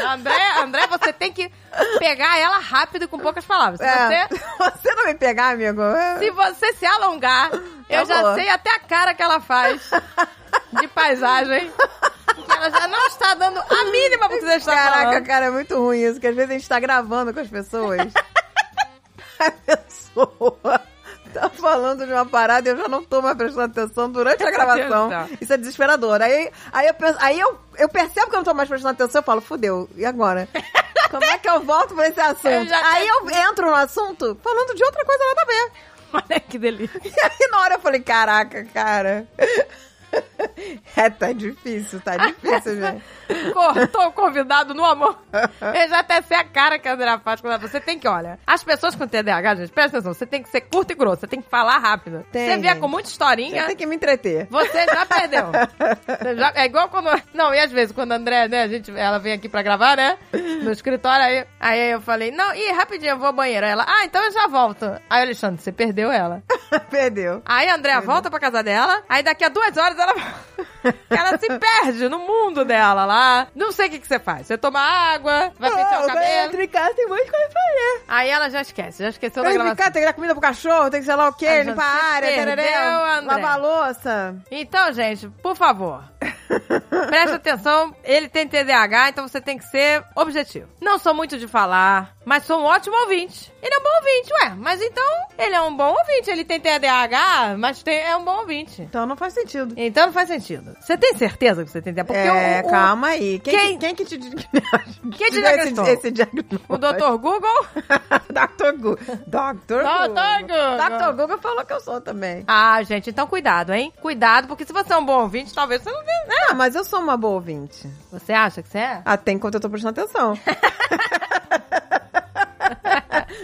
S2: André, André, você tem que pegar ela rápido e com poucas palavras. Se
S3: É,
S2: <laughs> você
S3: você não me pegar, amigo? é-
S2: Se você se
S3: <laughs>
S2: alongar, eu já
S3: bom.
S2: sei até a cara que ela faz de paisagem. Que ela já não está dando a mínima pro que você está
S3: Caraca,
S2: falando.
S3: cara, é muito ruim isso, que às vezes a gente tá gravando com as
S2: <laughs>
S3: pessoas. a pessoa tá falando de uma parada e eu já não tô mais prestando atenção
S2: <laughs>
S3: durante a gravação.
S2: Meu Deus do céu.
S3: Isso é desesperador. Aí, aí, eu, penso- aí eu, eu percebo que eu não tô mais prestando atenção, eu falo, fudeu,
S2: <laughs>
S3: e agora? Como é que eu volto pra esse
S2: Eu
S3: assunto?
S2: já
S3: Aí eu entro no assunto falando de outra coisa nada a ver.
S2: Olha que delícia.
S3: E <laughs> aí na hora eu falei, caraca, cara. <laughs> É, tá difícil, tá
S2: <laughs>
S3: difícil, gente.
S2: Cortou o convidado no amor. Eu já até sei a cara que a André faz quando ela- Você tem que, olha. As pessoas com TDAH, gente, presta atenção. Você tem que ser curto e grosso. Você tem que falar rápido.
S3: Tem,
S2: você vier
S3: gente.
S2: com muita
S3: Eu
S2: historinha.
S3: tenho que me entreter.
S2: Você já perdeu. Você já- é igual quando. Não, e às vezes, quando a André, né, a gente, ela vem aqui pra gravar, né? No escritório, aí, aí eu falei, não, e rapidinho, eu vou ao banheiro. Aí Ela, ah, então eu já volto. Aí, Alexandre, você perdeu ela.
S3: <laughs> Perdeu.
S2: Aí a Andrea volta pra casa dela, aí daqui a duas horas ela. ela se perde no mundo dela lá. Não sei o que, que você faz. Você toma água, vai
S3: Ah,
S2: pentear o cabelo.
S3: Entre casa tem muito coisa pra fazer.
S2: Aí ela já esquece, já esqueceu da
S3: né? Tem que
S2: gravação.
S3: ficar, tem que dar comida pro cachorro, tem que sei lá o quê,
S2: Ah,
S3: limpar
S2: você
S3: a área,
S2: perdeu,
S3: tereré,
S2: André.
S3: lavar a louça.
S2: Então, gente, por
S3: <laughs>
S2: favor, preste atenção. Ele tem TDAH, então você tem que ser objetivo. Não sou muito de falar, mas sou um ótimo ouvinte. Ele é um bom ouvinte, ué. Mas então, ele é um bom ouvinte. Ele tem TDAH, mas tem- é um bom ouvinte.
S3: Então não faz sentido.
S2: Então não faz sentido. Você tem certeza que você tem TDAH? Porque
S3: é,
S2: o, o,
S3: calma aí.
S2: quem-
S3: Quem, quem, que te, di- <laughs>
S2: Quem te
S3: deu esse-
S2: diagnosticou?
S3: Esse, diagnóstico?
S2: o
S3: <laughs>
S2: Dr. Google...
S3: Dr. Google. Dr.
S2: Dr. Google.
S3: Dr. Google falou que eu sou também.
S2: Ah, gente, então cuidado, hein? Cuidado, porque se você é um bom ouvinte, talvez você não tenha, né?
S3: Ah, mas eu sou uma boa ouvinte.
S2: Você acha que você é?
S3: Até enquanto eu tô prestando atenção. <laughs>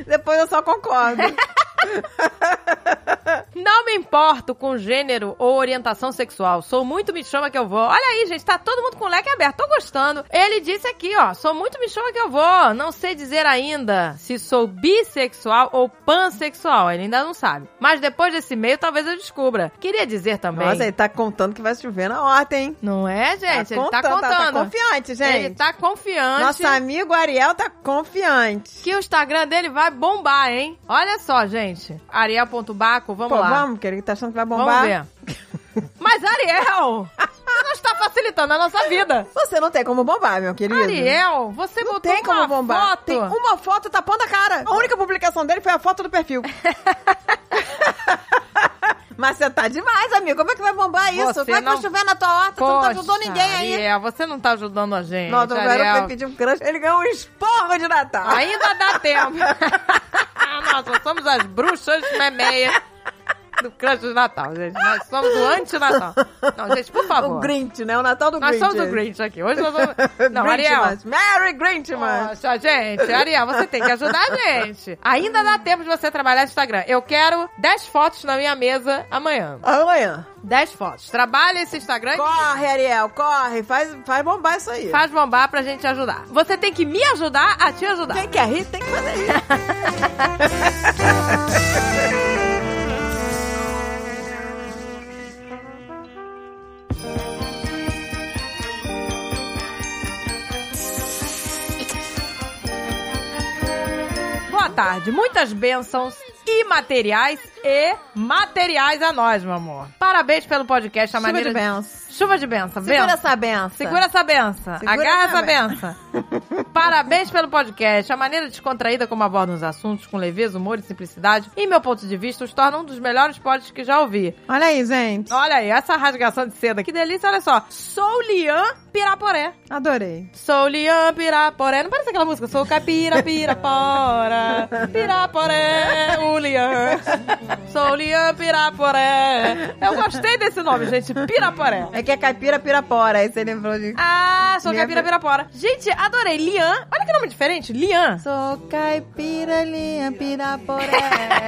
S3: Depois eu só concordo.
S2: Não me importo com gênero ou orientação sexual. Sou muito me chama que eu vou. Olha aí, gente, tá todo mundo com o leque aberto. Tô gostando. Ele disse aqui, ó, sou muito me chama que eu vou. Não sei dizer ainda se sou bissexual ou pansexual. Ele ainda não sabe. Mas depois desse e-mail, talvez eu descubra. Queria dizer também.
S3: Nossa, ele tá contando que vai chover na horta, hein?
S2: Não é, gente? ele tá
S3: contando,
S2: contando.
S3: Tá, confiante, gente.
S2: Ele tá confiante.
S3: Nosso amigo Ariel tá confiante.
S2: que o Instagram dele vai bombar, hein? Olha só, gente. Ariel.baco, vamos
S3: Pamos Pô,
S2: lá.
S3: vamos, que ele tá achando que vai
S2: Vamos
S3: bombar.
S2: ver. <laughs> Mas Ariel, você não está facilitando a nossa vida.
S3: Você não tem como bombar, meu querido.
S2: Ariel, você
S3: Não
S2: botou
S3: tem como
S2: uma
S3: bombar.
S2: foto.
S3: Tem uma tá
S2: <laughs>
S3: foto tapando a cara. A única publicação dele foi a foto do perfil. Mas você tá demais, amigo. Como é que vai bombar isso?
S2: Você
S3: vai
S2: não-
S3: pra chover na tua horta, você não tá ajudando ninguém aí.
S2: Ariel, você não tá ajudando a gente,
S3: Nossa, o
S2: Ariel.
S3: garoto foi pedir um crush, ele ganhou um esporro de Natal.
S2: Ainda dá
S3: <laughs>
S2: tempo. <laughs> Nós somos as bruxas memeias do crush de Natal, gente. Nós somos o anti-Natal. Não, gente, por favor.
S3: o Grinch, né? O Natal do
S2: Nós
S3: Grinch.
S2: somos o Grinch aqui. Hoje nós
S3: <laughs>
S2: somos... Não, Ariel.
S3: Grinchmas. Merry Grinchmas.
S2: Nossa, gente, Ariel, você tem que ajudar a gente. Ainda dá tempo de você trabalhar no Instagram. Eu quero 10 fotos na minha mesa amanhã.
S3: Amanhã.
S2: 10 fotos. Trabalha esse Instagram.
S3: Corre, Ariel, corre. Faz, faz bombar isso aí.
S2: Faz bombar pra gente ajudar. Você tem que me ajudar a te ajudar.
S3: Quem quer rir, tem que fazer rir.
S2: Boa tarde, muitas bênçãos imateriais e materiais a nós, meu amor. Parabéns pelo podcast, a
S3: Chuva
S2: maneira.
S3: de benção.
S2: Chuva de Tá benção.
S3: Segura
S2: benção.
S3: essa benção.
S2: Segura essa benção.
S3: Segura
S2: Agarra essa
S3: essa
S2: benção. <laughs> Parabéns pelo podcast. A maneira descontraída como abordam os assuntos, com leveza, humor e simplicidade, em meu ponto de vista, os torna um dos melhores podcasts que já ouvi.
S3: Olha aí, gente.
S2: Olha aí, essa rasgação de seda. Que delícia, olha só. Sou Lian Piraporé.
S3: Adorei.
S2: Sou Lian Piraporé. Não parece aquela música? Sou Capira Pirapora. Piraporé, o Lian. Sou Lian Piraporé. Eu gostei desse nome, gente. Piraporé.
S3: É que é caipira pirapora, aí você lembrou de...
S2: Ah, sou
S3: Lian
S2: Capira
S3: Pira-
S2: Pirapora. Gente, adorei. Lian. Olha que nome diferente. Lian.
S3: Sou caipira, linha, piraporé.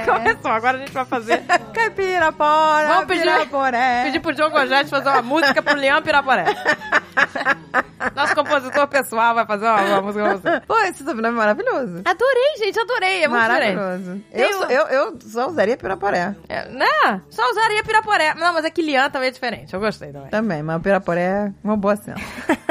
S2: Começou, agora a gente vai fazer.
S3: <laughs> caipira, pora,
S2: <laughs> Vamos pedir-
S3: piraporé.
S2: Pedi pro Diogo Gogete fazer uma música pro Lian Piraporé.
S3: <laughs>
S2: Nosso compositor pessoal vai fazer uma, uma música pra você.
S3: Pô, esse sobrenome é maravilhoso.
S2: Adorei, gente, adorei. É muito diferente.
S3: Maravilhoso.
S2: Tem
S3: Eu,
S2: um-
S3: sou- eu, eu só usaria piraporé
S2: É, né? Só usaria Piraporé. Não, mas é que Lian também é diferente. Eu gostei <laughs> também.
S3: também, mas o piraporé é uma boa cena. <laughs>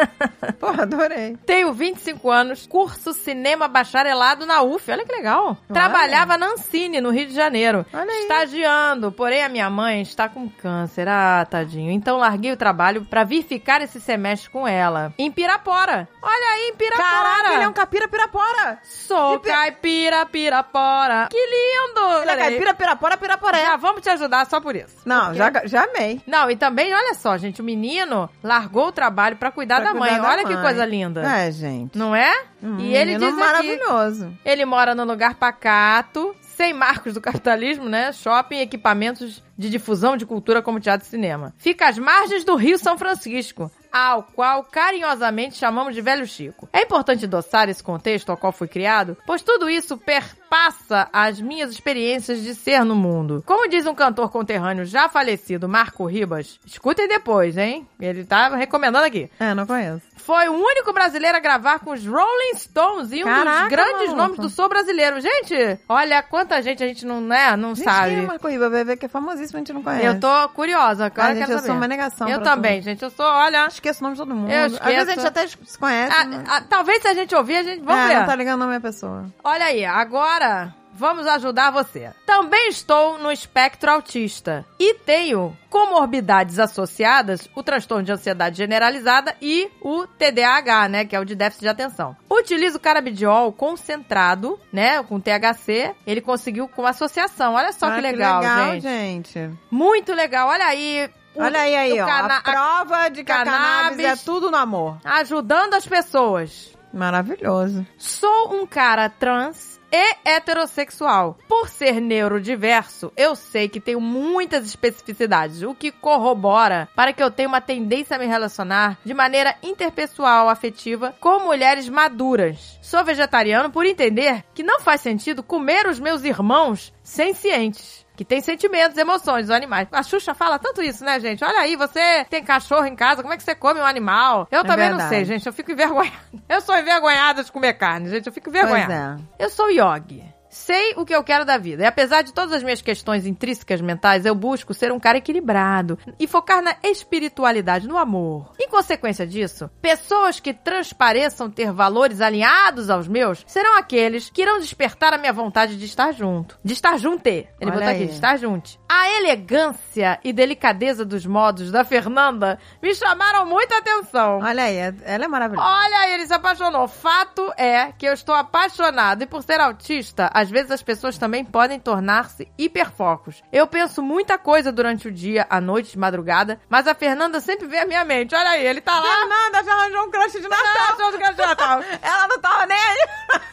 S3: Pô, adorei.
S2: Tenho 25 anos, curso cinema bacharelado na UF. Olha que legal. Trabalhava na Ancine, no Rio de Janeiro.
S3: Olha aí.
S2: Estagiando, porém a minha mãe está com câncer. Ah, tadinho. Então larguei o trabalho pra vir ficar esse semestre com ela. Em Pirapora. Olha aí, em Pirapora.
S3: Caraca, ele é um capira pirapora.
S2: Sou
S3: De pi-
S2: caipira pirapora. Que lindo!
S3: Ele é caipira pirapora piraporé.
S2: Já vamos te ajudar só por isso.
S3: Não, já, já amei.
S2: Não, e também, olha só, gente, o menino largou o trabalho pra cuidar
S3: Pra
S2: da mãe.
S3: cuidar da
S2: olha que
S3: mãe.
S2: coisa linda.
S3: É, gente.
S2: Não é?
S3: Um
S2: e ele
S3: menino
S2: diz aqui,
S3: maravilhoso.
S2: ele mora num lugar pacato, sem marcos do capitalismo, né? Shopping e equipamentos de difusão de cultura como teatro e cinema. Fica às margens do Rio São Francisco, ao qual carinhosamente chamamos de Velho Chico. É importante endossar esse contexto ao qual fui criado, pois tudo isso perpassa as minhas experiências de ser no mundo. Como diz um cantor conterrâneo já falecido, Marco Ribas, escutem depois, hein? Ele tá recomendando aqui.
S3: É, não conheço.
S2: Foi o único brasileiro a gravar com os Rolling Stones e um dos
S3: Caraca,
S2: grandes
S3: maluco.
S2: nomes do soul brasileiro. Gente, olha quanta gente a gente não, né, não
S3: Gente,
S2: sabe.
S3: quem é o Marco Riba, vai ver que é famosíssimo, a gente não conhece.
S2: Eu tô curiosa, agora
S3: Ah,
S2: eu
S3: gente,
S2: quero
S3: eu
S2: saber.
S3: sou uma negação
S2: Eu
S3: pra
S2: também, gente, eu sou, olha...
S3: Esqueço o nome de todo mundo.
S2: Eu
S3: Às vezes a
S2: esqueço.
S3: gente até se conhece. mas-
S2: a- a- talvez se a gente ouvir, a gente... Vamos
S3: é,
S2: ver.
S3: não tá ligando o nome da pessoa.
S2: Olha aí, agora vamos ajudar você. Também estou no espectro autista e tenho comorbidades associadas, o transtorno de ansiedade generalizada e o TDAH, né, que é o de déficit de atenção. Utilizo carabidiol concentrado, né, com THC. Ele conseguiu com associação. Olha só
S3: Ah,
S2: que legal, gente.
S3: gente.
S2: Muito legal. Olha aí. o-
S3: Olha aí, aí
S2: o
S3: ó.
S2: cana-
S3: a prova de que a cannabis é
S2: cannabis.
S3: tudo no amor.
S2: ajudando as pessoas.
S3: Maravilhoso.
S2: Sou um cara trans e heterossexual. Por ser neurodiverso, eu sei que tenho muitas especificidades, o que corrobora para que eu tenha uma tendência a me relacionar de maneira interpessoal, afetiva, com mulheres maduras. Sou vegetariano por entender que não faz sentido comer os meus irmãos sem cientes. Que tem sentimentos, emoções, os animais. A Xuxa fala tanto isso, né, gente? Olha aí, você tem cachorro em casa, como é que você come um animal? Eu
S3: É
S2: também não
S3: verdade.
S2: sei, gente. Eu fico envergonhada. <laughs> Eu sou envergonhada de comer carne, gente. Eu fico envergonhada.
S3: Pois é.
S2: Eu sou yogi. Sei o que eu quero da vida. E apesar de todas as minhas questões intrínsecas mentais, eu busco ser um cara equilibrado e focar na espiritualidade, no amor. Em consequência disso, pessoas que transpareçam ter valores alinhados aos meus serão aqueles que irão despertar a minha vontade de estar junto. De estar junte. Ele
S3: Olha
S2: botou aqui,
S3: aí.
S2: de estar junte. A elegância e delicadeza dos modos da Fernanda me chamaram muita atenção.
S3: é. Olha aí, é- ela é maravilhosa.
S2: Olha, ele se apaixonou. Fato é que eu estou apaixonado e por ser autista, às Às vezes as pessoas também podem tornar-se hiperfocos. Eu penso muita coisa durante o dia, à noite, de madrugada, mas a Fernanda sempre vem à minha mente. Olha aí, ele tá lá.
S3: Fernanda já arranjou um crush de Natal.
S2: Fernanda, Jorge Natal.
S3: Ela não tava
S2: <laughs>
S3: nele.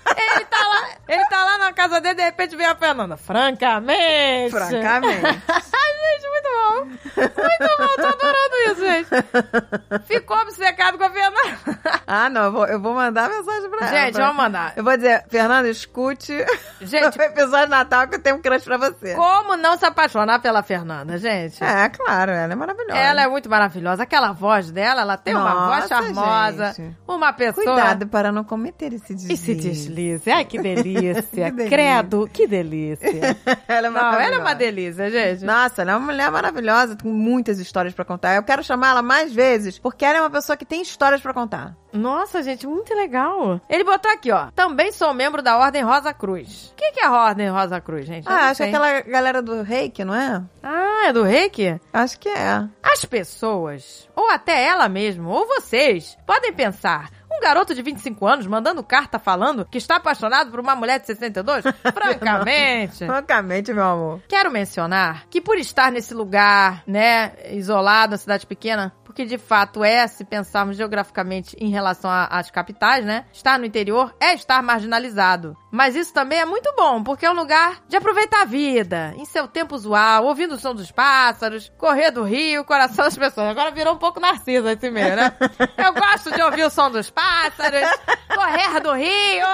S2: Ele tá lá, ele tá lá na casa dele, de repente vem a Fernanda. Francamente.
S3: Francamente.
S2: <laughs> Ai, gente, muito bom. Muito bom, tô adorando isso, gente. Ficou obcecado com a
S3: <laughs>
S2: Fernanda.
S3: Ah, não, eu vou, eu vou mandar mensagem pra ela.
S2: Gente, vamos mandar.
S3: Eu vou dizer, Fernanda, escute <laughs>
S2: Gente-
S3: o episódio de Natal que eu tenho um crush pra você.
S2: Como não se apaixonar pela Fernanda, gente?
S3: É, claro, ela é maravilhosa.
S2: Ela é muito maravilhosa. Aquela voz dela, ela tem uma voz
S3: Nossa,
S2: charmosa.
S3: gente.
S2: Uma pessoa.
S3: Cuidado para não cometer esse deslize.
S2: E se deslize. Ai, que
S3: <laughs>
S2: delícia.
S3: delícia.
S2: Credo, que
S3: <laughs>
S2: delícia.
S3: <laughs> ela é
S2: Não, ela é uma
S3: maravilhosa.
S2: delícia, gente.
S3: Nossa, ela é uma mulher maravilhosa, com muitas histórias pra contar. Eu quero chamar ela mais vezes, porque ela é uma pessoa que tem histórias pra contar.
S2: Nossa, gente, muito legal. Ele botou aqui, ó. Também sou membro da Ordem Rosa Cruz. O que, que é a Ordem Rosa Cruz, gente? Eu não
S3: Ah, acho que
S2: sei.
S3: aquela galera do reiki, não é?
S2: Ah, é do reiki?
S3: Acho que é.
S2: As pessoas, ou até ela mesma, ou vocês, podem pensar. Um garoto de 25 anos mandando carta falando que está apaixonado por uma mulher de 62? Francamente.
S3: Francamente, meu amor.
S2: Quero mencionar que por estar nesse lugar, né, isolado, uma cidade pequena, porque de fato é, se pensarmos geograficamente em relação a- às capitais, né, estar no interior é estar marginalizado. Mas isso também é muito bom, porque é um lugar de aproveitar a vida, em seu tempo usual, ouvindo o som dos pássaros, correr do rio, coração das pessoas. Agora virou um pouco narciso esse meio, né? Eu gosto de ouvir o som dos pássaros, correr do rio,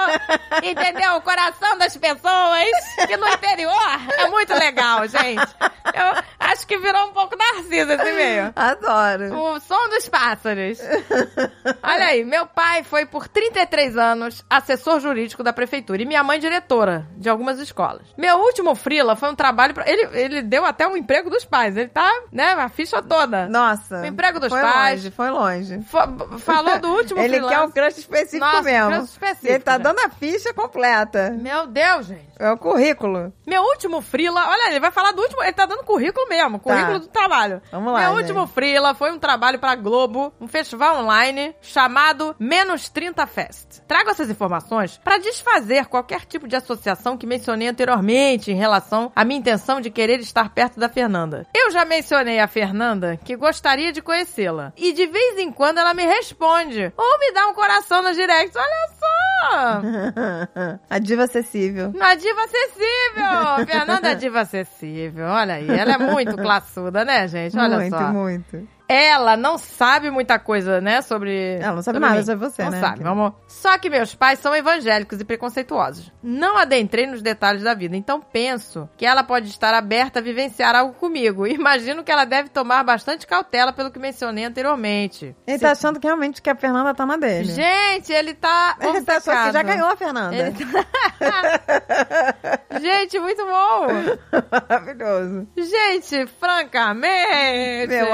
S2: entendeu? O coração das pessoas, que no interior é muito legal, gente. Eu acho que virou um pouco narciso esse meio.
S3: <laughs> Adoro.
S2: O som dos pássaros. Olha aí, meu pai foi por 33 anos assessor jurídico da prefeitura e minha mãe diretora de algumas escolas. Meu último frila foi um trabalho pra... ele ele deu até um emprego dos pais. Ele tá, né, a ficha toda.
S3: Nossa.
S2: O emprego dos
S3: foi
S2: pais.
S3: Longe, foi longe.
S2: Fa- Falou do último
S3: <laughs> Ele
S2: freelancer.
S3: quer um crush específico
S2: Nossa,
S3: mesmo.
S2: crush específico,
S3: Ele tá
S2: né?
S3: dando a ficha completa.
S2: Meu Deus, gente.
S3: É
S2: <laughs>
S3: o currículo.
S2: Meu último frila, olha, ele vai falar do último, ele tá dando currículo mesmo, currículo do trabalho.
S3: Vamos lá, né?
S2: Meu
S3: gente.
S2: último frila foi um trabalho pra Globo, um festival online chamado Menos 30 Fest. Trago essas informações pra desfazer qualquer tipo de associação que mencionei anteriormente em relação à minha intenção de querer estar perto da Fernanda. Eu já mencionei a Fernanda que gostaria de conhecê-la e de vez em quando ela me responde ou me dá um coração nos directs. Olha só!
S3: a diva acessível.
S2: Na diva
S3: <laughs>
S2: acessível! Fernanda é diva acessível. Olha aí, ela é muito classuda, né, gente? Olha
S3: muito,
S2: só.
S3: muito.
S2: Ela não sabe muita coisa, né, sobre...
S3: Ela não sabe nada
S2: mim.
S3: sobre você,
S2: não
S3: né,
S2: sabe,
S3: querida?
S2: meu amor. Só que meus pais são evangélicos e preconceituosos. Não adentrei nos detalhes da vida, então penso que ela pode estar aberta a vivenciar algo comigo. <laughs> Imagino que ela deve tomar bastante cautela pelo que mencionei anteriormente.
S3: Ele tá achando que realmente que a Fernanda tá na dele.
S2: Gente, ele tá
S3: ele tá achando que já
S2: obcecado.
S3: ganhou a Fernanda.
S2: Ele tá- <laughs> Gente, muito bom!
S3: Maravilhoso.
S2: Gente, francamente.
S3: Meu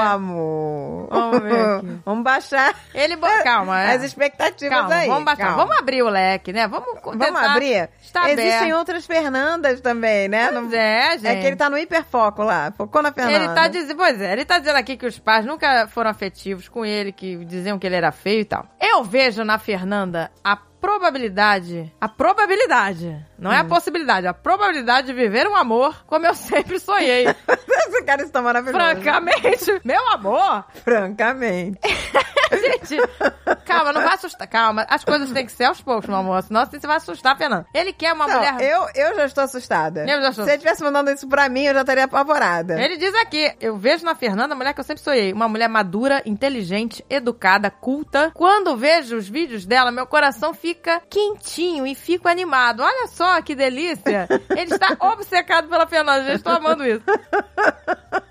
S2: é.
S3: amor.
S2: Vamos ver aqui.
S3: <laughs> Vamos baixar
S2: Ele bo... Calma, é.
S3: as expectativas
S2: Calma,
S3: aí.
S2: vamos baixar.
S3: Calma.
S2: Vamos abrir o leque, né? Vamos co-
S3: Vamos
S2: tentar-
S3: abrir?
S2: Está
S3: Existem
S2: aberto.
S3: outras Fernandas também, né?
S2: Pois
S3: Não-
S2: é, gente.
S3: que ele tá no hiperfoco lá. Focou na Fernanda.
S2: Ele tá dizendo, pois é, ele tá dizendo aqui que os pais nunca foram afetivos com ele, que diziam que ele era feio e tal. Eu vejo na Fernanda a probabilidade, a probabilidade, não
S3: Hum.
S2: é a possibilidade, a probabilidade de viver um amor como eu <laughs> sempre
S3: <laughs>
S2: sonhei.
S3: <laughs> Esse cara está maravilhoso.
S2: Francamente, meu amor,
S3: Francamente.
S2: É <laughs> Gente, calma, não vai assustar. Calma, as coisas têm que ser aos poucos, meu amor. Senão você vai assustar, Fernando. Ele quer uma
S3: Não,
S2: mulher.
S3: eu, eu já estou assustada.
S2: Eu já estou-
S3: Se ele tivesse mandando isso pra mim, eu já estaria apavorada.
S2: Ele diz aqui: eu vejo na Fernanda a mulher que eu sempre sonhei. Uma mulher madura, inteligente, educada, culta. Quando vejo os vídeos dela, meu coração fica quentinho e fico animado. Olha só que delícia! Ele está obcecado pela Fernanda, gente. Estou amando isso.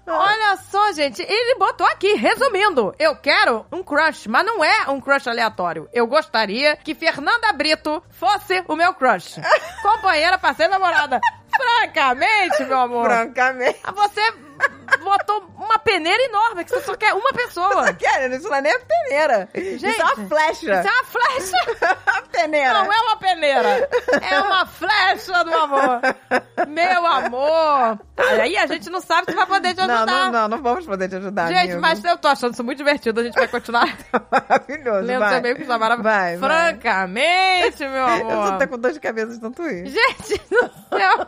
S2: Olha só, gente, ele botou aqui, resumindo, eu quero um crush, mas não é um crush aleatório. Eu gostaria que Fernanda Brito fosse o meu crush. Companheira, parceira, namorada. Francamente, meu amor.
S3: Francamente. <laughs>
S2: Você botou uma peneira enorme, que você só quer uma pessoa.
S3: Querendo, isso não é nem a peneira. isso é uma flecha.
S2: Isso é uma flecha.
S3: a <laughs> peneira.
S2: Não é uma peneira. É uma flecha do amor. Meu amor. Aí a gente Então não sabe se vai poder te
S3: não,
S2: ajudar.
S3: não, não, não vamos poder te ajudar.
S2: Gente,
S3: amigo.
S2: mas eu tô achando isso muito divertido. A gente vai continuar
S3: <laughs> Maravilhoso.
S2: lendo
S3: vai.
S2: seu e-mail que está maravilhoso.
S3: Vai, vai.
S2: Francamente, meu amor.
S3: Eu só tô com dor de cabeça de tanto ir.
S2: Gente do céu.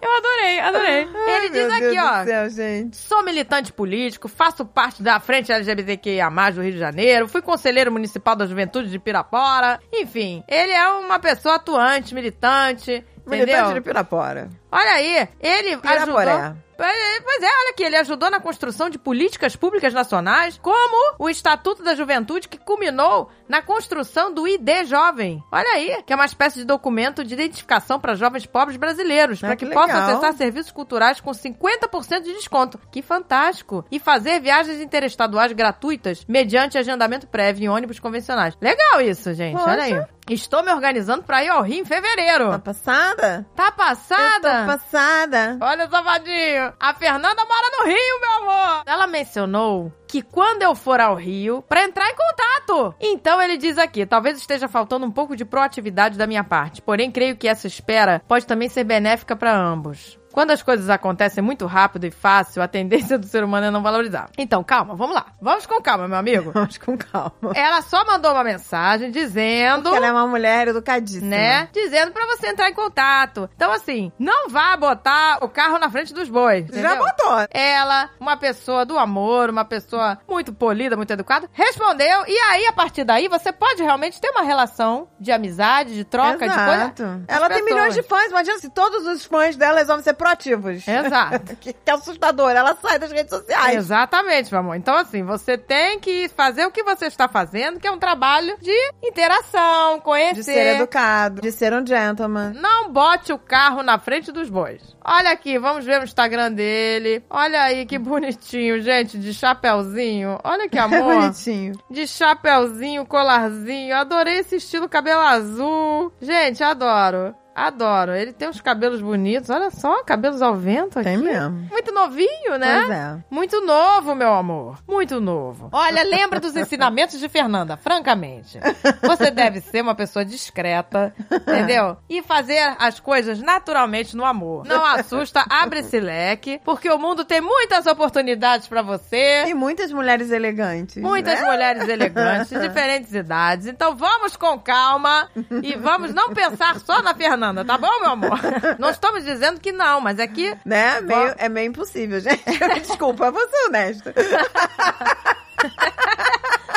S2: Eu adorei, adorei.
S3: Ai,
S2: Ele
S3: meu
S2: diz aqui,
S3: Deus
S2: ó.
S3: Do céu, gente.
S2: Sou militante político, faço parte da Frente LGBTQIA+, do Rio de Janeiro, fui conselheiro municipal da Juventude de Pirapora. Enfim, ele é uma pessoa atuante, militante,
S3: Militante de
S2: entendeu?
S3: Pirapora.
S2: Olha aí, ele
S3: Piraporé.
S2: ajudou... Pois é, olha aqui, ele ajudou na construção de políticas públicas nacionais, como o Estatuto da Juventude, que culminou na construção do ID Jovem. Olha aí, que é uma espécie de documento de identificação para jovens pobres brasileiros,
S3: Ah,
S2: para
S3: que
S2: que, possam
S3: legal.
S2: acessar serviços culturais com 50% de desconto. Que fantástico! E fazer viagens interestaduais gratuitas mediante agendamento prévio em ônibus convencionais. Legal isso, gente. Olha aí.
S3: Poxa.
S2: Estou me organizando para ir ao Rio em
S3: Tá
S2: fevereiro.
S3: passada?
S2: Tá
S3: Eu tô
S2: passada?
S3: passada.
S2: Olha, safadinho. A Fernanda mora no Rio, meu amor. Ela mencionou que quando eu for ao Rio, pra entrar em contato. Então ele diz aqui, talvez esteja faltando um pouco de proatividade da minha parte, porém creio que essa espera pode também ser benéfica pra ambos. Quando as coisas acontecem muito rápido e fácil, a tendência do ser humano é não valorizar. Então, calma, vamos lá. Vamos com calma, meu
S3: <laughs>
S2: amigo.
S3: Vamos com calma.
S2: Ela só mandou uma mensagem dizendo
S3: Porque Ela é uma mulher educadíssima.
S2: né? Dizendo pra você entrar em contato. Então, assim, não vá botar o carro na frente dos bois.
S3: Já
S2: entendeu?
S3: botou.
S2: Ela, uma pessoa do amor, uma pessoa muito polida, muito educada, respondeu. E aí, a partir daí, você pode realmente ter uma relação de amizade, de troca, de
S3: Exato.
S2: coisa. com as
S3: Ela tem
S2: pessoas.
S3: milhões de fãs. Imagina se todos os fãs dela resolvem ser proativos.
S2: Exato.
S3: <laughs> que, que assustador. Ela sai das redes sociais.
S2: Exatamente, meu amor. Então, assim, você tem que fazer o que você está fazendo, que é um trabalho de interação, conhecer.
S3: De ser educado, de ser um gentleman.
S2: Não bote o carro na frente dos bois. Olha aqui, vamos ver o Instagram dele. Olha aí que bonitinho, gente, de chapéuzinho. Olha
S3: <laughs>
S2: que
S3: É
S2: amor.
S3: bonitinho.
S2: de chapéuzinho, colarzinho. Adorei esse estilo cabelo azul. Gente, adoro. Adoro. Ele tem uns cabelos bonitos. Olha só, cabelos ao vento aqui.
S3: Tem mesmo.
S2: Muito novinho, né?
S3: Pois é.
S2: Muito novo, meu amor. Muito novo. Olha, lembra dos ensinamentos de Fernanda, francamente. Você deve ser uma pessoa discreta, entendeu? E fazer as coisas naturalmente no amor. Não assusta, abre esse leque, porque o mundo tem muitas oportunidades pra você.
S3: é. E muitas mulheres elegantes.
S2: Muitas
S3: né?
S2: mulheres elegantes, de diferentes idades. Então vamos com calma e vamos não pensar só na Fernanda, tá bom, meu amor? Não estamos dizendo que não, mas é que
S3: Né? Meio- é meio impossível, gente. <laughs> Desculpa, vou ser
S2: <laughs>
S3: é honesta.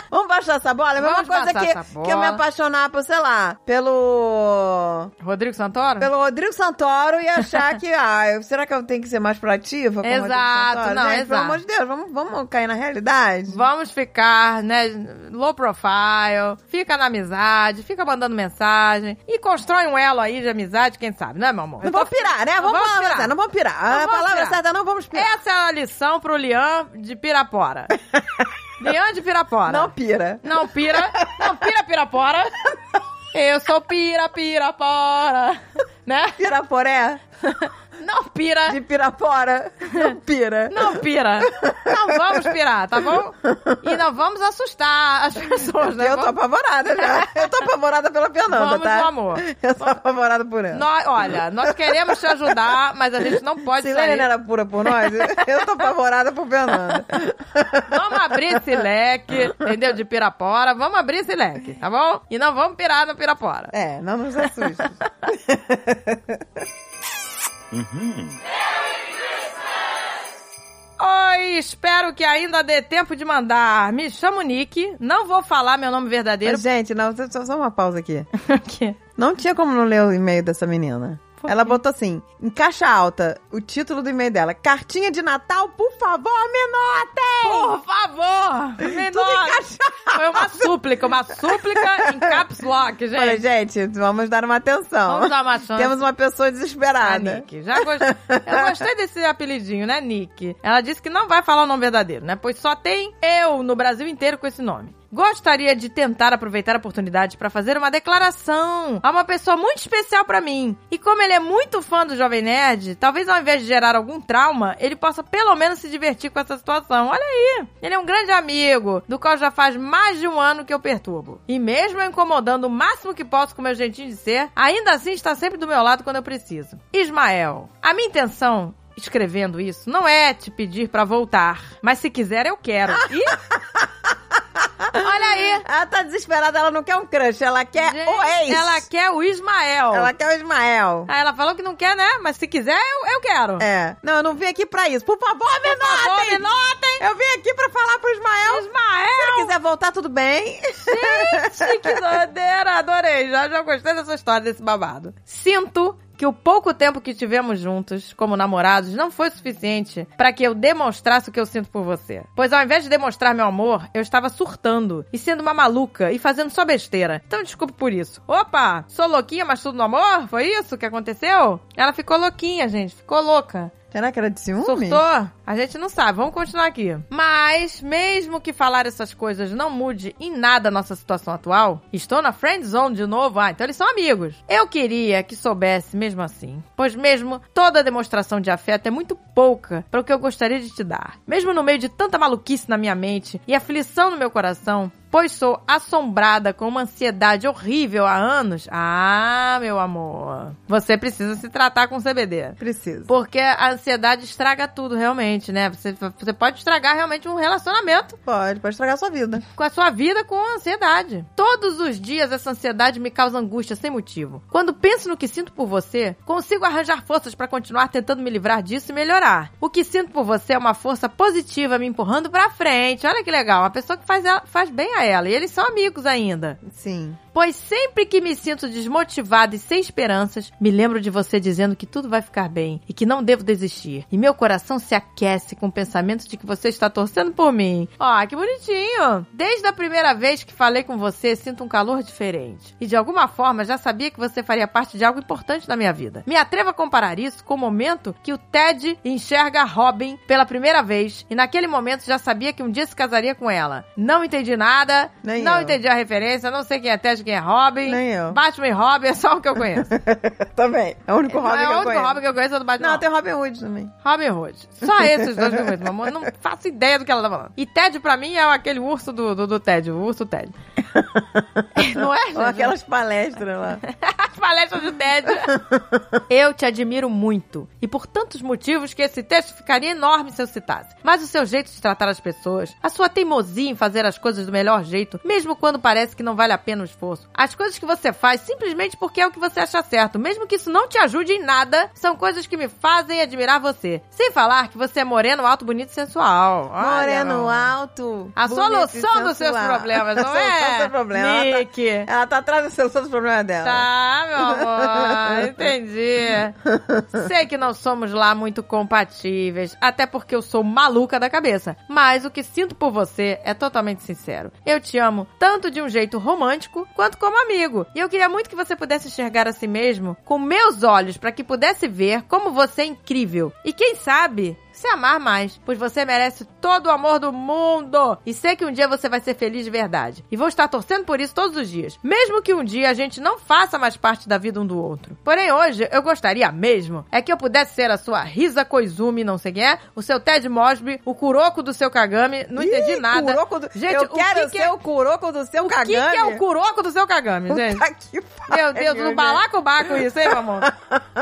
S3: Vamos baixar essa bola? É a mesma
S2: Vamos
S3: coisa
S2: baixar
S3: que,
S2: essa bola.
S3: que eu me apaixonar por, sei lá, pelo.
S2: Rodrigo Santoro?
S3: pelo Rodrigo Santoro e achar que, <laughs> ah, eu- será que eu tenho que ser mais proativa? com o Rodrigo
S2: Exato,
S3: Santoro?
S2: não,
S3: Gente, Pelo
S2: exato.
S3: amor de Deus, vamos, vamos cair na realidade?
S2: Vamos ficar, né, low profile, fica na amizade, fica mandando mensagem e constrói um elo aí de amizade, quem sabe, né, meu amor?
S3: Não vamos pirar, né? Vamos,
S2: Vamos
S3: falar,
S2: pirar.
S3: pirar. não vamos pirar. a
S2: vamos
S3: palavra
S2: pirar.
S3: certa é não vamos pirar.
S2: Essa é a lição pro Lian de
S3: <laughs>
S2: Pirapora. Lian de Pirapora.
S3: Não
S2: É,
S3: pira. <laughs>
S2: Não pira, não pira Pirapora. Eu sou pira Pirapora, né? <laughs>
S3: Piraporé
S2: Não pira,
S3: de pirapora. Não pira.
S2: não pira. Não vamos pirar, tá bom? E não vamos assustar as pessoas, né?
S3: <laughs> eu tô
S2: Vamos-
S3: apavorada já. Eu tô apavorada pela Fernanda,
S2: Vamos
S3: tá?
S2: no amor.
S3: Eu tô apavorada por ela.
S2: Nós- olha, nós queremos te ajudar, mas a gente não pode
S3: Se né?
S2: sair.
S3: Lênin era pura por nós, eu tô apavorada por Fernanda.
S2: Vamos abrir esse leque, entendeu? De pirapora. Vamos abrir esse leque, tá bom? E não vamos pirar no pirapora.
S3: É, não nos assuste.
S2: Oi, espero que ainda dê tempo de mandar. Me chamo Nick. Não vou falar meu nome verdadeiro.
S3: Mas, gente, não, só, só uma pausa aqui.
S2: porque
S3: Não tinha como não ler o e-mail dessa menina.
S2: Por
S3: Ela
S2: quê?
S3: botou assim, em caixa alta, o título do e-mail dela. Cartinha de Natal, por favor, me notem!
S2: Por favor, me
S3: Tudo
S2: note.
S3: encaixado.
S2: Foi uma súplica, uma súplica em caps lock, gente.
S3: Olha, gente, vamos dar uma atenção.
S2: Vamos dar uma chance.
S3: Temos uma pessoa
S2: Ah,
S3: desesperada.
S2: Nick, já gostei. Eu gostei desse apelidinho, né, Nick? Ela disse que não vai falar o nome verdadeiro, né? Pois só tem eu no Brasil inteiro com esse nome. Gostaria de tentar aproveitar a oportunidade para fazer uma declaração a uma pessoa muito especial para mim. E como ele é muito fã do Jovem Nerd, talvez ao invés de gerar algum trauma, ele possa pelo menos se divertir com essa situação. Olha aí! Ele é um grande amigo, do qual já faz mais de um ano que eu perturbo. E mesmo eu incomodando o máximo que posso com meu jeitinho de ser, ainda assim está sempre do meu lado quando eu preciso. Ismael, a minha intenção escrevendo isso não é te pedir pra voltar, mas se quiser eu quero.
S3: <laughs>
S2: E Olha aí.
S3: Ela tá desesperada, ela não quer um crush, ela quer
S2: Gente,
S3: o ex.
S2: Ela quer o Ismael.
S3: é Ela quer o Ismael.
S2: Aí ela falou que não quer, né? Mas se quiser, eu, eu quero.
S3: É. Ah, Não, eu não vim aqui pra isso. Por favor, me
S2: Ah. Por favor,
S3: notem!
S2: me notem.
S3: Eu vim aqui pra falar pro Ismael. Se ele
S2: Ismael!
S3: quiser voltar, tudo bem.
S2: Gente, que doideira! Adorei! Já, já gostei dessa história, desse babado. Sinto que o pouco tempo que tivemos juntos, como namorados, não foi suficiente para que eu demonstrasse o que eu sinto por você. Pois ao invés de demonstrar meu amor, eu estava surtando e sendo uma maluca e fazendo só besteira. Então desculpe por isso. Opa! Sou louquinha, mas tudo no amor? Foi isso que aconteceu? Ela ficou louquinha, gente. Ficou louca.
S3: Será que era de ciúme?
S2: Surtou? A gente não sabe, vamos continuar aqui. Mas, mesmo que falar essas coisas não mude em nada a nossa situação atual, estou na friend zone de novo, ah, então eles são amigos. Eu queria que soubesse mesmo assim, pois mesmo toda demonstração de afeto é muito pouca para o que eu gostaria de te dar. Mesmo no meio de tanta maluquice na minha mente e aflição no meu coração, pois sou assombrada com uma ansiedade horrível há anos. Ah, meu amor, você precisa se tratar com CBD.
S3: Preciso.
S2: Porque a ansiedade estraga tudo, realmente, né? Você, você pode estragar realmente um relacionamento
S3: Pode, pode estragar a sua vida.
S2: com a sua vida com a ansiedade. Todos os dias essa ansiedade me causa angústia sem motivo. Quando penso no que sinto por você, consigo arranjar forças pra continuar tentando me livrar disso e melhorar. O que sinto por você é uma força positiva me empurrando pra frente. Olha que legal, uma pessoa que faz, ela- faz bem a ela. E eles são amigos ainda.
S3: Sim.
S2: Pois sempre que me sinto desmotivada e sem esperanças, me lembro de você dizendo que tudo vai ficar bem e que não devo desistir. E meu coração se aquece com o pensamento de que você está torcendo por mim. Ó, que bonitinho! Desde a primeira vez que falei com você, sinto um calor diferente. E de alguma forma já sabia que você faria parte de algo importante na minha vida. Me atrevo a comparar isso com o momento que o Ted enxerga Robin pela primeira vez e naquele momento já sabia que um dia se casaria com ela. Não entendi nada,
S3: Nem
S2: não
S3: eu.
S2: entendi entendi a referência, não sei quem é Ted, quem é Robin.
S3: Nem eu.
S2: Batman e Robin é só o que eu
S3: <laughs>
S2: conheço.
S3: também. É o único Robin
S2: é
S3: que
S2: o
S3: eu
S2: único
S3: conheço.
S2: Robin que eu conheço é do Batman.
S3: Não, tem um- Robin Hood também.
S2: Robin Hood.
S3: <laughs>
S2: Só esses dois que eu conheço, meu amor. Eu não faço ideia do que ela tá falando. E Ted, pra mim, é aquele urso do, do, do Ted, o urso
S3: <laughs>
S2: Ted. não é, gente?
S3: Ou aquelas palestras lá.
S2: As palestras do Ted. <laughs> eu te admiro muito. E por tantos motivos que esse texto ficaria enorme se eu citasse. Mas o seu jeito de tratar as pessoas, a sua teimosia em fazer as coisas do melhor jeito, mesmo quando parece que não vale a pena o esforço. As coisas que você faz simplesmente porque é o que você acha certo, mesmo que isso não te ajude em nada, são coisas que me fazem admirar você. Sem falar que você é moreno, alto, bonito e sensual. Olha,
S3: Moreno
S2: não.
S3: alto.
S2: A
S3: bonito e
S2: solução dos seus
S3: sensual.
S2: problemas, não
S3: <laughs> A solução dos
S2: é?
S3: seus problemas. Ela tá-
S2: Nick.
S3: Ela tá atrás da solução dos problemas dela.
S2: Tá, meu amor, entendi. Sei que não somos lá muito compatíveis, até porque eu sou maluca da cabeça. Mas o que sinto por você é totalmente sincero. Eu te amo tanto de um jeito romântico quanto como amigo. E eu queria muito que você pudesse enxergar a si mesmo com meus olhos para que pudesse ver como você é incrível. E quem sabe se amar mais, pois você merece todo o amor do mundo. E sei que um dia você vai ser feliz de verdade. E vou estar torcendo por isso todos os dias. Mesmo que um dia a gente não faça mais parte da vida um do outro. Porém, hoje eu gostaria mesmo é que eu pudesse ser a sua Risa Koizumi, não sei quem é, o seu Ted Mosby, o Kuroko do seu Kagami. Não entendi
S3: Ih,
S2: nada.
S3: Kuroko do...
S2: Gente,
S3: eu
S2: o
S3: quero
S2: que que
S3: ser
S2: é-
S3: o Kuroko do seu
S2: O que, que
S3: Kagami.
S2: é o Kuroko do seu Kagami, gente?
S3: Puta que pariu,
S2: Meu Deus, no
S3: gente.
S2: balacobaco isso, hein, meu amor?
S3: <laughs>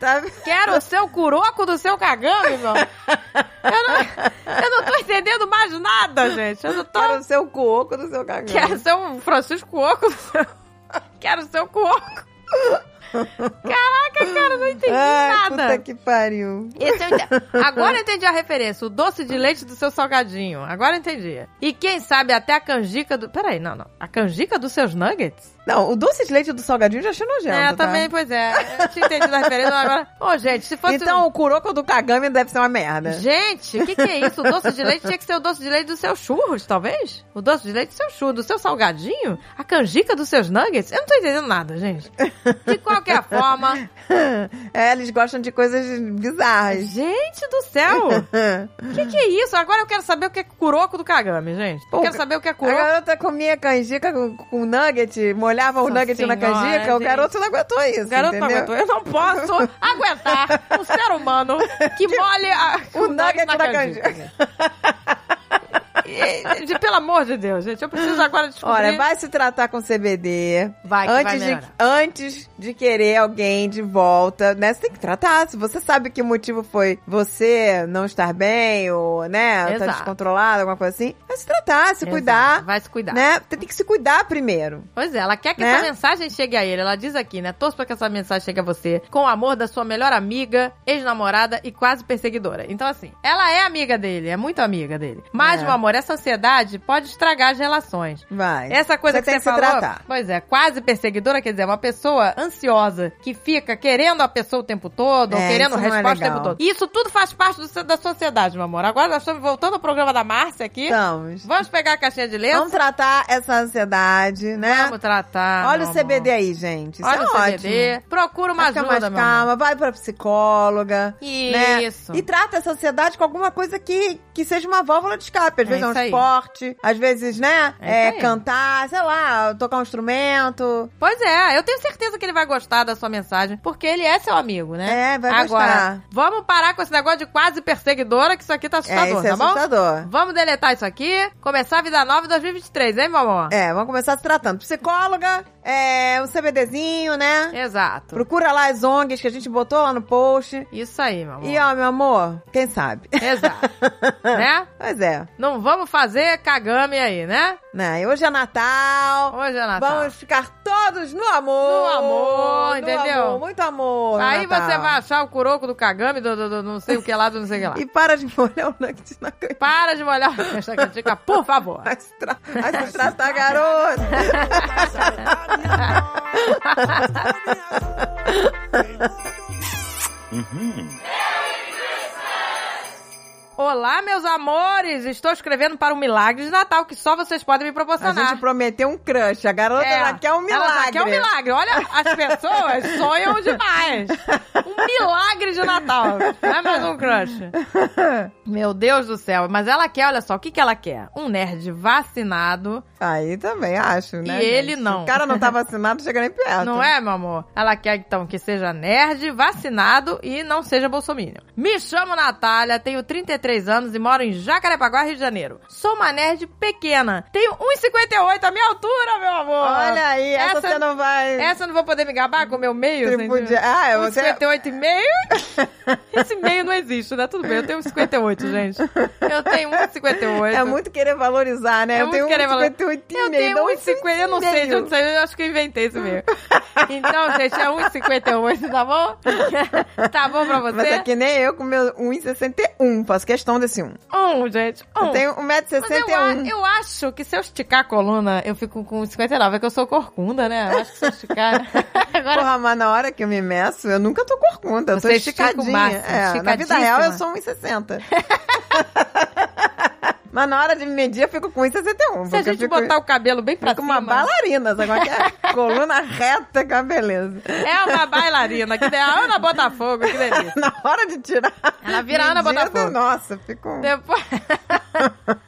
S3: tá...
S2: Quero ser o Kuroko do seu Kagami, meu. Eu não, eu não tô entendendo mais nada, gente. Eu não tô.
S3: Quero ser o Kuroko do seu Kagami.
S2: Quero ser um Francisco Oco. do seu- Quero ser o Cuoco. Caraca, cara, não entendi
S3: Ai,
S2: nada.
S3: puta que pariu.
S2: Esse eu ente- Agora eu entendi a referência. O doce de leite do seu salgadinho. Agora eu entendi. E quem sabe até a canjica do. Peraí, não, não. A canjica dos seus nuggets?
S3: Não, o doce de leite do salgadinho já achei nojento,
S2: é,
S3: tá?
S2: também, pois é. Eu tinha entendido a referência mas agora. Ô, gente, se fosse. um-
S3: Então o Kuroko do Kagami deve ser uma merda.
S2: Gente, o que, que é isso? O doce de leite tinha que ser o doce de leite dos seus churros, talvez? O doce de leite do seu churro, do seu salgadinho? A canjica dos seus nuggets? Eu não tô entendendo nada, gente. De qual
S3: <laughs>
S2: qualquer forma.
S3: <laughs> É, eles gostam de coisas bizarras.
S2: Gente do céu! O que, que é isso? Agora eu quero saber o que é curoco do Kagame, gente. Eu
S3: Pô,
S2: quero saber o que é
S3: A
S2: curoco.
S3: garota comia canjica com, com nugget, molhava o
S2: Nossa
S3: nugget na
S2: Senhora,
S3: canjica, o
S2: gente.
S3: garoto não aguentou isso.
S2: Garoto, não
S3: entendeu?
S2: aguentou. eu não posso aguentar um ser humano
S3: <laughs>
S2: que molhe a,
S3: O nugget na
S2: E, de- pelo amor de Deus, gente, eu preciso agora descobrir.
S3: Olha, vai se tratar com CBD.
S2: Vai, que vai
S3: antes, de,
S2: melhorar.
S3: antes de querer alguém de volta, né? Você tem que tratar. Se você sabe que o motivo foi você não estar bem, ou, né, tá
S2: Exato.
S3: descontrolado, alguma coisa assim, vai se tratar, se
S2: Exato,
S3: cuidar.
S2: Vai se cuidar.
S3: Né? Tem que se cuidar primeiro.
S2: Pois é, ela quer que
S3: Né?
S2: essa mensagem chegue a ele. Ela diz aqui, né? Torço pra que essa mensagem chegue a você com o amor da sua melhor amiga, ex-namorada e quase perseguidora. Então, assim, ela é amiga dele, é muito amiga dele. Mas,
S3: É.
S2: meu amor, essa ansiedade pode estragar as relações.
S3: Vai.
S2: Essa coisa
S3: É. Você
S2: que
S3: tem
S2: você
S3: que se
S2: falou,
S3: tratar.
S2: pois é, quase perseguidora, quer dizer, uma pessoa ansiosa que fica querendo a pessoa o tempo todo, ou
S3: É,
S2: querendo
S3: isso não é
S2: resposta o tempo
S3: legal.
S2: todo. E isso tudo faz parte do- da sociedade, meu amor. Agora nós estamos voltando ao programa da Márcia aqui.
S3: Tá. Estamos.
S2: Vamos pegar a caixinha de lenço,
S3: Vamos tratar essa ansiedade, né?
S2: vamos tratar.
S3: Olha
S2: meu
S3: o CBD
S2: amor.
S3: aí, gente. Isso
S2: Olha
S3: é
S2: o
S3: ótimo.
S2: CBD. Procura uma
S3: Vai ficar
S2: ajuda,
S3: mais
S2: meu
S3: calma, vai pra psicóloga. né?
S2: Isso.
S3: E trata essa ansiedade com alguma coisa que, que seja uma válvula de escape. Às
S2: É
S3: vezes é um
S2: isso aí.
S3: esporte, às vezes, né?
S2: É
S3: É,
S2: isso aí.
S3: cantar, sei lá, tocar um instrumento.
S2: Pois é, eu tenho certeza que ele vai gostar da sua mensagem, porque ele é seu amigo, né?
S3: É, vai
S2: Agora,
S3: gostar.
S2: vamos parar com esse negócio de quase perseguidora, que isso aqui tá
S3: é,
S2: assustador,
S3: isso é
S2: tá bom?
S3: assustador.
S2: Vamos deletar isso aqui, começar a vida nova em 2023, hein, meu amor?
S3: É, vamos começar se tratando. Psicóloga, é, um CBDzinho, né?
S2: Exato.
S3: Procura lá as ONGs que a gente botou lá no post.
S2: Isso aí, meu amor.
S3: E ó, meu amor, quem sabe?
S2: Exato.
S3: <laughs>
S2: né?
S3: Pois é.
S2: Não vamos fazer cagame aí, né?
S3: Né? E hoje é Natal.
S2: Hoje é Natal.
S3: Vamos ficar todos no amor.
S2: No amor,
S3: No
S2: entendeu?
S3: amor, muito amor. no
S2: Aí
S3: é Natal.
S2: você vai achar o curoco do cagame, do, do- do não sei o que lá, do não sei o que lá.
S3: E para de molhar o nugget na canjica.
S2: Para de molhar essa cantica, por favor.
S3: Vai se, tra...
S2: <laughs>
S3: vai se tratar, garoto.
S2: Olá, meus amores! Estou escrevendo para um milagre de Natal que só vocês podem me
S3: A
S2: proporcionar.
S3: gente prometeu um crush. A garota, ela quer um milagre.
S2: É, Ela quer um milagre. Olha, as
S3: <laughs>
S2: pessoas sonham demais. Um milagre de Natal. Não é mais um crush. Meu Deus do céu. Mas ela quer, olha só, o que, que ela quer? Um nerd vacinado.
S3: <laughs> Aí também, acho, né?
S2: E ele
S3: gente?
S2: não.
S3: O cara não tá vacinado, chega nem perto.
S2: Não é, meu amor? Ela quer, então, que seja nerd, vacinado e não seja bolsominion. Me chamo Natália, tenho 33 anos e moro em Jacarepaguá, Rio de Janeiro. Sou uma nerd pequena. Tenho 1,58 a minha altura, meu amor!
S3: Olha aí, essa, você não vai...
S2: Essa eu não vou poder me gabar com o meu meio,
S3: tripudiar.
S2: entendeu?
S3: Ah,
S2: Um
S3: você...
S2: 58 e
S3: <laughs>
S2: meio? Esse meio não existe, né? Tudo bem, eu tenho 58, gente. Eu tenho 1,58.
S3: É muito querer valorizar, né?
S2: É
S3: eu
S2: muito
S3: tenho
S2: querer valorizar.
S3: 58
S2: Eu tenho 1,50, eu não sei de onde saiu, eu acho que eu inventei esse meio. Então, gente, é 1,58, tá bom? tá bom pra você?
S3: Mas é que nem eu com meu 1,61. Faço questão desse 1.
S2: Um, gente, um.
S3: Eu tenho
S2: Mas eu, a-
S3: 1,61m.
S2: eu acho que se eu esticar a coluna, eu fico com 59, é que eu sou corcunda, né? Eu acho que se eu
S3: <laughs>
S2: esticar... Agora,
S3: Porra, mas na hora que eu me meço, eu nunca tô corcunda. Eu
S2: Você
S3: tô
S2: estica o
S3: esticadinha.
S2: máximo,
S3: é, na vida
S2: esticadíssima.
S3: real, eu sou 1,60. <laughs> mas na hora de me medir, eu fico com 1,61.
S2: se a gente botar o cabelo bem pra
S3: com
S2: cima...
S3: uma bailarina, sabe? qual que é? Coluna reta com a beleza. <laughs>
S2: É uma bailarina, que nem a Ana Botafogo, que delícia.
S3: Na hora de tirar.
S2: Ela vira Ana
S3: medida,
S2: Botafogo.
S3: Nossa, um ficou.
S2: Depois... <laughs>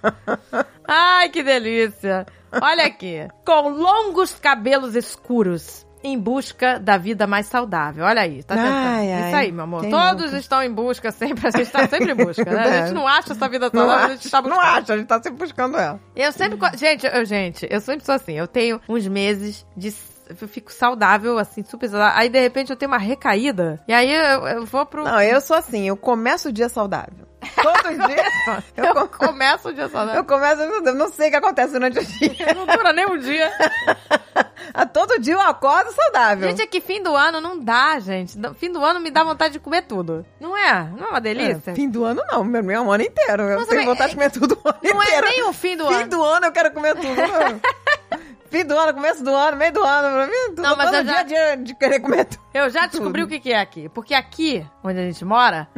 S2: Ai, que delícia. Olha aqui. Com longos cabelos escuros. Em busca da vida mais saudável. Olha aí, tá tentando.
S3: Ai,
S2: Isso
S3: ai,
S2: aí, meu amor.
S3: quem
S2: Todos
S3: nunca?
S2: estão em busca sempre. A gente tá sempre
S3: <laughs>
S2: em busca, né? A gente não acha essa vida
S3: Não
S2: saudável, a gente
S3: acho,
S2: tá
S3: não
S2: buscando.
S3: acho, a gente tá sempre buscando ela.
S2: Eu sempre. co- Gente, eu, gente, eu sempre sou assim. Eu tenho uns meses de. s- Eu fico saudável, assim, super saudável. Aí, de repente, eu tenho uma recaída. E aí eu, eu vou pro.
S3: Não, eu sou assim, eu começo o dia saudável. Todo dia. Eu,
S2: <laughs> eu
S3: com-
S2: começo o dia saudável.
S3: eu começo, eu não sei o que acontece durante o dia.
S2: Não dura nem um dia.
S3: <laughs> A todo dia eu acordo saudável.
S2: Gente, é que fim do ano não dá, gente. No- Fim do ano me dá vontade de comer tudo. Não é? Não é uma delícia?
S3: É, fim do ano não, meu, meu é um ano inteiro. Eu
S2: Nossa,
S3: tenho
S2: mas-
S3: vontade de comer tudo o ano
S2: não é
S3: inteiro.
S2: nem o fim do
S3: fim
S2: ano. <laughs>
S3: do ano eu quero comer tudo. não. Fim do ano, começo do ano, meio do ano. Pra mim,
S2: Não, mas
S3: todo
S2: eu já-
S3: dia de, de querer comer tudo.
S2: Eu já descobri o que, que é aqui. Porque aqui, onde a gente mora,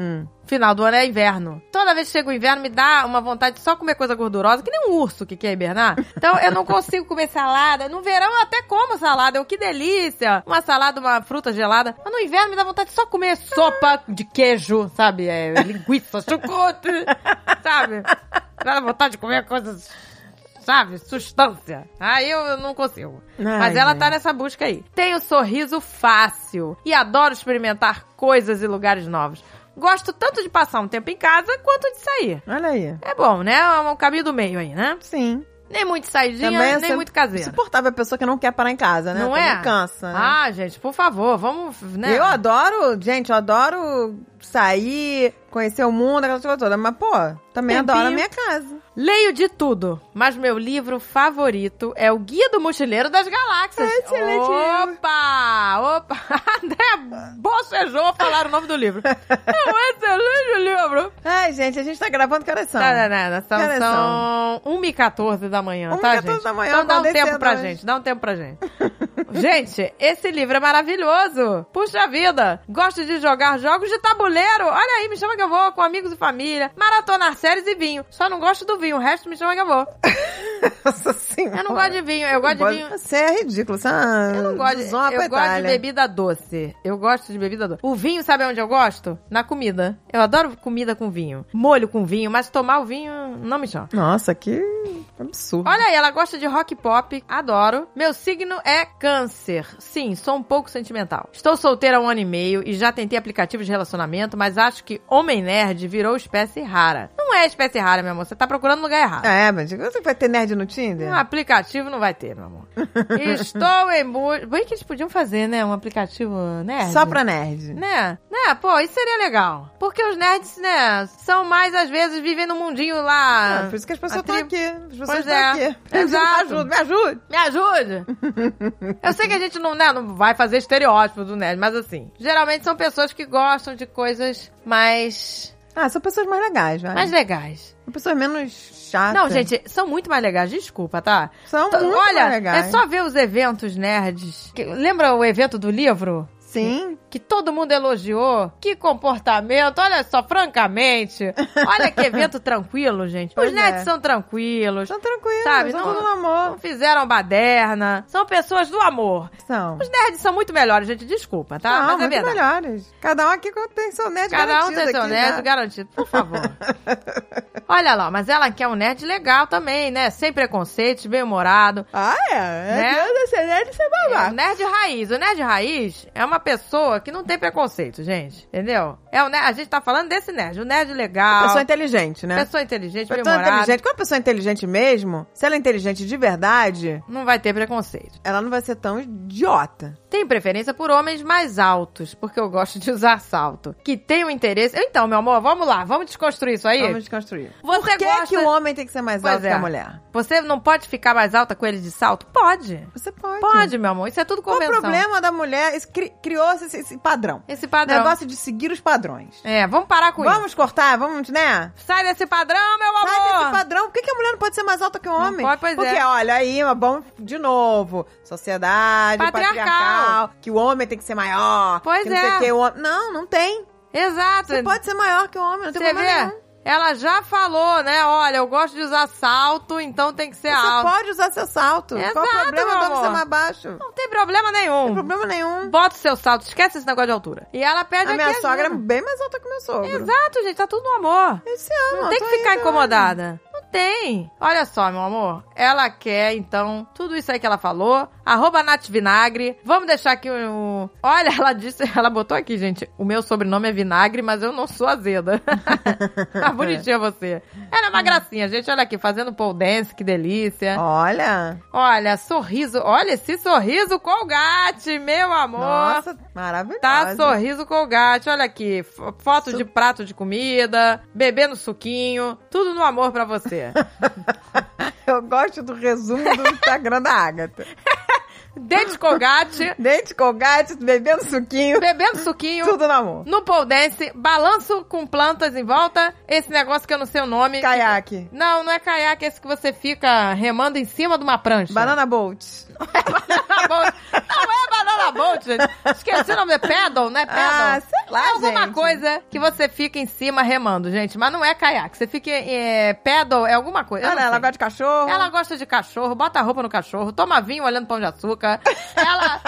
S2: final do ano é inverno. Toda vez que chega o inverno, me dá uma vontade de só comer coisa gordurosa, que nem um urso que quer hibernar. Então eu não consigo comer salada. No verão eu até como salada. Eu, que delícia! Uma salada, uma fruta gelada. Mas no inverno me dá vontade de só comer sopa de queijo, sabe? É, linguiça, chucrute, sabe? Dá vontade de comer coisas sabe, sustância. Aí eu não consigo.
S3: Ai, né?
S2: Mas ela
S3: gente.
S2: tá nessa busca aí. Tenho sorriso fácil e adoro experimentar coisas e lugares novos. Gosto tanto de passar um tempo em casa quanto de sair.
S3: Olha aí.
S2: É bom, né? É um caminho do meio aí, né?
S3: Sim.
S2: Nem muito saidinha,
S3: é
S2: nem
S3: ser
S2: muito caseira.
S3: Insuportável a pessoa que não quer parar em casa, né?
S2: Não
S3: Também
S2: é?
S3: cansa, né?
S2: Ah, gente, por favor, vamos, né?
S3: Eu adoro, gente, eu adoro sair, conhecer o mundo, aquela coisa toda. Mas, pô, também
S2: Tempinho.
S3: adoro a minha casa.
S2: Leio de tudo, mas meu livro favorito é o Guia do Mochileiro das Galáxias.
S3: Excelente livro.
S2: Opa! Opa! <laughs> André bocejou falar o nome do livro. É um excelente livro.
S3: Ai, gente, a gente tá gravando que horas são?
S2: Não, não, não, não, São,
S3: Que horas
S2: são 1h14 da manhã, tá,
S3: 1h14
S2: gente?
S3: da manhã,
S2: então dá um
S3: acordei
S2: tempo
S3: cedo
S2: pra
S3: hoje.
S2: gente, dá um tempo pra gente. <laughs> gente, esse livro é maravilhoso. Puxa vida. Gosto de jogar jogos de tabuleiro. Olha aí, me chama que eu vou, com amigos e família. Maratonar séries e vinho. Só não gosto do vinho, o resto me chama que eu vou.
S3: <laughs> Nossa senhora.
S2: Eu não gosto de vinho, eu gosto de vinho.
S3: Você é ridículo, você
S2: Eu não gosto, de, eu gosto de bebida doce. Eu gosto de bebida doce. O vinho, sabe onde eu gosto? Na comida. Eu adoro comida com vinho. Molho com vinho, mas tomar o vinho não me chama.
S3: Nossa, que absurdo.
S2: Olha aí, ela gosta de rock pop, adoro. Meu signo é câncer. Sim, sou um pouco sentimental. Estou solteira há um ano e meio e já tentei aplicativos de relacionamento, mas acho que homem nerd virou espécie rara. Não é espécie rara, meu amor. Você tá procurando lugar errado.
S3: É, mas você vai ter nerd no Tinder?
S2: Um aplicativo não vai ter, meu
S3: <laughs>
S2: amor. Estou em busca. Bem que eles podiam fazer, né? Um aplicativo nerd.
S3: Só pra nerd.
S2: Né? Né? Pô, isso seria legal. Porque os nerds, né? São mais, às vezes, vivem no mundinho lá.
S3: Ah, por isso que as pessoas
S2: a
S3: estão
S2: tribo-
S3: aqui. As pessoas
S2: Pois
S3: estão
S2: é.
S3: aqui.
S2: Exato.
S3: <laughs> Me ajuda, me ajuda.
S2: Me ajude! Eu sei que a gente não, né, não vai fazer estereótipo do nerd, mas assim, geralmente são pessoas que gostam de coisas mais.
S3: Ah, são pessoas mais legais, vai.
S2: mais legais.
S3: São pessoas menos chatas.
S2: Não, gente, são muito mais legais, desculpa, tá?
S3: Ah, tá. São
S2: T-
S3: muito
S2: Olha,
S3: mais legais.
S2: é só ver os eventos nerds. Que- Lembra o evento do livro?
S3: Sim.
S2: que todo mundo elogiou. Que comportamento, olha só, francamente. Olha que
S3: <laughs>
S2: evento tranquilo, gente. Os
S3: Pois
S2: nerds
S3: é. Tá
S2: são tranquilos.
S3: São tranquilos,
S2: Sabe,
S3: são
S2: não-
S3: tudo no amor.
S2: Não fizeram baderna. São pessoas do amor.
S3: São.
S2: Os nerds são muito melhores, gente. Desculpa, tá?
S3: não,
S2: Mas é
S3: muito
S2: verdade.
S3: melhores. Cada um aqui tem seu nerd
S2: Cada um
S3: garantido
S2: tem seu
S3: aqui,
S2: nerd
S3: né?
S2: garantido, por favor.
S3: <laughs>
S2: Olha lá, mas ela quer um nerd legal também, né? Sem preconceitos, bem-humorado.
S3: Ah, é?
S2: Né?
S3: Né? Adianta ser nerd e ser
S2: É, o
S3: babaca.
S2: nerd raiz. O nerd raiz é uma pessoa que não tem preconceito, gente. Entendeu? É o nerd, a gente tá falando desse nerd. O nerd legal.
S3: Pessoa inteligente, né?
S2: Pessoa inteligente,
S3: Pessoa
S2: bem-humorada,
S3: inteligente. Quando a pessoa é inteligente mesmo, se ela é inteligente de verdade,
S2: não vai ter preconceito.
S3: ela não vai ser tão idiota.
S2: Tenho preferência por homens mais altos, porque eu gosto de usar salto. Que tenham interesse. Então, meu amor, vamos lá, vamos desconstruir isso aí?
S3: Vamos desconstruir.
S2: Você
S3: Por que,
S2: gosta.
S3: que o homem tem que ser mais
S2: Pois
S3: alto
S2: é.
S3: que a mulher?
S2: Você não pode ficar mais alta com ele de salto? Pode.
S3: Você pode.
S2: Pode, meu amor. Isso é tudo
S3: Qual o
S2: convenção.
S3: problema da mulher? Isso cri- Criou-se esse, esse padrão.
S2: Esse padrão.
S3: Negócio de seguir os padrões.
S2: É, vamos parar com
S3: Vamos cortar? Vamos, né?
S2: isso. Sai desse padrão, meu amor!
S3: Sai desse padrão. Por que, que a mulher não pode ser mais alta que o
S2: Não
S3: homem?
S2: pode, pois
S3: Porque,
S2: é.
S3: olha aí, uma bom de novo. Sociedade,
S2: Patriarcal.
S3: patriarcal. que o homem tem que ser maior.
S2: Pois
S3: que não sei
S2: é.
S3: o que, o homem... Não, não tem.
S2: Exato.
S3: Você pode ser maior que o homem, não tem
S2: Você
S3: problema
S2: vê?
S3: nenhum.
S2: Ela já falou, né? Olha, eu gosto de usar salto, então tem que ser
S3: Você
S2: alto.
S3: pode usar seu salto. Qual
S2: Exato,
S3: o problema
S2: meu
S3: do homem ser
S2: amor.
S3: mais baixo? Não
S2: Não tem problema nenhum.
S3: tem problema nenhum.
S2: Bota o seu salto, esquece esse negócio de altura. E ela pede
S3: A
S2: aqui
S3: minha
S2: ajuda.
S3: sogra é bem mais alta que o meu sogro.
S2: Exato, gente, tá tudo no amor.
S3: Eles se amam.
S2: Não tem
S3: tô
S2: que
S3: aí,
S2: ficar
S3: tá
S2: incomodada. Não tem. Olha só, meu amor. Ela quer, então, tudo isso aí que ela falou. Arroba Nath Vinagre. Vamos deixar aqui o... Olha, ela disse... <laughs> Ela botou aqui, gente. O meu sobrenome é Vinagre, mas eu não sou azeda. <laughs> tá bonitinha você. Era uma gracinha, gente. Olha aqui, fazendo pole dance. Que delícia.
S3: Olha.
S2: Olha, sorriso. Olha esse sorriso Colgate, meu amor.
S3: Nossa, maravilhosa.
S2: Tá sorriso Colgate, olha aqui. fo- Foto de prato de comida, bebendo suquinho, tudo no amor pra
S3: <laughs>
S2: você.
S3: Eu gosto do resumo do Instagram da Agatha.
S2: dente colgate,
S3: Dente, colgate, bebendo suquinho,
S2: bebendo suquinho,
S3: tudo na mão.
S2: no pole dance, balanço com plantas em volta, esse negócio que eu não sei o nome.
S3: Caiaque.
S2: Não, não é caiaque, é esse que você fica remando em cima de uma prancha. <laughs>
S3: Banana boat.
S2: Banana boat. Não é banana boat, gente. Esqueci o nome, é pedal, né? Pedal.
S3: Ah, sei lá,
S2: é alguma
S3: gente.
S2: coisa que você fica em cima remando, gente. Mas não é caiaque. Você fica... É, pedal é alguma coisa. Eu
S3: Olha,
S2: não
S3: Ah, ela
S2: sei.
S3: gosta de cachorro.
S2: Ela gosta de cachorro, bota a roupa no cachorro, toma vinho olhando pão de açúcar.
S3: <laughs>
S2: Ela,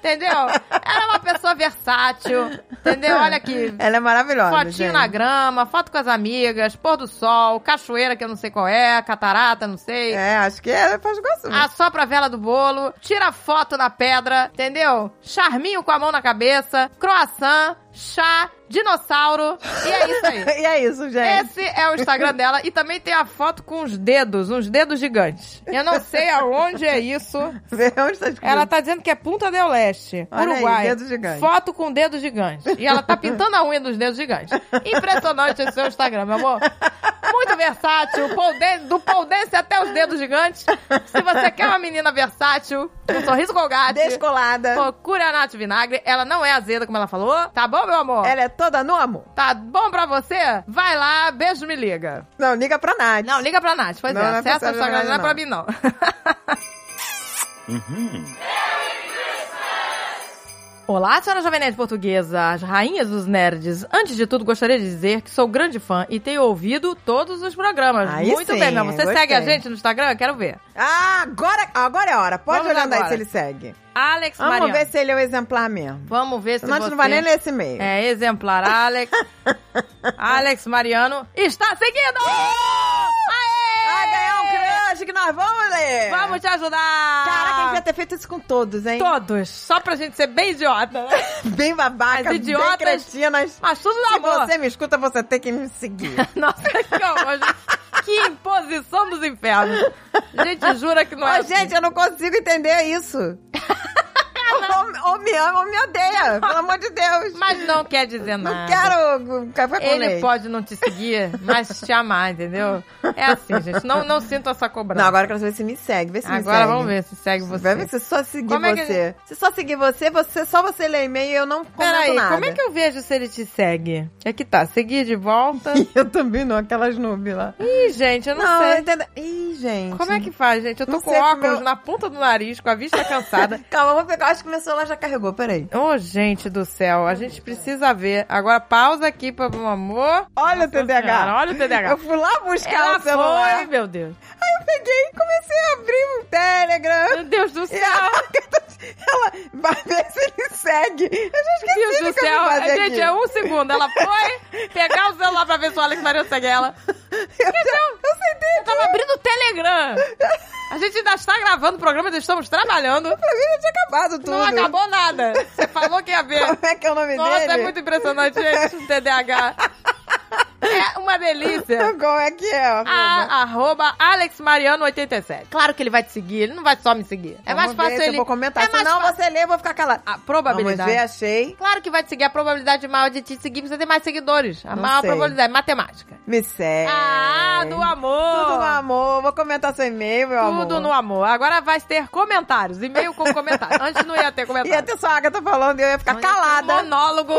S2: entendeu? Ela é uma pessoa versátil, entendeu? Olha aqui.
S3: Ela é maravilhosa.
S2: Fotinho
S3: gente.
S2: na grama, foto com as amigas, pôr do sol, cachoeira que eu não sei qual é, catarata, não sei.
S3: É, acho que ela faz gosto. mesmo.
S2: Assopra a vela do bolo, tira foto na pedra, entendeu? Charminho com a mão na cabeça, croissant, chá, dinossauro, e é isso aí.
S3: <laughs> e é isso, gente.
S2: Esse é o Instagram dela e também tem a foto com os dedos, uns dedos gigantes. Eu não sei aonde é isso.
S3: <laughs> Vê onde tá escrito.
S2: Ela tá dizendo que é Punta del Leste,
S3: Olha aí,
S2: Uruguai.
S3: dedo gigante.
S2: Foto com dedo gigante. E ela tá pintando a unha dos dedos gigantes. Impressionante esse seu Instagram, meu amor. Muito versátil, pole dance- do pole dance até os dedos gigantes. Se você quer uma menina versátil, com um sorriso colgado,
S3: descolada.
S2: procura a Nath Vinagre. Ela não é azeda, como ela falou. Tá bom, meu amor?
S3: Ela é toda no amor.
S2: Tá bom pra você? Vai lá, beijo, me liga.
S3: Não, liga pra Nath.
S2: Não, liga pra Nath. Pois
S3: Não,
S2: é,
S3: não é pra
S2: acessa o
S3: Sandra
S2: Instagram, não é
S3: Bernardi,
S2: pra mim, não. Olá, senhora Jovem Nerd Portuguesa, as rainhas dos nerds. Antes de tudo, gostaria de dizer que sou grande fã e tenho ouvido todos os programas.
S3: Aí
S2: Muito
S3: sim,
S2: bem, meu. amor. Você
S3: gostei.
S2: segue a gente no Instagram? Quero ver.
S3: Ah, agora, agora é a hora. Pode
S2: Vamos
S3: olhar daí
S2: agora.
S3: se ele segue.
S2: Alex
S3: Vamos
S2: Mariano.
S3: ver se ele é o exemplar mesmo.
S2: Vamos ver se
S3: Senão a
S2: você...
S3: gente não vai nem ler esse e-mail.
S2: É exemplar, Alex.
S3: <laughs>
S2: Alex Mariano está seguindo! Aê!
S3: Ah, ganhou um crush que nós vamos ler.
S2: Vamos Ah. te ajudar!
S3: Caraca, a gente vai ter feito isso com todos, hein?
S2: Todos, só pra gente ser bem
S3: <laughs>
S2: idiota, né?
S3: Bem babaca,
S2: As idiotas.
S3: bem cretinas.
S2: Mas tudo no
S3: Se
S2: amor.
S3: você me escuta, você tem que
S2: <laughs>
S3: me seguir.
S2: Nossa, que horror, gente. Que imposição dos infernos. A gente jura que não é
S3: Ô, gente, eu não consigo entender
S2: <laughs>
S3: isso. ou, ou me ama ou me odeia, pelo amor
S2: <laughs>
S3: de Deus.
S2: Mas não quer dizer
S3: não
S2: nada.
S3: quero café com
S2: Ele
S3: leite.
S2: pode não te seguir, mas te amar, entendeu? É assim, gente. Não, não sinto essa cobrança.
S3: Não, agora eu quero saber se me segue. Vê se me
S2: Agora
S3: segue.
S2: vamos ver se segue você.
S3: Vai ver se só seguir
S2: Como é que-
S3: você. Se só seguir você, você só você lê e-mail e eu não comento
S2: Peraí,
S3: nada.
S2: como é que eu vejo se ele te segue? É que tá, seguir de
S3: <laughs>
S2: volta.
S3: Eu também não, aquelas nubes lá.
S2: Ih, gente, eu não,
S3: Não,
S2: sei.
S3: eu entendo. Ih, gente.
S2: Como é que faz, gente? Eu tô
S3: Não
S2: com
S3: sei,
S2: óculos
S3: meu-
S2: na ponta do nariz, com a
S3: <laughs>
S2: vista cansada.
S3: Calma, eu vou pegar. Acho que meu celular já carregou, peraí.
S2: Ô, gente do céu, a gente precisa ver. Agora pausa aqui, pelo amor.
S3: Olha o TDAH.
S2: Senhora, olha o TDAH.
S3: Eu fui lá buscar
S2: Ela
S3: o celular.
S2: foi, meu Deus.
S3: Aí eu peguei e comecei a abrir um Telegram. <laughs>
S2: Meu Deus <laughs> do
S3: E
S2: céu.
S3: ela, ela vai ver se ele segue. Eu já esqueci
S2: Meu
S3: do
S2: Deus
S3: que
S2: do
S3: eu
S2: céu.
S3: vim fazer
S2: Gente,
S3: aqui.
S2: é um segundo. Ela foi pegar o celular pra ver se o Alex Maria segue ela.
S3: <laughs> Eu, já- eu sentei
S2: Eu tava abrindo o Telegram. A gente ainda está gravando o programa, ainda estamos trabalhando.
S3: pra mim, já tinha acabado tudo.
S2: Não acabou nada. Você falou que ia ver.
S3: <laughs> Como é que é o nome
S2: Nossa,
S3: dele?
S2: é muito impressionante, gente, o TDAH. É uma delícia.
S3: <laughs> Como é que
S2: Ah,
S3: é? arroba?
S2: A- arroba AlexMariano87. Claro que ele vai te seguir, ele não vai só me seguir. É mais
S3: Vamos ver
S2: fácil
S3: se
S2: ele.
S3: Eu vou comentar.
S2: É mais Ah,
S3: Senão
S2: fa-
S3: você lê, eu vou ficar calada.
S2: A
S3: Vamos
S2: probabilidade.
S3: ver, achei.
S2: Claro que vai te seguir. A probabilidade maior de te seguir precisa ter mais seguidores. A
S3: Não
S2: maior
S3: sei.
S2: probabilidade. é Matemática.
S3: Me segue.
S2: Ah, do amor.
S3: Tudo no amor. Vou comentar seu e-mail, meu amor.
S2: Tudo no amor. Agora vai ter comentários. E-mail com comentários. Antes não ia
S3: <laughs>
S2: ter comentário.
S3: E até só a Agatha falando e eu ia ficar
S2: Um
S3: calada. <laughs>
S2: monólogo.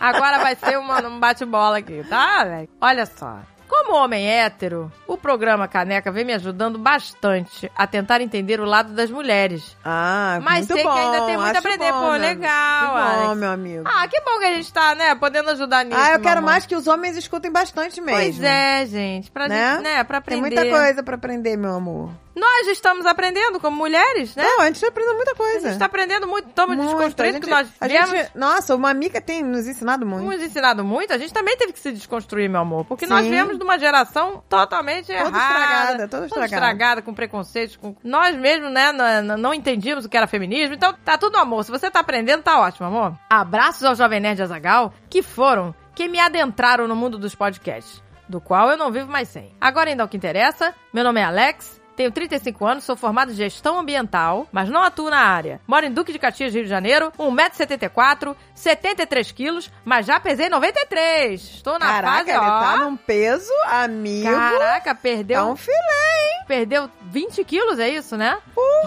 S2: Agora vai ser uma- um bate-bola aqui, tá? velho? Olha só. Como homem hétero, o programa Caneca vem me ajudando bastante a tentar entender o lado das mulheres.
S3: Ah,
S2: Mas
S3: muito
S2: sei que
S3: bom.
S2: ainda tem muito a
S3: acho
S2: aprender.
S3: bom,
S2: Pô,
S3: meu-
S2: legal,
S3: Que bom,
S2: Alex.
S3: meu amigo.
S2: Ah, que bom que a gente tá, né, podendo ajudar nisso.
S3: Ah, eu quero
S2: mamãe.
S3: mais que os homens escutem bastante mesmo.
S2: Pois é, gente. Pra
S3: Né?
S2: gente, né, pra
S3: Tem
S2: aprender.
S3: muita coisa pra aprender, meu amor.
S2: Nós estamos aprendendo como mulheres, né?
S3: Não, a gente aprende muita
S2: A
S3: coisa.
S2: gente tá aprendendo muito, estamos
S3: Muito. A
S2: desconstruindo
S3: é. gente-
S2: que nós
S3: a
S2: viemos.
S3: gente- Nossa, uma amiga tem nos ensinado muito.
S2: nos ensinado muito, a gente também teve que se desconstruir, meu amor. Porque
S3: Sim.
S2: nós viemos de uma geração totalmente
S3: Toda
S2: errada.
S3: estragada, toda estragada.
S2: com preconceitos. Com... Nós mesmos, né, n- n- não entendíamos o que era feminismo. Então, tá tudo amor. Se você tá aprendendo, tá ótimo, amor. Abraços ao Jovem Nerd Azagal, que foram que me adentraram no mundo dos podcasts, do qual eu não vivo mais sem. Agora, ainda ao que interessa, meu nome é Alex. Tenho 35 anos, sou formado em gestão ambiental, mas não atuo na área. Moro em Duque de Caxias, Rio de Janeiro, 1,74m, 73 quilos, mas já pesei 93. Estou na
S3: Caraca,
S2: fase,
S3: ele
S2: ó.
S3: tá num peso, amigo.
S2: Caraca,
S3: Tá
S2: perdeu,
S3: um filé, hein?
S2: perdeu 20 quilos, é isso, né?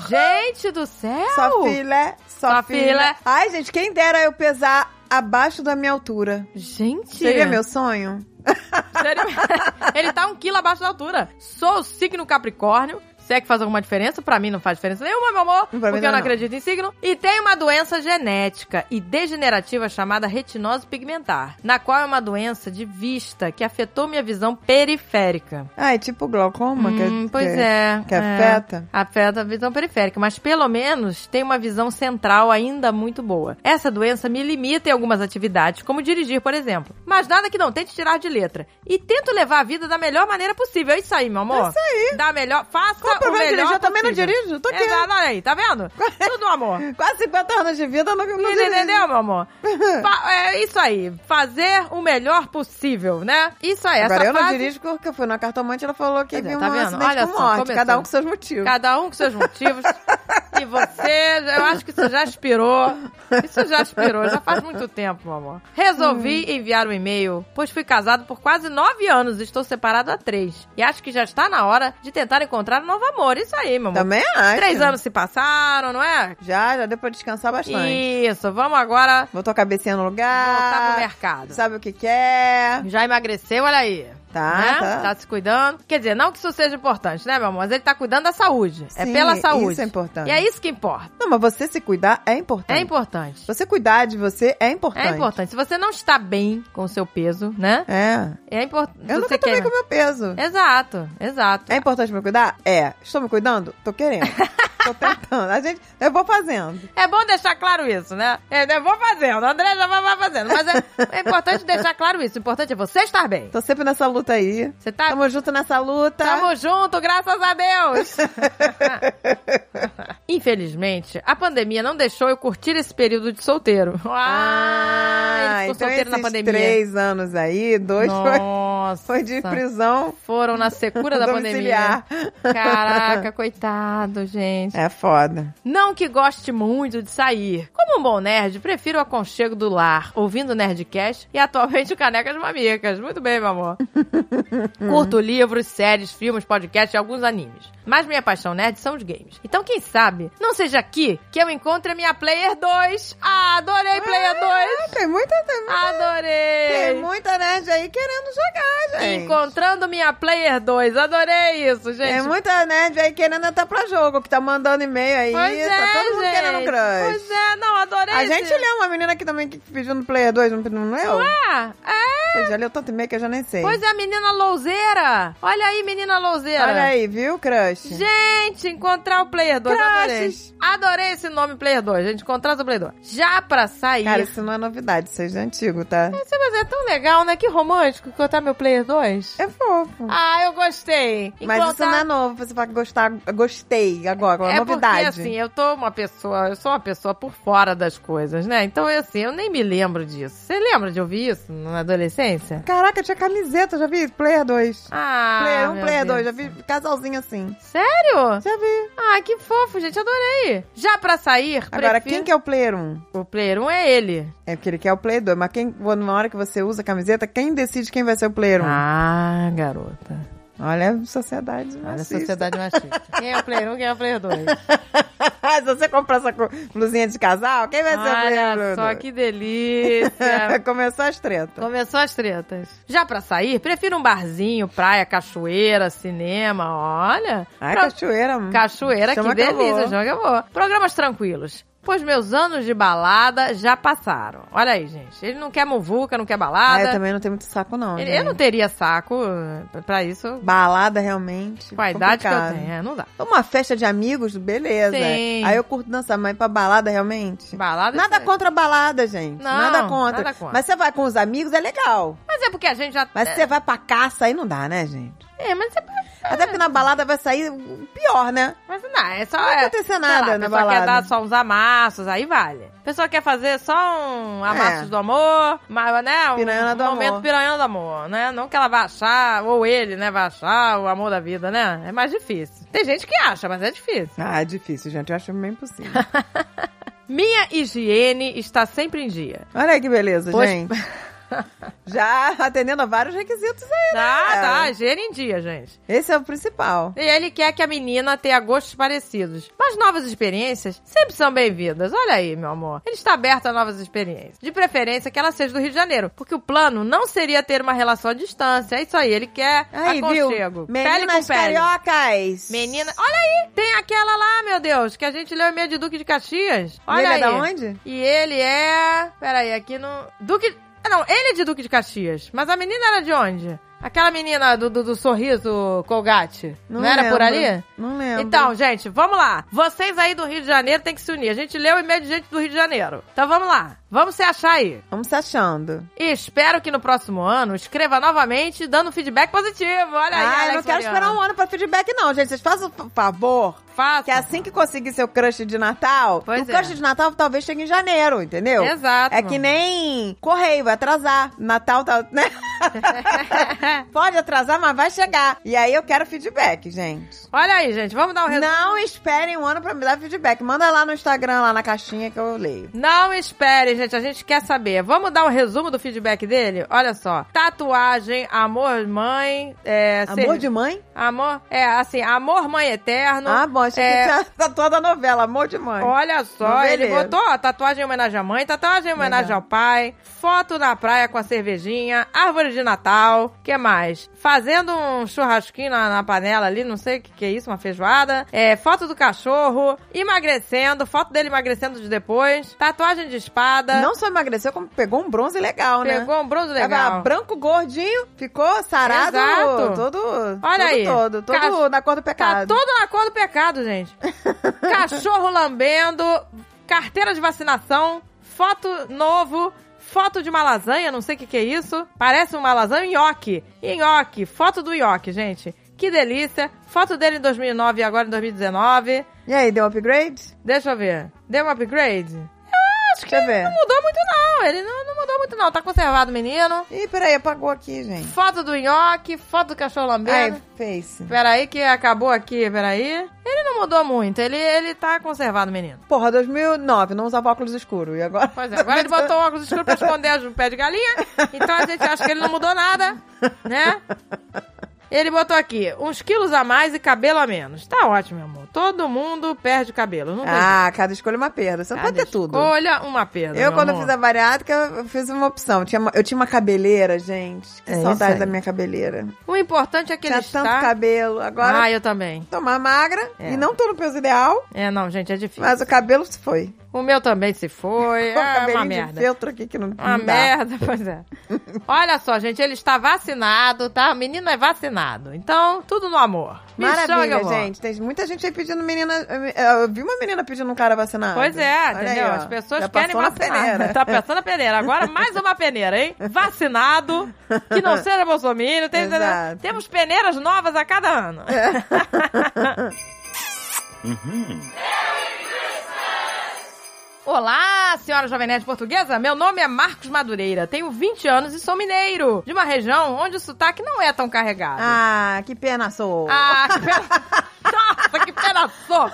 S2: Gente do céu!
S3: Só filé, só,
S2: Só
S3: filé.
S2: filé.
S3: Ai, gente, quem dera eu pesar abaixo da minha altura.
S2: Gente!
S3: Seria meu sonho?
S2: Sério? Ele tá um quilo abaixo da altura. Sou signo Capricórnio. Se é que faz alguma diferença, pra mim não faz diferença nenhuma, meu amor.
S3: Pra mim
S2: porque eu não
S3: não.
S2: acredito em signo. E tem uma doença genética e degenerativa chamada retinose pigmentar, na qual é uma doença de vista que afetou minha visão periférica.
S3: Ai, tipo glaucoma. que-
S2: Hum, pois
S3: que-
S2: é.
S3: que
S2: é.
S3: afeta?
S2: Afeta a visão periférica, mas pelo menos tem uma visão central ainda muito boa. Essa doença me limita em algumas atividades, como dirigir, por exemplo. Mas nada que não tente tirar de letra. E tento levar a vida da melhor maneira possível. É isso aí, meu amor. É isso aí. Da melhor, faça
S3: Qual o
S2: Tá, o
S3: problema de
S2: melhor
S3: dirigir? Eu também não
S2: possível.
S3: dirijo, tô aqui.
S2: Exato, olha aí, tá
S3: <laughs>
S2: vendo? Tudo amor.
S3: Quase 50 anos de vida, eu não, não
S2: Ele
S3: dirijo.
S2: entendeu, meu
S3: <laughs>
S2: amor? Fa- é isso aí. Fazer o melhor possível, né? Isso aí.
S3: Agora
S2: essa
S3: eu não
S2: frase-
S3: dirijo porque eu fui na cartomante ela falou que
S2: Quer dizer,
S3: viu
S2: tá
S3: um
S2: vendo?
S3: acidente
S2: Olha
S3: com
S2: só,
S3: morte.
S2: começou.
S3: Cada um com seus motivos.
S2: Cada um com seus motivos. e você, eu acho que isso já expirou. Isso já expirou, já faz muito tempo, meu amor. Resolvi
S3: Hum.
S2: enviar um e-mail, pois fui casado por quase nove anos e estou separado há três. E acho que já está na hora de tentar encontrar um novo amor. Isso aí, meu amor.
S3: Também acho.
S2: um. Três anos se passaram, não é?
S3: Já, já deu pra descansar bastante.
S2: Isso, vamos agora
S3: Botou a cabecinha no
S2: voltar pro
S3: lugar.
S2: mercado.
S3: Ah, Sabe o que quer.
S2: Já emagreceu, olha aí.
S3: Tá,
S2: né?
S3: tá.
S2: se cuidando. Quer dizer, não que isso seja importante, né, meu amor? Mas ele tá cuidando da saúde. é
S3: Sim,
S2: pela saúde.
S3: Isso é importante.
S2: E é isso que importa.
S3: Não, mas você se cuidar é importante.
S2: É importante.
S3: Você cuidar de você é importante.
S2: É importante. Se você não está bem com o seu peso, né?
S3: É.
S2: É importante.
S3: Eu
S2: você
S3: nunca tomei
S2: quer-
S3: com o meu peso.
S2: Exato, exato.
S3: É importante me cuidar? É. Estou me cuidando? Tô querendo.
S2: <laughs>
S3: Tô tentando. A gente, eu vou fazendo.
S2: É bom deixar claro isso, né? É, eu vou fazendo, a André já vai vai fazendo. Mas é, é importante deixar claro isso. O importante é você estar bem.
S3: Tô sempre nessa luta aí.
S2: Você tá.
S3: Tamo junto tá? nessa luta.
S2: Tamo junto, graças a Deus!
S3: <laughs>
S2: Infelizmente, a pandemia não deixou eu curtir esse período de solteiro. Ah,
S3: Ah,
S2: ele ficou
S3: então
S2: solteiro
S3: esses
S2: na pandemia.
S3: três anos aí, dois foi,
S2: Nossa.
S3: foi de prisão
S2: Foram na secura da pandemia.
S3: domiciliar. <laughs>
S2: Caraca, coitado, gente.
S3: É foda.
S2: Não que goste muito de sair. Como um bom nerd, prefiro o aconchego do lar, ouvindo Nerdcast e atualmente o Canecas Mamicas. Muito bem, meu
S3: <laughs>
S2: amor. Curto livros, séries, filmes, podcasts e alguns animes. Mas minha paixão nerd são os games. Então, quem sabe, não seja aqui que eu encontre a minha Player 2. Ah, adorei Player 2.
S3: Ah, tem muita, tem, muita- tem
S2: Adorei.
S3: muita nerd aí querendo jogar, gente. É
S2: Encontrando minha Player 2. Adorei isso, gente.
S3: Tem muita nerd aí querendo entrar pra jogo, que tá mandando e-mail aí.
S2: Pois
S3: tá
S2: é,
S3: todo mundo
S2: gente.
S3: querendo crush.
S2: Pois é, não, adorei
S3: A
S2: esse-
S3: gente leu uma menina aqui também que pediu no Player 2, não, não leu?
S2: Ah, é.
S3: Você já leu tanto e-mail que eu já nem sei.
S2: Pois é, menina louzeira. Olha aí, menina louzeira.
S3: Olha aí, viu, crush?
S2: Gente, encontrar o Player 2. Adorei.
S3: Crushes.
S2: Adorei esse nome, Player 2. Gente, encontrar o Player 2. Já pra sair...
S3: Cara, isso não é novidade, isso é de antigo, tá?
S2: Esse- Mas é tão legal, né? Que romântico encontrar meu Player 2.
S3: É fofo.
S2: Ah, eu gostei.
S3: Mas isso não é novo, você vai gostar, gostei agora, é uma
S2: É
S3: novidade.
S2: porque, assim, eu tô uma pessoa, eu sou uma pessoa por fora das coisas, né? Então, eu, assim, eu nem me lembro disso. Você lembra de ouvir isso na adolescência?
S3: Caraca, tinha camiseta, já vi Player 2.
S2: é- Ah,
S3: player 1,
S2: meu
S3: Player
S2: Deus.
S3: 2, já vi casalzinho assim.
S2: Sério?
S3: Já vi.
S2: Ah, que fofo, gente, adorei. Já pra sair,
S3: Agora,
S2: prefiro...
S3: quem que é o Player 1?
S2: O player 1 é ele.
S3: É porque ele quer o Player 2, mas quem, na hora que você usa a camiseta, quem decide quem vai ser o Player 1?
S2: Ah, garota.
S3: Olha a sociedade
S2: Olha a
S3: machista.
S2: sociedade machista. Quem é o player 1, quem é o player 2?
S3: <laughs> Se você comprar essa co- blusinha de casal, quem vai ser é o
S2: Olha
S3: Player um? 2?
S2: só que
S3: <laughs>
S2: delícia.
S3: Começou as tretas.
S2: Começou as tretas. Já pra sair, prefiro um barzinho, praia, cachoeira, cinema, olha.
S3: Ai,
S2: Pra-
S3: cachoeira, mano.
S2: Cachoeira,
S3: Hum.
S2: que
S3: Chama que eu
S2: delícia,
S3: vou.
S2: joga eu vou. Programas tranquilos. Pois meus anos de balada já passaram. Olha aí, gente. Ele não quer muvuca, não quer
S3: Ah,
S2: balada.
S3: eu também não tenho muito saco, não.
S2: Ele-
S3: gente.
S2: eu não teria saco eh, pra isso.
S3: Balada, realmente.
S2: Com a idade que eu
S3: complicado.
S2: tenho, é, não dá.
S3: Uma festa de amigos, beleza.
S2: Sim.
S3: Aí eu curto dançar, mas pra balada, realmente.
S2: Balada. é
S3: Nada
S2: isso-
S3: contra a balada, gente.
S2: Não,
S3: nada, contra.
S2: nada contra.
S3: Mas você vai com os amigos, é legal.
S2: Mas é porque a gente já.
S3: Mas você vai pra caça, aí não dá, né, gente?
S2: É, mas é.
S3: Até porque na balada vai sair o pior, né?
S2: Mas não, é só.
S3: vai
S2: é,
S3: acontecer
S2: sei
S3: nada
S2: lá, a
S3: na
S2: pessoa quer
S3: balada.
S2: dar só uns amassos, aí vale. A pessoa quer fazer só um amassos do amor, mas, né? Um,
S3: Piranhana É. do
S2: um momento
S3: amor.
S2: piranhando do amor, né? Não que ela vá achar, ou ele, né, vai achar o amor da vida, né? É mais difícil. Tem gente que acha, mas é difícil.
S3: Ah, é difícil, gente. Eu acho meio impossível.
S2: Minha higiene está sempre em dia.
S3: <laughs> Olha aí que beleza,
S2: Pois- <laughs>
S3: gente. Já atendendo a vários requisitos aí, né?
S2: Tá,
S3: cara?
S2: tá, gênio em dia, gente.
S3: Esse é o principal.
S2: E ele quer que a menina tenha gostos parecidos. Mas novas experiências sempre são bem-vindas. Olha aí, meu amor. Ele está aberto a novas experiências. De preferência que ela seja do Rio de Janeiro. Porque o plano não seria ter uma relação à distância. É isso aí, ele quer
S3: Aí, viu?
S2: aconchego. pele com
S3: Meninas
S2: pele.
S3: cariocas.
S2: Menina, olha aí, tem aquela lá, meu Deus, que a gente leu e-mail de Duque de Caxias. Olha
S3: Ele é
S2: aí.
S3: da onde?
S2: E ele é, peraí, aqui no Duque, ah, não, ele é de Duque de Caxias, mas a menina era de onde? Aquela menina do, do, do sorriso Colgate, não, era
S3: lembro.
S2: por ali?
S3: Não lembro.
S2: Então, gente, vamos lá. Vocês aí do Rio de Janeiro têm que se unir. A gente leu o e-mail de gente do Rio de Janeiro. Então vamos lá. Vamos se achar aí.
S3: Vamos se achando.
S2: E espero que no próximo ano escreva novamente dando feedback positivo. Olha aí,
S3: ah,
S2: Alex
S3: eu não quero
S2: Mariano.
S3: esperar um ano pra feedback, não, gente. Vocês façam o favor.
S2: Faça.
S3: Que assim que conseguir seu crush de Natal,
S2: Pois
S3: o
S2: é.
S3: crush de Natal talvez chegue em janeiro, entendeu?
S2: Exato.
S3: É que nem correio, vai atrasar. Natal tá,
S2: <laughs>
S3: né? Pode atrasar, mas vai chegar. E aí eu quero feedback, gente.
S2: Olha aí, gente, vamos dar um resumo.
S3: Não esperem um ano pra me dar feedback. Manda lá no Instagram, lá na caixinha que eu leio.
S2: Não espere, gente, a gente quer saber. Vamos dar um resumo do feedback dele? Olha só. Tatuagem, amor, mãe. É,
S3: Amor
S2: ser-
S3: de mãe?
S2: Amor, é assim, amor, mãe eterno.
S3: Ah, bom, achei
S2: É,
S3: que tinha <laughs> tatuado a novela, amor de mãe.
S2: Olha só,
S3: Noveleiro.
S2: ele botou ó, tatuagem em homenagem à mãe, tatuagem em homenagem
S3: Legal.
S2: ao pai, foto na praia com a cervejinha, árvore de Natal, que mais? Fazendo um churrasquinho na, na panela ali, não sei o que, que é isso, uma feijoada. É, foto do cachorro, emagrecendo, foto dele emagrecendo de depois, tatuagem de espada.
S3: Não só emagreceu, como pegou um bronze legal, né?
S2: Pegou um bronze
S3: Tava
S2: legal.
S3: branco, gordinho, ficou sarado,
S2: Exato.
S3: todo,
S2: Olha
S3: todo,
S2: aí.
S3: todo, todo
S2: Cach-
S3: na cor do
S2: Tá
S3: pecado.
S2: todo na cor do pecado, gente.
S3: <laughs>
S2: Cachorro lambendo, carteira de vacinação, foto novo, foto de uma lasanha, não sei o que, que é isso. Parece uma lasanha, um nhoque. E nhoque, foto do nhoque, gente. Que delícia. Foto dele em 2009 e agora em 2019.
S3: E aí, deu upgrade?
S2: Deixa eu ver. Deu um upgrade? Não
S3: Deixa eu ver.
S2: mudou muito não, ele não, não mudou muito não. Tá conservado o menino.
S3: Ih, peraí, apagou aqui, gente.
S2: Foto do nhoque, foto do cachorro
S3: Ai,
S2: lambendo.
S3: face.
S2: Peraí que acabou aqui, peraí. Ele não mudou muito, ele, ele tá conservado, menino.
S3: Porra, 2009, não usava óculos escuros. E agora?
S2: Pois é, agora ele botou o óculos escuros pra esconder as- o pé de galinha, então a gente acha que ele não mudou nada, né? Ele botou aqui, uns quilos a mais e cabelo a menos. Tá ótimo, meu amor. Todo mundo perde cabelo, não tem jeito.
S3: Ah, cada escolha é uma perda. Você não pode ter tudo.
S2: Olha uma perda,
S3: Eu,
S2: meu
S3: quando
S2: amor.
S3: fiz a bariátrica, eu fiz uma opção. Tinha uma- eu tinha uma cabeleira, gente. Que
S2: É isso
S3: saudade
S2: aí.
S3: da minha cabeleira.
S2: O importante é que
S3: tinha
S2: ele está...
S3: tanto cabelo. Agora,
S2: Ah, eu também.
S3: tô mais magra.
S2: É.
S3: E não tô no peso ideal,
S2: É, não, gente, é difícil.
S3: mas o cabelo se foi.
S2: O meu também se
S3: <laughs>
S2: foi,
S3: Com
S2: é
S3: o
S2: uma
S3: cabelinho de
S2: merda.
S3: feltro aqui que não,
S2: Uma
S3: não dá.
S2: merda, <laughs> pois é. Olha só, gente, ele está vacinado, tá? O menino é vacinado. Então, tudo no amor. Me chama,
S3: Maravilha,
S2: amor.
S3: gente. Tem muita gente aí pedindo menina. Eu eu vi uma menina pedindo um cara vacinado.
S2: Pois é,
S3: Olha
S2: entendeu?
S3: aí, ó.
S2: As pessoas
S3: Já
S2: querem
S3: passou na
S2: vacinar. <laughs>
S3: peneira.
S2: Tá pensando a peneira. Agora, mais uma peneira,
S3: <laughs>
S2: hein? Vacinado, que não seja bolsominion. Tem-
S3: Exato. É.
S2: temos peneiras novas a cada ano. <laughs> Uhum. Olá, senhora Jovem Nerd Portuguesa. Meu nome é Marcos Madureira, tenho 20 anos e sou mineiro, de uma região onde o sotaque não é tão carregado.
S3: Ah, que pena sou.
S2: Ah, <laughs> que pena... Nossa, que pena
S3: <laughs>
S2: sou!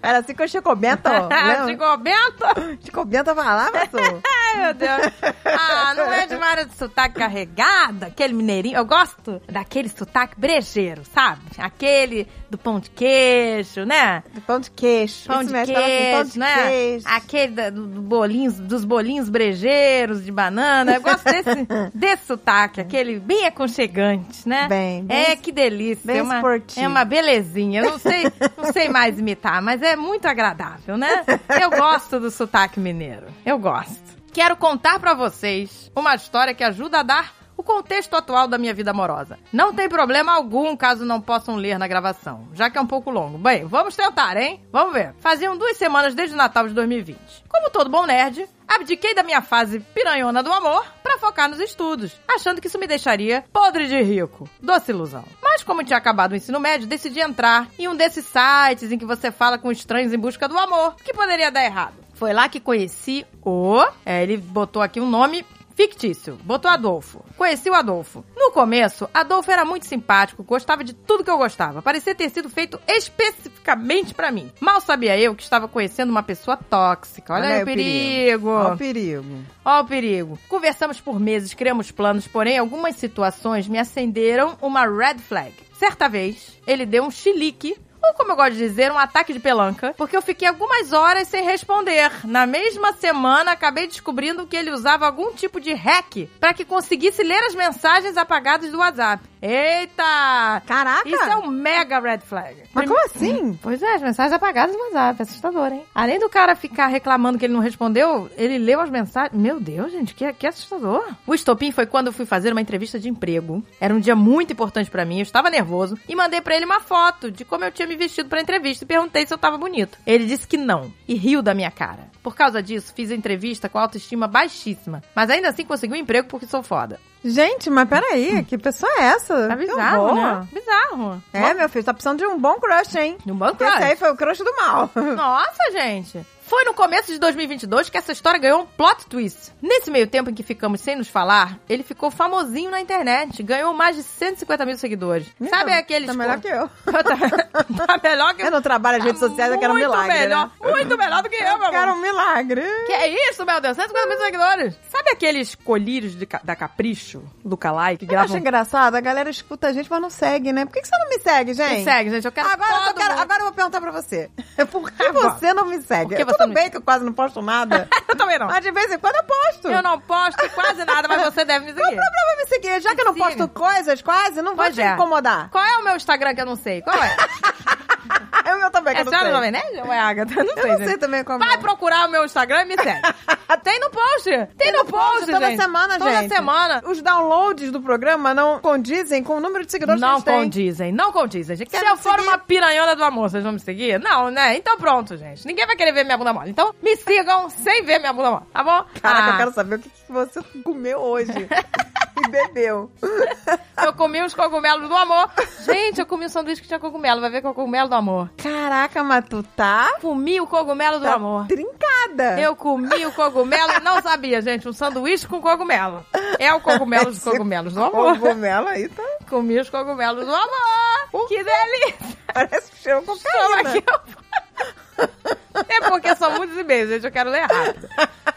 S3: Era assim que eu Chico
S2: <laughs>
S3: Bento. lembra?
S2: Chico Bento!
S3: Chico Bento falava, sou.
S2: Ai, meu Deus.
S3: <laughs>
S2: Ah, não é de uma área de sotaque carregada? Aquele mineirinho. Eu gosto daquele sotaque brejeiro, sabe? Aquele do pão de queijo, né?
S3: Do Pão de queixo.
S2: Pão
S3: Isso
S2: de
S3: mesmo,
S2: queijo,
S3: falava assim, pão de
S2: né?
S3: queijo.
S2: Aquele da- do, do bolinhos, dos bolinhos brejeiros de banana. Eu gosto desse,
S3: <laughs>
S2: desse sotaque, aquele bem aconchegante, né?
S3: Bem, bem
S2: É,
S3: es-
S2: que delícia.
S3: bem
S2: é, uma,
S3: esportivo.
S2: é uma belezinha. Eu não sei, não sei mais imitar, mas é muito agradável, né? Eu gosto do sotaque mineiro. Eu gosto. Quero contar pra vocês uma história que ajuda a dar o contexto atual da minha vida amorosa. Não tem problema algum caso não possam ler na gravação, já que é um pouco longo. Bem, vamos tentar, hein? Vamos ver. Faziam duas semanas desde o Natal de 2020. Como todo bom nerd, abdiquei da minha fase piranhona do amor pra focar nos estudos, achando que isso me deixaria podre de rico. Doce ilusão. Mas como tinha acabado o ensino médio, decidi entrar em um desses sites em que você fala com estranhos em busca do amor. O que poderia dar errado? Foi lá que conheci o... É, ele botou aqui um nome Fictício. Botou Adolfo. Conheci o Adolfo. No começo, Adolfo era muito simpático, gostava de tudo que eu gostava. Parecia ter sido feito especificamente pra mim. Mal sabia eu que estava conhecendo uma pessoa tóxica. Olha, aí o perigo.
S3: Olha o perigo.
S2: Ó o perigo. Conversamos por meses, criamos planos, porém algumas situações me acenderam uma red flag. Certa vez, ele deu um chilique, ou como eu gosto de dizer, um ataque de pelanca, porque eu fiquei algumas horas sem responder. Na mesma semana, acabei descobrindo que ele usava algum tipo de hack para que conseguisse ler as mensagens apagadas do WhatsApp. Eita!
S3: Caraca!
S2: Isso é um mega red flag.
S3: Mas como assim?
S2: Pois é, as mensagens apagadas no WhatsApp. Assustador, hein? Além do cara ficar reclamando que ele não respondeu, ele leu as mensagens. Meu Deus, gente, que, que assustador. O estopim foi quando eu fui fazer uma entrevista de emprego. Era um dia muito importante pra mim, eu estava nervoso. E mandei pra ele uma foto de como eu tinha me vestido pra entrevista e perguntei se eu tava bonito. Ele disse que não e riu da minha cara. Por causa disso, fiz a entrevista com autoestima baixíssima. Mas ainda assim consegui um emprego porque sou foda.
S3: Gente, mas peraí, que pessoa é essa?
S2: Tá
S3: Que
S2: bizarro,
S3: horror.
S2: né? Bizarro.
S3: É, meu filho, tá precisando de um bom crush, hein?
S2: No banco,
S3: Esse aí foi o crush do mal.
S2: Nossa, gente! Foi no começo de 2022 que essa história ganhou um plot twist. Nesse meio tempo em que ficamos sem nos falar, ele ficou famosinho na internet, ganhou mais de 150 mil seguidores. <laughs> Sabe aqueles...
S3: Tá
S2: <laughs>
S3: melhor que eu.
S2: eu. tá melhor que
S3: Eu não trabalho nas redes sociais, eu quero
S2: Tá
S3: um
S2: Muito
S3: milagre.
S2: melhor,
S3: né?
S2: Muito melhor do que eu, meu
S3: Eu quero
S2: amor.
S3: um milagre.
S2: Que é isso, meu Deus? 150 mil seguidores. Sabe aqueles colírios de ca- da Capricho, do Calai, que
S3: Eu acho
S2: gravam...
S3: engraçado, a galera escuta a gente, mas não segue, né? Por que, que você não me segue, gente?
S2: Me segue, gente. Eu quero
S3: Agora eu, só
S2: todo
S3: quero-
S2: mundo.
S3: agora eu vou perguntar
S2: <laughs>
S3: pra você. Por que
S2: Agora.
S3: você não me segue?
S2: Por
S3: É
S2: que você não
S3: Tudo
S2: me
S3: bem que eu quase não posto nada.
S2: Eu também <laughs> não.
S3: Mas de vez em quando eu posto.
S2: Eu não posto quase nada, mas você deve me
S3: Qual o
S2: seguir.
S3: problema é me seguir? Já que eu não
S2: Me
S3: posto
S2: siga.
S3: coisas quase, não vou
S2: Pois
S3: te
S2: é.
S3: incomodar.
S2: Qual é o meu Instagram que eu não sei? Qual
S3: <laughs>
S2: é?
S3: É o meu também, que
S2: É a
S3: <laughs> eu não
S2: senhora
S3: sei.
S2: Jovem Nerd ou é a Agatha? Não sei.
S3: Eu não
S2: gente.
S3: sei também como
S2: Vai
S3: é.
S2: procurar o meu Instagram e me
S3: <laughs>
S2: segue. Tem no post. Tem, no post,
S3: toda
S2: gente.
S3: semana,
S2: toda
S3: gente.
S2: semana.
S3: Os downloads do programa não condizem com o número de seguidores
S2: Não
S3: que a gente tem.
S2: condizem, não condizem, gente.
S3: Quer
S2: Se
S3: me
S2: eu for
S3: seguir?
S2: uma piranhona do amor, vocês vão me seguir? Não, né? Então pronto, gente. Ninguém vai querer ver minha bunda mole. Então me sigam sem ver minha bunda mole, tá bom?
S3: Caraca,
S2: Ah,
S3: eu quero saber o que, que você comeu hoje <laughs> e
S2: <laughs>
S3: bebeu.
S2: eu comi os cogumelos do amor. Gente, eu comi um sanduíche que tinha cogumelo. Vai ver que é o cogumelo do amor.
S3: Caraca, mas tu tá,
S2: Comi o cogumelo do
S3: tá
S2: amor.
S3: trincada.
S2: Eu comi o cogumelo e não sabia, gente. Um sanduíche com cogumelo. É o cogumelo dos
S3: Esse
S2: cogumelos do amor.
S3: Cogumelo aí tá,
S2: Comi os cogumelos do amor. que delícia.
S3: parece
S2: <laughs>
S3: que cheirou
S2: Toma
S3: cocaína.
S2: aqui. ó. É porque são muitos e-mails, gente. Eu quero ler rápido.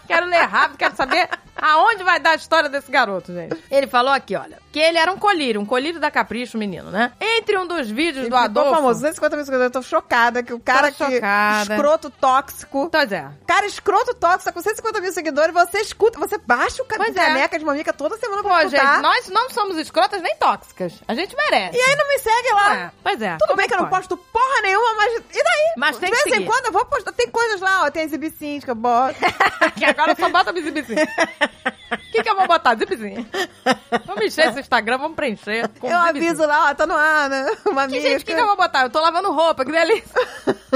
S2: Quero ler rápido, quero saber aonde vai dar a história desse garoto, gente. Ele falou aqui, olha, que ele era um colírio, um colírio da Capricho, menino, né? Entre um dos vídeos do
S3: Ficou
S2: Adolfo...
S3: famoso, 250 mil seguidores, eu tô chocada que o cara
S2: Tô
S3: que
S2: chocada.
S3: escroto tóxico,
S2: Pois é.
S3: cara escroto tóxico, tá com 150 mil seguidores, você escuta, você baixa o ca-
S2: Pois é.
S3: caneca de mamica toda semana pra
S2: Pô,
S3: escutar.
S2: gente, nós não somos escrotas nem tóxicas. A gente merece.
S3: tá. E aí não me segue lá.
S2: É, pois é.
S3: Tudo
S2: Como
S3: bem que eu não
S2: pode?
S3: posto porra nenhuma, mas. E daí?
S2: Mas tem
S3: De
S2: que
S3: vez em
S2: seguir.
S3: quando eu vou postar. Tem coisas lá, ó. Tem as ibicins que eu boto.
S2: <laughs> Que agora só bota bizibizinho. O que, que eu vou botar? Zipzinho. Vamos encher esse Instagram, vamos preencher. com
S3: eu
S2: zipzinho.
S3: aviso lá, ó, tá no ar, né? <laughs> Uma
S2: Que, gente, o que, que eu vou botar? Eu tô lavando roupa, que delícia.
S3: <laughs>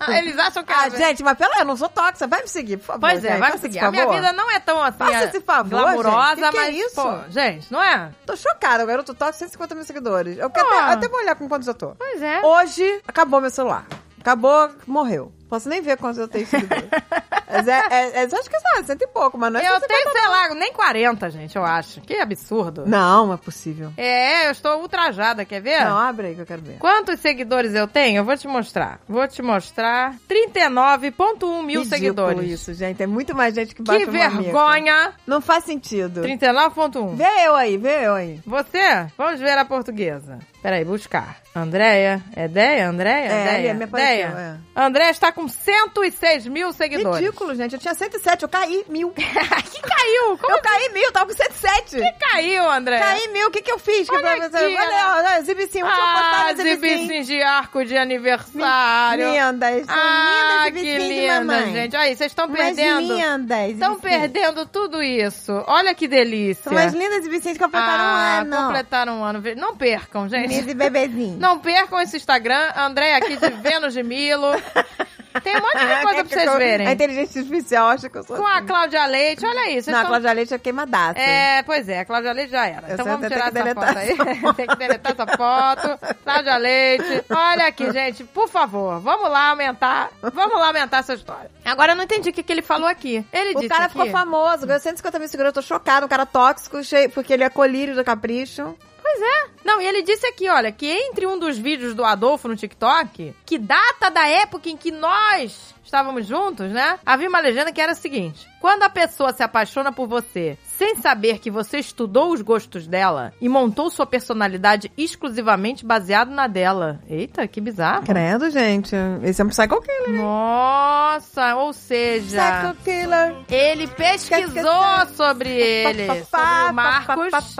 S2: Ah, Eles acham que...
S3: Ah, gente, mas pela eu não sou tóxica. Vai me seguir, por favor.
S2: Pois é,
S3: gente.
S2: vai
S3: Faça
S2: seguir.
S3: esse
S2: A minha
S3: favor.
S2: vida não é tão assim...
S3: Faça
S2: é,
S3: esse favor,
S2: Glamourosa,
S3: gente. Que que é
S2: mas...
S3: isso?
S2: pô, gente, não é?
S3: Tô chocada, o garoto tóxico, 150 mil seguidores. Eu quero
S2: Ah.
S3: até, até vou olhar com quantos eu tô.
S2: Pois é.
S3: Hoje, acabou meu celular. Acabou, morreu. Posso nem ver quantos eu tenho
S2: <laughs>
S3: seguidores. mas é, é, é, acho que é cento e pouco, mas não é
S2: eu
S3: 150
S2: tenho, sei lá, nem 40, gente, eu acho. Que absurdo.
S3: Não, não é possível.
S2: É, eu estou ultrajada, quer ver?
S3: Não, abre aí que eu quero ver.
S2: Quantos seguidores eu tenho? Eu vou te mostrar. Vou te mostrar. 39,1 mil
S3: Ridículo
S2: seguidores.
S3: isso, gente. É muito mais gente que bate
S2: Que
S3: uma mica.
S2: vergonha!
S3: Não faz sentido.
S2: 39.1.
S3: Vê eu aí, vê eu aí.
S2: Você? Vamos ver a portuguesa. Peraí, buscar. Andréia. É Deia? Andréia?
S3: É,
S2: Deia?
S3: ali, me apareceu,
S2: Deia. Andréia está com 106 mil seguidores.
S3: é. Ridículo, gente. Eu tinha 107, eu caí mil.
S2: <laughs> que caiu? Como
S3: eu caí mil, tava com 107.
S2: que é? caiu, Andréia?
S3: Caí mil, o que que eu fiz? que
S2: Olha
S3: pra você-
S2: aqui,
S3: Olha, olha, um exibicinho, o que eu postava
S2: Ah,
S3: no exibicinho.
S2: de arco de aniversário.
S3: Lindas, são
S2: Ah,
S3: lindas
S2: que
S3: exibicinhas de
S2: linda,
S3: mamãe.
S2: gente. Aí, vocês estão
S3: Mais
S2: perdendo.
S3: lindas.
S2: Estão
S3: exibicinhas.
S2: perdendo tudo isso. Olha que delícia.
S3: São mais lindas exibicinhas que completaram
S2: ah,
S3: um ano.
S2: completaram um ano. Não percam, gente.
S3: Miss e bebezinho. <laughs>
S2: Não percam esse Instagram, André aqui de Vênus de Milo. Tem um monte
S3: Ah, é
S2: de coisa pra vocês verem.
S3: A inteligência artificial acha que eu sou.
S2: Com a Cláudia Leite, olha isso.
S3: Não, a Cláudia Leite é queimadaça.
S2: É, pois é, a Cláudia Leite já era.
S3: Eu
S2: então
S3: só
S2: vamos
S3: tenho
S2: tirar
S3: que
S2: essa
S3: deletar
S2: foto aí. <laughs>
S3: essa
S2: Tem que deletar essa foto. Cláudia Leite. Olha
S3: <laughs>
S2: aqui, gente, por favor, vamos lá aumentar. Vamos lá aumentar essa história. Agora eu não entendi o que, que ele falou aqui. Ele disse
S3: O cara
S2: aqui,
S3: ficou famoso, ganhou 150 mil seguidores, eu tô chocada, um cara tóxico, cheio, porque ele é colírio do capricho.
S2: Pois é. Não, e ele disse aqui, olha, que entre um dos vídeos do Adolfo no TikTok, que data da época em que nós estávamos juntos, né? Havia uma legenda que era a seguinte: quando a pessoa se apaixona por você sem saber que você estudou os gostos dela e montou sua personalidade exclusivamente baseado na dela. Eita, que bizarro. né?
S3: Credo, gente. Esse é um psycho killer.
S2: Nossa, ou seja,
S3: Psycho killer.
S2: ele pesquisou sobre ele, sobre o Marcos.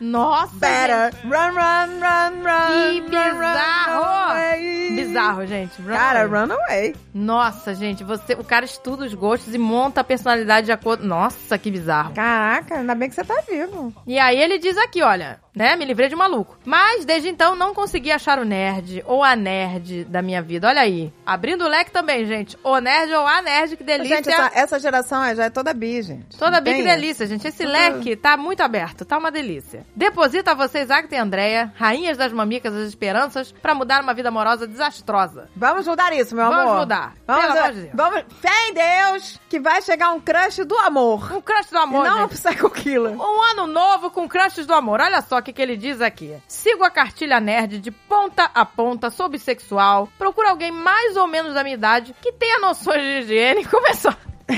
S2: Nossa,
S3: Better. Run, run, run, run.
S2: Que
S3: run, run,
S2: bizarro.
S3: run away.
S2: Bizarro, gente. Runaway.
S3: Cara, runaway.
S2: Nossa, gente, você, o cara estuda os gostos e monta a personalidade de acordo. Nossa, que bizarro.
S3: Caraca, ainda bem que você tá vivo.
S2: E aí ele diz aqui, olha, né? Me livrei de maluco. Mas desde então não consegui achar o nerd ou a nerd da minha vida. Olha aí. Abrindo o leque também, gente. O nerd ou a nerd, que delícia.
S3: Gente, essa, essa geração é- já é toda bi, gente.
S2: Toda
S3: Não
S2: bem que
S3: tem essa.
S2: delícia, gente. Esse
S3: Tudo-
S2: leque tá muito aberto, tá uma delícia. Deposita a vocês, Agatha e Andréia, rainhas das mamicas das esperanças, pra mudar uma vida amorosa desastrosa.
S3: Vamos mudar isso, meu
S2: Vamos
S3: amor.
S2: mudar.
S3: Vamos
S2: Pelo
S3: mudar.
S2: amor de Deus.
S3: Vamos. Fé em Deus que vai chegar um crush do amor.
S2: Um crush do amor,
S3: e não um
S2: gente.
S3: psycho killer.
S2: Um ano novo com crushes do amor. Olha só o que, que ele diz aqui. Sigo a cartilha nerd de ponta a ponta, sou bissexual. Procuro alguém mais ou menos da minha idade que tenha noções de higiene. <laughs> Começou.
S3: <laughs>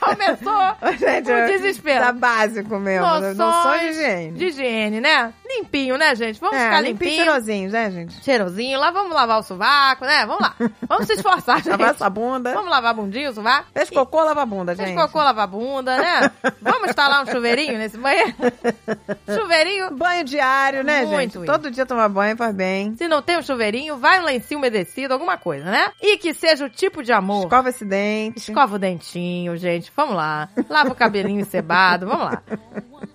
S2: Começou <laughs>
S3: Gente,
S2: o desespero.
S3: Tá básico mesmo. né? não sou de higiene.
S2: de higiene, né? Limpinho, né, gente? Vamos
S3: é,
S2: ficar
S3: limpinho e
S2: limpinho.
S3: cheirosinho, né, gente?
S2: Cheirosinho, lá vamos lavar o sovaco, né? Vamos lá. Vamos se
S3: <laughs>
S2: esforçar, gente.
S3: Lavar sua bunda.
S2: Vamos lavar a bundinha, o sovaco.
S3: Fez cocô, lava a bunda, gente.
S2: Fez cocô, lavar a bunda,
S3: <laughs>
S2: né? Vamos instalar um chuveirinho nesse banheiro? chuveirinho.
S3: Banho diário, né,
S2: Muito
S3: gente?
S2: isso.
S3: Todo dia tomar banho faz bem.
S2: Se não tem um chuveirinho, vai um lencinho umedecido, alguma coisa, né? E que seja o tipo de amor.
S3: Escova esse dente.
S2: Escova o dentinho, gente. Vamos lá. Lava o cabelinho cebado. Vamos lá.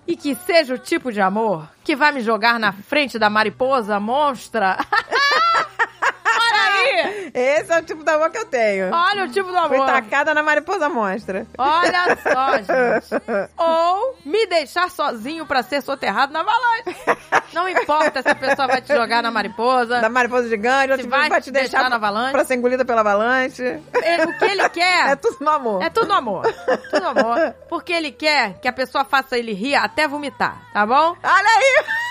S2: E que seja o tipo de amor que vai me jogar na frente da mariposa
S3: <laughs>
S2: monstra. Olha aí!
S3: Esse é o tipo da boca que eu tenho.
S2: Olha o tipo do
S3: Fui
S2: amor.
S3: tacada na mariposa monstra.
S2: Olha só, gente. Ou me deixar sozinho pra ser soterrado na avalanche. Não importa se a pessoa vai te jogar na mariposa.
S3: <laughs> Da mariposa gigante,
S2: Se
S3: outro
S2: vai
S3: vai, vai te deixar,
S2: na avalanche.
S3: pra ser engolida pela avalanche.
S2: Ele- O que ele quer
S3: <laughs> É, tudo no amor.
S2: É tudo amor. Tudo amor. Porque ele quer que a pessoa faça ele rir até vomitar, tá bom?
S3: Olha aí, <laughs>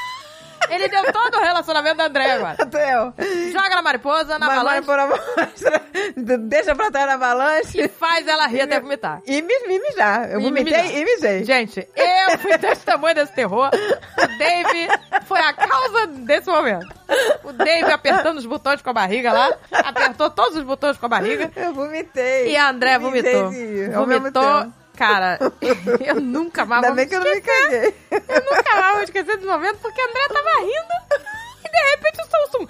S2: Ele deu todo o relacionamento da André <laughs> agora.
S3: Matheus.
S2: Joga na mariposa, na
S3: Mas
S2: balança
S3: mariposa monstra, <laughs> deixa pra trás na avalanche.
S2: e faz ela rir até vomitar.
S3: E me, me mijar. Eu
S2: E
S3: vomitei
S2: mijar.
S3: e mijei.
S2: Gente, eu
S3: <laughs>
S2: fui testemunha desse terror. O Dave foi a causa desse momento. O Dave apertando os botões com a barriga lá. Apertou todos os botões com a barriga.
S3: Eu vomitei.
S2: E a André
S3: E mijei
S2: vomitou.
S3: de- ao mesmo
S2: Vomitou.
S3: tempo.
S2: Cara, <laughs> eu nunca mais vou
S3: Ainda bem
S2: me
S3: que eu não me caguei. <laughs>
S2: Eu nunca mais vou esquecer desse momento porque a André tava rindo e de repente o som sum.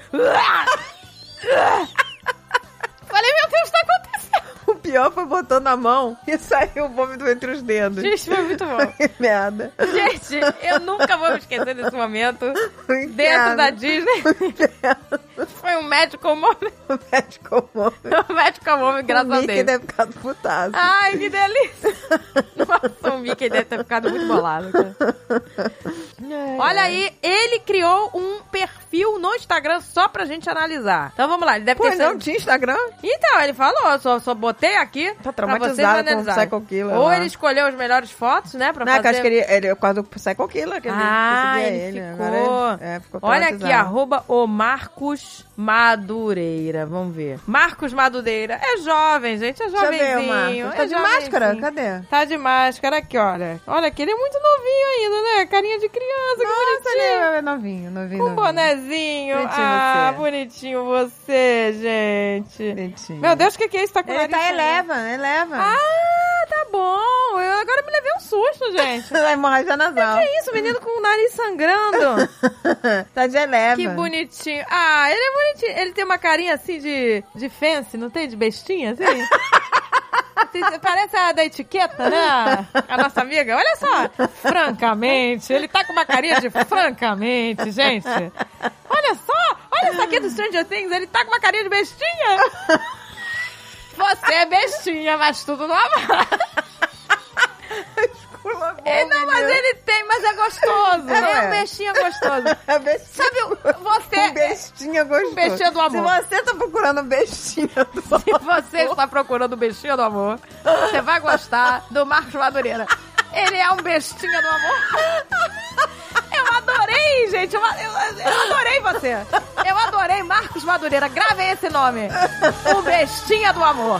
S3: <laughs>
S2: Falei, meu Deus, o que tá acontecendo?
S3: O pior foi botando a mão e <laughs> saiu o vômito entre os dedos.
S2: Gente, foi muito bom.
S3: Que <laughs> merda.
S2: Gente, eu nunca vou me esquecer desse momento
S3: Que
S2: dentro da
S3: merda.
S2: Disney. <laughs> Foi um médico moment,
S3: O médico morreu.
S2: um médico moment, graças
S3: o
S2: a
S3: Mickey
S2: Deus.
S3: deve ficar do putaço.
S2: Ai, que
S3: <laughs>
S2: delícia! Nossa, o Mickey deve ter ficado muito bolado. cara.
S3: É.
S2: Olha aí, ele criou um perfil no Instagram só pra gente analisar. Então vamos lá, ele deve
S3: Pô, é um
S2: ter
S3: Ah, não
S2: sido-
S3: tinha Instagram?
S2: Então, ele falou, eu só, só botei aqui
S3: Tá
S2: pra vocês
S3: traumatizado com o
S2: analisarem.
S3: Psycho Killer
S2: Ou
S3: lá.
S2: ele escolheu as melhores fotos, né, pra
S3: Não, é que eu acho
S2: fazer...
S3: que ele, ele é quase o Psycho Killer que ele
S2: ah,
S3: que seguia
S2: ele,
S3: Agora
S2: ficou.
S3: ele- é, ficou
S2: Olha aqui,
S3: traumatizado.
S2: arroba o Marcos Madureira. Vamos ver. Marcos Madureira. É jovem, gente. É
S3: Deixa eu ver,
S2: jovenzinho.
S3: Marcos.
S2: é
S3: Tá de
S2: jovenzinho.
S3: máscara? Cadê?
S2: Tá de máscara aqui, olha. Olha que ele é muito novinho ainda, né? Carinha de criança, que
S3: Nossa, ele
S2: bonitinho.
S3: é novinho, novinho,
S2: Com um
S3: novinho.
S2: bonezinho.
S3: Bonitinho
S2: ah,
S3: você.
S2: bonitinho você, gente.
S3: Bonitinho.
S2: Meu Deus, o que, que é isso? Tá com
S3: Ele
S2: nariz
S3: tá
S2: também.
S3: eleva, eleva. <laughs>
S2: Ah, tá bom. Eu agora me levei um susto, gente. <laughs>
S3: A hemorragia nasal.
S2: Que é isso, menino com o nariz sangrando.
S3: <laughs> tá de eleva.
S2: que bonitinho. Ah, ele é bonitinho. Ele tem uma carinha assim de, de fence, não tem? De bestinha, <laughs> assim? Assim, Parece a da etiqueta, né? A nossa amiga. Olha só. Francamente, ele tá com uma carinha de francamente, gente. Olha só. Olha isso aqui do Stranger Things. Ele tá com uma carinha de bestinha. Você é bestinha, mas tudo normal. Ele- Não, mas ele tem, mas é gostoso.
S3: É,
S2: É,
S3: ué.
S2: um bestinho gostoso.
S3: <laughs> É bestinha.
S2: Sabe, o-
S3: Um
S2: você,
S3: bestinha gostoso.
S2: Um bestinha do amor.
S3: Se você tá procurando um bestinha do
S2: se
S3: amor.
S2: <laughs> você está procurando o bestinho do amor, você vai gostar do Marcos Madureira. Ele é um bestinha do amor. <laughs> Eu adorei, gente. Eu, eu- eu adorei você. Eu adorei Marcos Madureira. Gravem esse nome. O bestinha do amor.